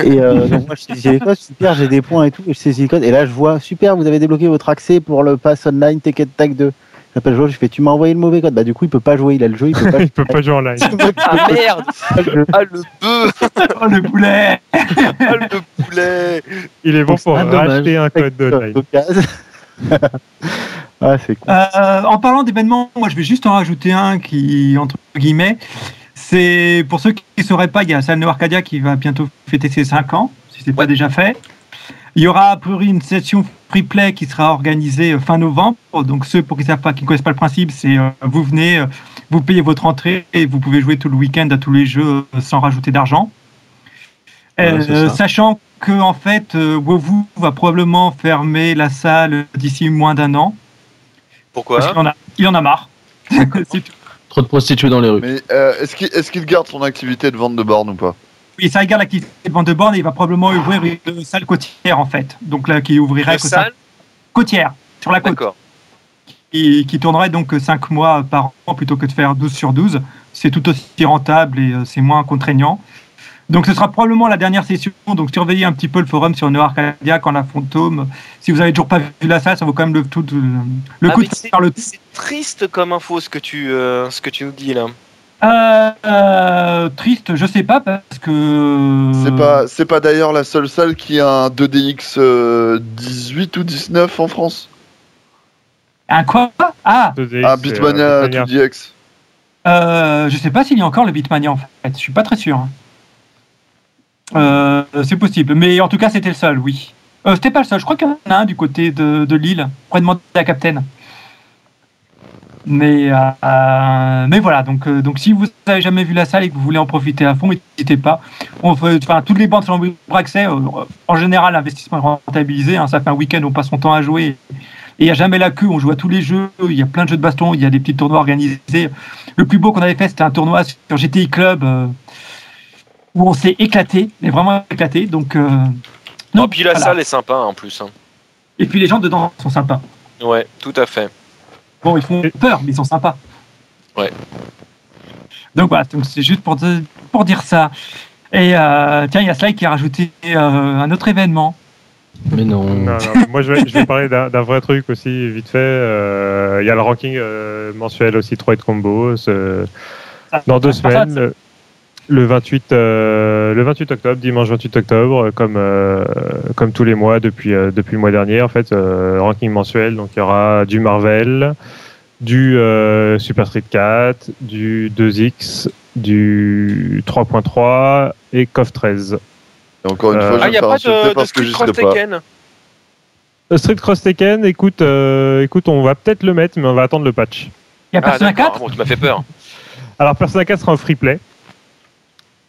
H: Et euh, donc moi, je saisis les codes, super, j'ai des points et tout, et je saisis les codes. Et là, je vois, super, vous avez débloqué votre accès pour le pass online Tekken Tag 2. J'appelle Jojo, je fais, tu m'as envoyé le mauvais code. Bah, du coup, il peut pas jouer, il a le jeu,
D: <laughs>
H: il peut
D: <laughs>
H: pas
D: Il peut pas jouer en live.
H: jouer.
G: Ah merde
H: <laughs>
G: Ah le bœuf
F: oh, le boulet
G: Ah le poulet
D: Il est bon
B: Donc,
D: pour
B: c'est un dommage.
D: racheter un code de
H: Euh,
D: live.
H: d'occasion. <laughs> ah, c'est con.
F: Euh, En parlant d'événements, moi je vais juste en rajouter un qui, entre guillemets, c'est pour ceux qui ne sauraient pas, il y a Salno Arcadia qui va bientôt fêter ses 5 ans, si ce n'est pas déjà fait. Il y aura a priori une session free play qui sera organisée euh, fin novembre. Donc ceux pour qui savent pas, qui ne connaissent pas le principe, c'est euh, vous venez, euh, vous payez votre entrée et vous pouvez jouer tout le week-end à tous les jeux euh, sans rajouter d'argent.
B: Ouais,
F: Euh,
B: c'est ça.
F: sachant que en fait, euh, WoW va probablement fermer la salle d'ici moins d'un an.
G: Pourquoi
F: Parce qu'il en a, il en a marre. <laughs> C'est tout.
B: Trop de prostituées dans les rues.
E: Mais euh, est-ce qu'il est-ce qu'il garde son activité de vente de bornes ou pas
F: Et ça regarde l'activité de vente de borne et il va probablement ouvrir une salle côtière en fait. Donc là, qui ouvrirait
G: Le
F: que ça
G: sale
F: côtière sur la côte
G: D'accord.
F: et qui tournerait donc 5 mois par an plutôt que de faire 12 sur 12. C'est tout aussi rentable et euh, c'est moins contraignant. Donc ce sera probablement la dernière session. Donc surveillez un petit peu le forum sur Neo Arcadia quand la fantôme. Si vous avez toujours pas vu la salle, ça vaut quand même le, tout, le, le
G: Ah,
F: coup
G: mais
F: de
G: c'est-
F: faire le
G: C'est triste comme info ce que tu, euh, ce que tu nous dis là.
F: Euh, euh, triste, je sais pas parce que.
E: C'est pas, c'est pas d'ailleurs la seule salle qui a un 2DX euh, 18 ou 19 en France.
F: Un quoi Ah,
D: euh,
E: Un Beatmania 2DX.
F: euh, je sais pas s'il y a encore le Beatmania en fait. Je suis pas très sûr. hein. Euh, c'est possible, mais en tout cas c'était le seul, oui. Euh, c'était pas le seul. Je crois qu'il y en a un du côté de, de Lille. On pourrait demander à Captain. Mais euh, euh, mais voilà. Donc euh, donc si vous avez jamais vu la salle et que vous voulez en profiter à fond, n'hésitez pas. On fait- enfin toutes les bandes sont en libre accès. Euh, En général, l'investissement est rentabilisé. hein. Ça fait un week-end, on passe son temps à jouer. Et il n'y a jamais la queue, on joue à tous les jeux, il y a plein de jeux de baston, il y a des petits tournois organisés. Le plus beau qu'on avait fait, c'était un tournoi sur GTI Club euh, où on s'est éclaté, mais vraiment éclaté. Donc, euh, non,
G: oh, puis la
F: voilà.
G: salle est sympa en plus. hein.
F: Et puis les gens dedans sont sympas.
G: Ouais, tout à fait.
F: Bon, ils font peur, mais ils sont sympas.
G: Ouais.
F: Donc voilà, donc c'est juste pour, te- pour dire ça. Et euh, tiens, il y a Sly qui a rajouté euh, un autre événement.
B: Mais non.
D: Non, non, moi je vais, je vais parler d'un d'un vrai truc aussi vite fait. Euh, Il y a le ranking euh, mensuel aussi 3 et de combo. ce-
F: Ça-
D: Dans deux
F: ça- ça-
D: semaines, le, le 28, euh, le 28 octobre, dimanche 28 octobre, euh, comme, euh, comme tous les mois depuis, euh, depuis le mois dernier, en fait, euh, ranking mensuel. Donc, il y aura du Marvel, du euh, Super Street 4, du 2X, du 3.3 et KOF 13.
E: Et encore une
D: Euh,
E: fois, je
G: Ah,
E: vais
G: il
E: me
G: n'y a
E: faire
G: pas
E: insulter
G: de, de
E: parce que j'y
G: Street
E: serai
G: Cross
E: pas.
G: Tekken
D: Street Cross Tekken, écoute, euh, écoute on va peut-être le mettre, mais on va attendre le patch.
F: Il y a
G: Ah,
F: Persona
G: d'accord.
F: 4
G: Bon, tu m'as fait peur.
D: Alors, Persona 4 sera en free play.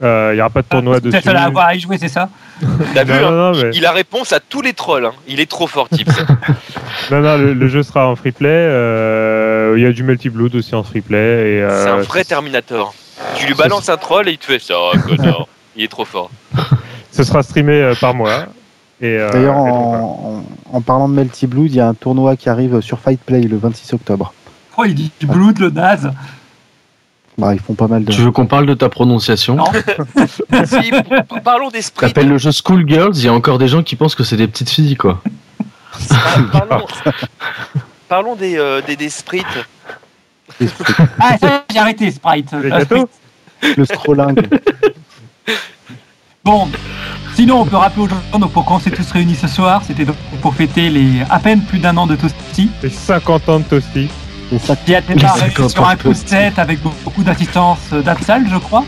D: Euh, Il n'y aura pas de
G: Ah,
D: tournoi
F: Peut-être
D: dessus.
F: ça va avoir à y jouer, c'est ça
G: T'as vu,
D: Non,
G: hein
D: non, non, mais-
G: Il a réponse à tous les trolls. hein. Il est trop fort,
D: <laughs>
G: Tips.
D: Non, non, le, le jeu sera en free play. euh, Il y a du multi blood aussi en free play. et, euh,
G: C'est un vrai Terminator. Tu lui balances un troll et il te fait ça, oh, connard. Il est trop fort.
D: Ce sera streamé euh, par mois. Et, euh,
H: D'ailleurs,
D: et donc, voilà.
H: en, en- en parlant de Melty Blood, il y a un tournoi qui arrive sur Fight Play le 26 octobre.
F: Oh, il dit Blood, le naze.
H: Bah, ils font pas mal de.
B: Tu veux qu'on parle de ta prononciation
F: Non.
G: <laughs> Si, parlons des sprites.
B: T'appelles le jeu Schoolgirls, il y a encore des gens qui pensent que c'est des petites filles, quoi.
G: Par- Parlons, parlons des, euh, des, des sprites.
F: Ah, ça, j'ai arrêté, Sprite.
D: Les
F: Ah,
D: gâteaux
F: Sprite.
H: Le scrolling.
F: Bon, sinon on peut rappeler aux gens donc, pourquoi on s'est tous réunis ce soir. C'était donc pour fêter les à peine plus d'un an de Toasty,
D: Les 50 ans de Toasty.
H: Et ça,
F: qui a démarré
B: 50
F: sur un
B: ans
F: coup de
B: Toasty.
F: tête avec beaucoup d'assistance d'Atsal, je crois.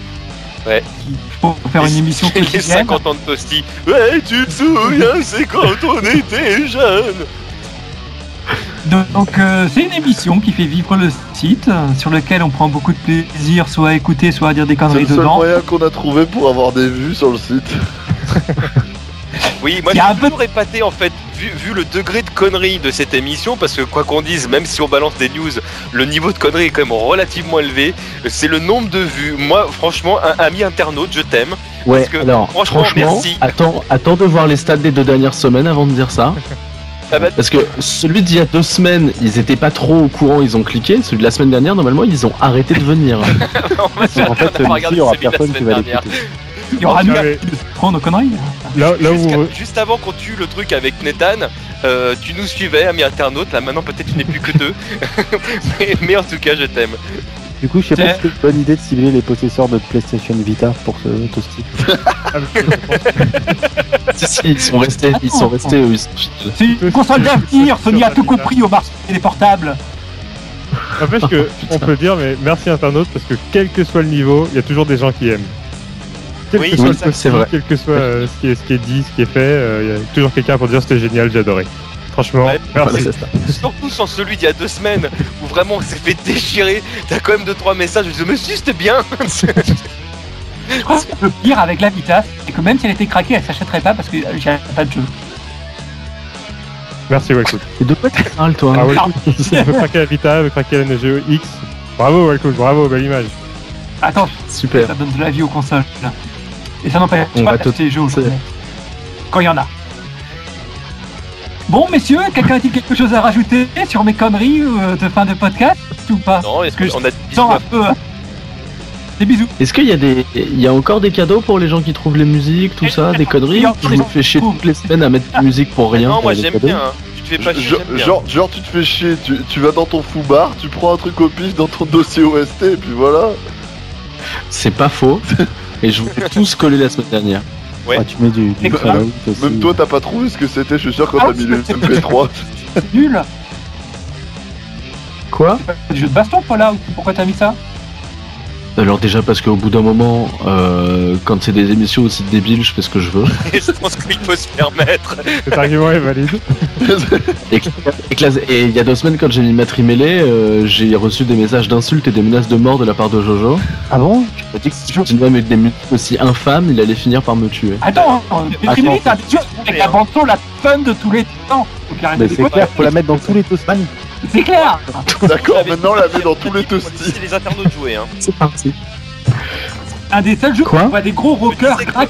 G: Ouais.
F: Qui- Pour faire
G: <laughs>
F: une émission
G: Et les
F: quotidienne.
G: 50 ans de Toasty. Ouais, tu te souviens, c'est quand on était jeune.
F: Donc euh, c'est une émission qui fait vivre le site, euh, sur lequel on prend beaucoup de plaisir, soit à écouter, soit à dire des
E: C'est
F: conneries
E: le seul
F: dedans.
E: moyen qu'on a trouvé pour avoir des vues sur le site.
G: Oui, moi
F: Il y a
G: j'ai
F: un peu-
G: toujours épaté en fait, vu, vu le degré de connerie de cette émission, parce que quoi qu'on dise, même si on balance des news, le niveau de connerie est quand même relativement élevé. C'est le nombre de vues. Moi, franchement, un ami internaute, je t'aime.
B: Ouais,
G: Parce que,
B: alors,
G: franchement,
B: franchement,
G: merci.
B: attends, attends de voir les stats des deux dernières semaines avant de dire ça.
G: Ah bah-
B: Parce que celui d'il y a deux semaines, ils étaient pas trop au courant, ils ont cliqué. Celui de la semaine dernière, normalement, ils ont arrêté de <laughs> venir.
G: On va faire
H: en
G: un
H: fait,
G: rapport à
H: celui-ci, il
G: regarder
H: y aura
G: celui de la
H: personne
G: semaine
H: qui va
G: dernière.
H: l'écouter.
F: Il y aura
D: Non,
F: nous
D: mais-
F: qui nous prend nos conneries.
D: Là, là où
G: Ah, Jusqu'à-
D: vous-
G: Juste avant qu'on tue le truc avec Nathan, euh, tu nous suivais, ami internaute. Là maintenant, peut-être tu n'es plus que deux. <laughs> mais, mais en tout cas, je t'aime.
H: Du coup, je sais
F: C'est-
H: pas si c'est une bonne idée de cibler les possesseurs de PlayStation Vita pour ce Toasty.
G: <laughs>
B: si, si, ils sont restés, ils sont restés, eux, ils sont fidèles.
F: C'est une console d'avenir, Sony a tout compris au marché des portables.
D: N'empêche que on peut dire, mais merci internaute, parce que quel que soit le niveau, il y a toujours des gens qui aiment. Quel
G: Oui,
D: que
G: oui,
D: soit le
B: c'est
D: Toasty,
B: vrai.
D: Quel que soit euh, ce, qui est, ce qui est dit, ce qui est fait, euh, il y a toujours quelqu'un pour dire c'était génial, j'ai adoré. Franchement,
G: Ouais.
B: Voilà,
D: merci.
B: c'est ça.
G: Surtout sans celui d'il y a deux semaines où vraiment on s'est fait déchirer. T'as quand même deux trois messages. Je dis mais si c'était bien. <laughs>
F: Je crois que le pire avec la Vita, c'est que même si elle était craquée, elle s'achèterait pas parce que euh, j'ai pas de jeu.
D: Merci, Walcool.
B: Et de quoi tu parles, toi
D: Ah,
B: <laughs>
D: Walcool, il veut craquer la Vita, il veut craquer la Neo Geo X. Bravo, Walcool, bravo, belle image.
F: Attends,
B: <laughs> Super.
F: ça donne de la vie aux consoles. là. Et ça n'empêche
B: On
F: pas
B: va
F: d'acheter les jeux
B: c'est-
F: aujourd'hui. Quand il y en a. Bon, messieurs, quelqu'un a-t-il quelque chose à rajouter sur mes conneries euh, de fin de podcast ou pas
G: Non, est-ce
F: que
G: qu'on a
F: Je sens un peu. hein. Des bisous.
B: Est-ce qu'il y a des, il y a encore des cadeaux pour les gens qui trouvent les musiques, tout ça, des conneries Je me fais chier toutes les semaines à mettre de musique pour rien.
G: Non, moi
B: pour les
G: j'aime
B: cadeaux.
G: bien. hein. Tu te fais pas chier.
E: Genre,
G: j'aime bien.
E: genre- genre, tu te fais chier, tu, tu vas dans ton fou bar, tu prends un truc au pif dans ton dossier OST, et puis voilà.
B: C'est pas faux. <laughs> Et je vous ai tous collé la semaine dernière.
G: Ouais.
H: Ah, tu mets du, du
F: Même-
H: Fallout aussi.
E: Même toi, t'as pas trouvé ce que c'était, je suis sûr, quand
F: Ah,
E: t'as mis le
G: <laughs>
F: c'est-
E: MP3.
F: C'est nul.
B: Quoi
F: Du jeu de baston, Fallout. Pourquoi t'as mis ça
B: Alors déjà parce qu'au bout d'un moment, euh, quand c'est des émissions aussi débiles, je fais ce que
G: <laughs>
B: je veux.
G: Et je pense qu'il peut se permettre.
D: Cet argument est valide.
B: Et que- et que la- et il y a deux semaines, quand j'ai mis ma trimellée, euh, j'ai reçu des messages d'insultes et des menaces de mort de la part de Jojo.
H: Ah bon
B: Il m'a dit que si je continuais à mettre des musiques aussi infâmes, il allait finir par me tuer.
F: Attends, hein, les
B: Attends.
F: Trimini, c'est un des jeux avec la bande-son la fun de tous les temps. Faut qu'il arrête
H: Mais
F: de
H: c'est
F: déconner.
H: clair, faut la mettre dans tous les Toastman.
F: C'est clair.
E: D'accord, maintenant, la met dans tous
G: <laughs>
E: les toastis.
G: C'est les internautes jouer. Hein.
B: C'est parti.
F: Un des seuls jeux où
B: Quoi
F: on voit des gros rockers
G: sais que-
F: craquer.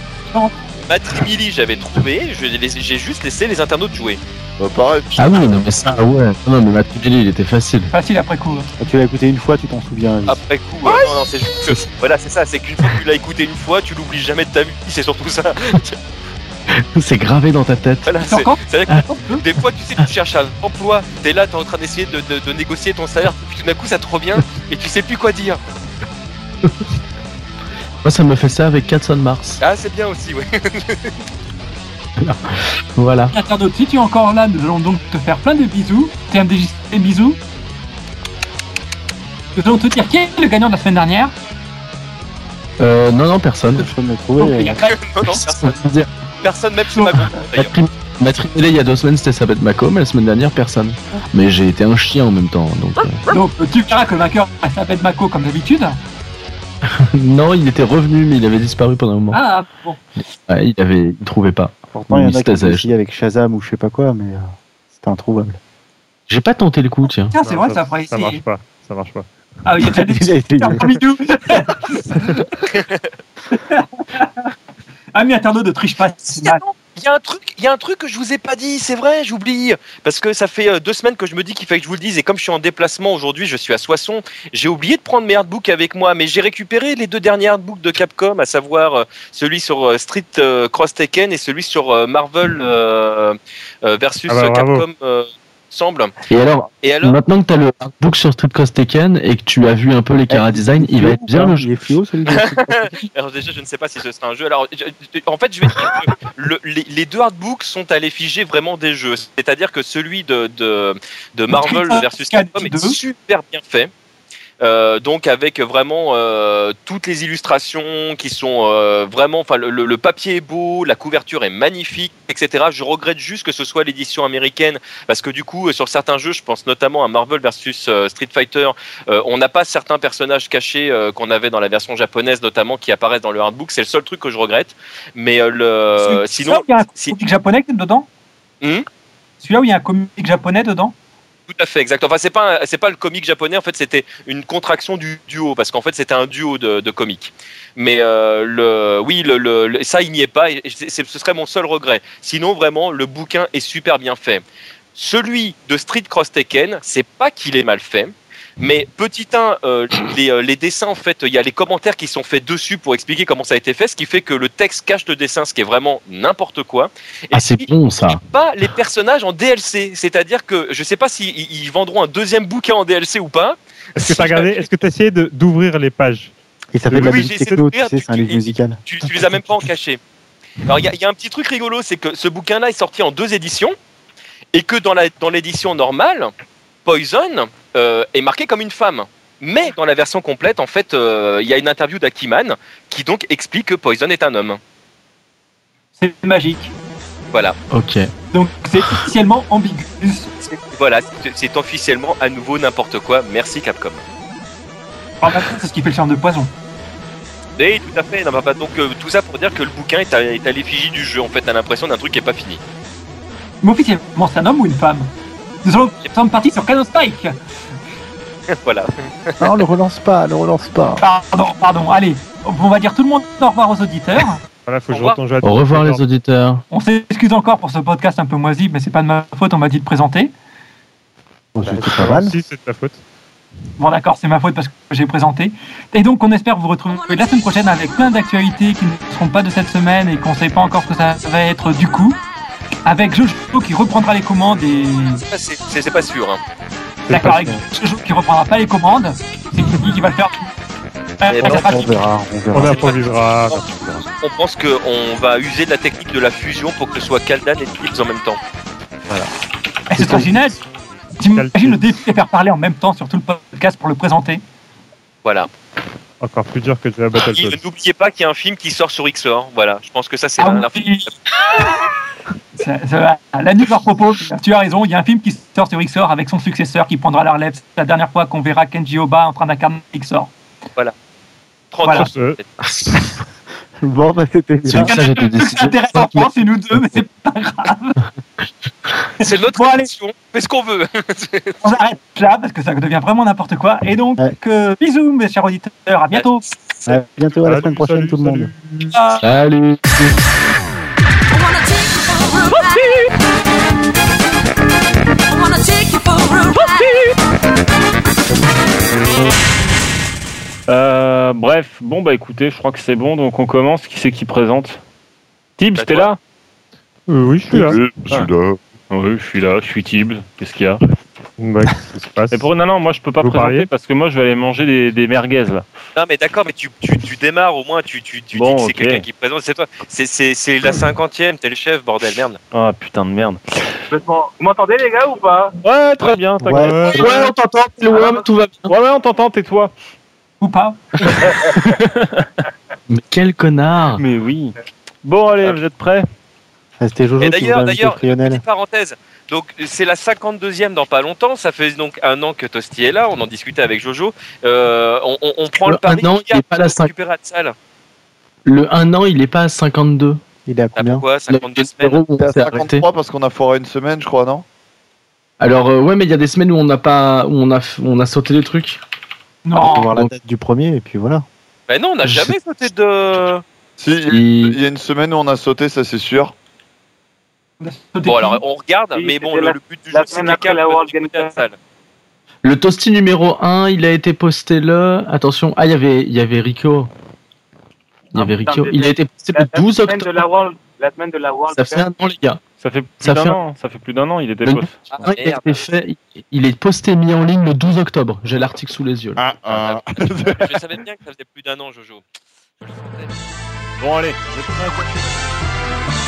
G: Matrimili, j'avais trouvé. je les- J'ai juste laissé les internautes jouer.
E: Bah, pareil.
B: Ah oui, non mais ça, ouais. Non mais ma trimellée, il était facile. <laughs>
F: Facile après coup. hein.
H: Ah, Tu l'as écouté une fois, tu t'en souviens. Alice.
G: Après coup, euh, non, non, c'est juste
E: <laughs>
G: que. Voilà, c'est ça. C'est qu'une fois que tu l'as écouté une fois, tu l'oublies jamais de ta vie. C'est surtout ça. <laughs>
B: C'est gravé dans ta tête.
G: Voilà,
F: C'est
G: c'est-
F: encore
G: C'est vrai que des fois, tu sais, tu cherches un emploi, t'es là, t'es en train d'essayer de, de- de négocier ton salaire, puis tout d'un coup, ça te revient et tu sais plus quoi dire.
B: Moi, ça me fait ça avec Cats on Mars.
G: Ah, c'est bien aussi, oui.
B: Voilà.
F: Internaute, si tu es encore là, nous allons donc te faire plein de bisous. T'es des des bisous. Nous allons te dire qui est le gagnant de la semaine dernière.
B: Euh, non, non, personne.
H: Je peux me
F: Donc,
H: trouver.
F: il y a
G: <laughs>
F: pas-
G: non, non, personne, personne même sur ma groupe,
B: La
G: d'ailleurs.
B: tri- Ma trinité il y a deux semaines c'était Sabette Macomb et la semaine dernière personne. Mais j'ai été un chien en même temps donc. euh,
F: Donc, euh, tu verras que le vainqueur s'appelle Mako comme d'habitude.
B: euh, <laughs> non il était revenu mais il avait disparu pendant un moment.
F: Ah, bon.
B: Ouais, il avait il trouvait pas.
H: Pourtant, il y en
B: Oui,
H: a qui ont
B: c'est-
H: essayé avec Shazam ou je sais pas quoi, mais euh, c'était introuvable.
B: J'ai pas tenté le coup tiens.
F: Tiens, c'est
D: Non,
F: vrai, ça ferait
D: Ça marche
F: essayer.
D: pas. Ça marche pas.
F: Ah, il y a déjà des
H: Il a été-
F: Tiens, Pompidou. <laughs> Ami Ah, internaute ne triche pas. c'est mal.
G: Il y a un truc, il y a un truc que je vous ai pas dit, c'est vrai, j'oublie. Parce que ça fait euh, deux semaines que je me dis qu'il fallait que je vous le dise. Et comme je suis en déplacement aujourd'hui, je suis à Soissons. J'ai oublié de prendre mes artbooks avec moi, mais j'ai récupéré les deux derniers artbooks de Capcom, à savoir euh, celui sur euh, Street euh, Cross Tekken et celui sur euh, Marvel euh, euh, versus
D: Ah bah,
G: euh,
D: bravo.
G: Capcom euh, semble.
B: Et alors
G: Et alors,
B: maintenant que t'as le book sur Street Cross Tekken et que tu as vu un peu les cara design il va être bien le jeu.
H: Il est fluo celui de
G: <laughs> alors déjà, je ne sais pas si ce sera un jeu. Alors, je- je- en fait, je vais dire que le- les, les deux artbooks sont à l'effigie vraiment des jeux. C'est-à-dire que celui de, de, de Marvel
F: Street
G: versus
F: Fighter
G: Capcom est
F: 2.
G: super bien fait. Euh, donc avec vraiment euh, toutes les illustrations qui sont euh, vraiment, enfin le, le- le papier est beau, la couverture est magnifique, etc. Je regrette juste que ce soit l'édition américaine parce que du coup euh, sur certains jeux, je pense notamment à Marvel versus euh, Street Fighter, euh, on n'a pas certains personnages cachés euh, qu'on avait dans la version japonaise notamment qui apparaissent dans le hardbook. C'est le seul truc que je regrette. Mais euh, le
F: Celui-
G: sinon,
F: celui-là où il y a un
G: si-
F: comique japonais dedans
G: Hum
F: Celui-là où il y a un comique japonais dedans
G: Tout à fait, exact. Enfin, c'est pas un- c'est pas le comique japonais. En fait, c'était une contraction du duo parce qu'en fait, c'était un duo de, de comiques. Mais euh, le oui, le, le- le- ça il n'y est pas. Et c'est- c'est- ce serait mon seul regret. Sinon, vraiment, le bouquin est super bien fait. Celui de Street Cross Tekken, c'est pas qu'il est mal fait. Mais petit 1, euh, les, euh, les dessins, en fait, il y a les commentaires qui sont faits dessus pour expliquer comment ça a été fait, ce qui fait que le texte cache le dessin, ce qui est vraiment n'importe quoi. Et
B: Ah c'est
G: puis,
B: bon ça.
G: pas les personnages en DLC. C'est-à-dire que je sais pas s'ils ils vendront un deuxième bouquin en DLC ou pas.
D: Est-ce que t'as regardé Est-ce que t'as essayé de- d'ouvrir les pages
H: Et ça fait de la
G: Oui,
H: musique
G: j'ai essayé de
H: techno, tu
G: faire
H: sais,
G: du-
H: c'est un livre
G: et-
H: musical.
G: Tu, tu les as même pas en cachet. Alors il y a, il y a un petit truc rigolo, c'est que ce bouquin-là est sorti en deux éditions et que dans la dans l'édition normale, Poison euh, est marquée comme une femme. Mais dans la version complète, en fait, euh, il y a une interview d'Akiman qui donc explique que Poison est un homme.
F: C'est magique.
G: Voilà,
B: Ok.
F: Donc c'est officiellement ambigu.
G: voilà, c'est- c'est officiellement à nouveau n'importe quoi. Merci Capcom.
F: En même temps, C'est ce qui fait le charme de poison.
G: Oui, tout à fait. Non, bah, bah, donc euh, tout ça pour dire que le bouquin est à, est à l'effigie du jeu. En fait, t'as l'impression d'un truc qui est pas fini. <laughs>
F: Mais officiellement, c'est un homme ou une femme Nous allons nous sommes partis sur Canon Strike
G: voilà.
H: Non, le relance pas, le relance pas.
F: Pardon, pardon, allez. On va dire tout le monde au revoir aux auditeurs.
D: Voilà, faut
G: Au
D: que je
G: revoir.
D: retombe à
B: Au revoir les auditeurs.
F: On s'excuse encore pour ce podcast un peu moisi, mais c'est pas de ma faute, on m'a dit de présenter.
H: Bon, C'était pas mal.
D: Si, c'est de ta faute.
F: Bon d'accord, c'est ma faute parce que j'ai présenté. Et donc on espère vous retrouver la semaine prochaine avec plein d'actualités qui ne seront pas de cette semaine et qu'on ne sait pas encore ce que ça va être du coup. Avec Jojo qui reprendra les commandes et...
G: C'est pas- C'est c'est pas sûr. hein.
F: D'accord, avec Jojo qui reprendra pas les commandes. C'est qui qui va le faire
G: Eh ben,
F: Ah,
H: On verra, on
D: On
H: verra.
D: improvisera.
G: On pense qu'on va user de la technique de la fusion pour que ce soit Kaldan et Tips en même temps.
F: Et ce serait génial T'imagines le défi de faire parler en même temps sur tout le podcast pour le présenter
G: Voilà.
D: Encore plus dur que de la battle
G: Et, euh, N'oubliez pas qu'il y a un film qui sort sur XOR. Voilà. Je pense que ça, c'est
F: Ah
G: un-
F: oui.
G: un film.
F: <laughs> Ça- ça va. La nuit de leur propos, tu as raison, il y a un film qui sort sur XOR avec son successeur qui prendra la relève. C'est la dernière fois qu'on verra Kenji Oba en train d'incarner XOR.
G: 30
F: Voilà.
H: <laughs> Bon, bah, c'était bien.
B: Celui que ça j'étais
F: C'est
B: décidé.
F: intéressant,
B: Cinq-
F: c'est nous deux, mais c'est
G: C'est notre
F: Bon, allez.
G: émission. On fait ce qu'on veut. <laughs>
F: on arrête là parce que ça devient vraiment n'importe quoi. Et donc,
H: Ouais.
F: euh, bisous mes chers auditeurs, à bientôt.
H: À bientôt, à la semaine prochaine, tout le monde.
B: Salut.
A: Euh, bref, bon bah écoutez, je crois que c'est bon, donc on commence. Qui c'est qui présente Tibbs,
G: Bah,
A: t'es
G: toi. hein.
A: là
D: Euh, oui, je suis là.
E: Je suis là.
A: ah Oui, je suis là, je suis Tibbs. Qu'est-ce qu'il y a
D: Ouais, bah, qu'est-ce qui se passe
A: Mais pour non, non, moi je peux pas
D: Vous
A: présenter
D: pariez
A: parce que moi je vais aller manger des, des merguez là.
G: Non, mais d'accord, mais tu, tu, tu démarres au moins, tu, tu, tu
A: Bon,
G: dis que c'est
A: ok.
G: quelqu'un qui présente, c'est toi. C'est- C'est c'est la cinquantième, t'es le chef, bordel, merde.
A: Ah putain de merde.
C: Complètement. Vous m'entendez, les gars, ou pas
A: Ouais, très bien.
H: Ouais,
A: t'inquiète.
H: ouais,
B: Ouais, on t'entend, t'es loin, tout va bien.
A: Ouais, ouais, on t'entend, tais-toi.
F: Ou pas
B: Mais quel connard
A: Mais oui. Bon, allez, vous êtes prêts
H: Ah, C'était Jojo
G: Et
H: qui voulait
G: d'ailleurs,
H: inviter
G: d'ailleurs,
H: Lionel.
G: petite parenthèse. Donc c'est la 52e dans pas longtemps. Ça fait donc un an que Tosti est là. On en discutait avec Jojo. Euh, on, on- on prend le
B: Le un
G: pari.
B: an,
G: qui
B: il est pas là, cinq.
G: récupéra de salle.
B: Le 1 an, il est pas à 52.
H: Il est à
G: Ah,
H: combien
G: pourquoi
B: Il y
G: 52
B: a des
G: semaines.
B: numéros où
E: T'es
B: on
E: à
B: s'est arrêté.
E: 53 parce qu'on a foiré une semaine, je crois, non
B: Alors, euh, ouais, mais il y a des semaines où on n'a pas, où on a, f- où on a sauté des trucs.
H: On va
F: Non.
H: voir la date du premier et puis voilà.
G: Ben non, on n'a jamais sauté de.
E: Si, il y a-
B: Et-
E: il y a une semaine où on a sauté, ça c'est sûr.
G: Bon alors on regarde,
C: Oui,
G: mais bon
C: c'était
G: le,
C: la-
G: le but du jeu
C: la
G: c'est
C: semaine
G: que
C: après la
G: quelqu'un
C: World
G: peut
C: Game
G: écouter la
C: Cup.
G: salle.
B: Le toasty numéro 1, il a été posté le. Attention, ah, il y avait, il y avait Rico. Il y
C: Ah,
B: avait
C: putain,
B: Rico.
C: mais-
B: Il a été posté le
C: la
B: 12
C: semaine de la
B: octobre.
C: World, la semaine de la World
B: Ça fait
C: Cup.
B: un an, les gars.
A: Ça fait plus
B: Ça
A: d'un
B: fait-
A: an. hein. Ça fait plus d'un an, il était
B: Mais-
A: poste.
G: Ah,
B: Ouais, il, a
G: merde.
B: été fait- il est posté mis en ligne le 12 octobre. J'ai l'article sous les yeux. là.
E: Ah, ah.
G: Je savais bien que ça faisait plus d'un an Jojo. Je le sentais.
A: Bon, allez, vous êtes prêts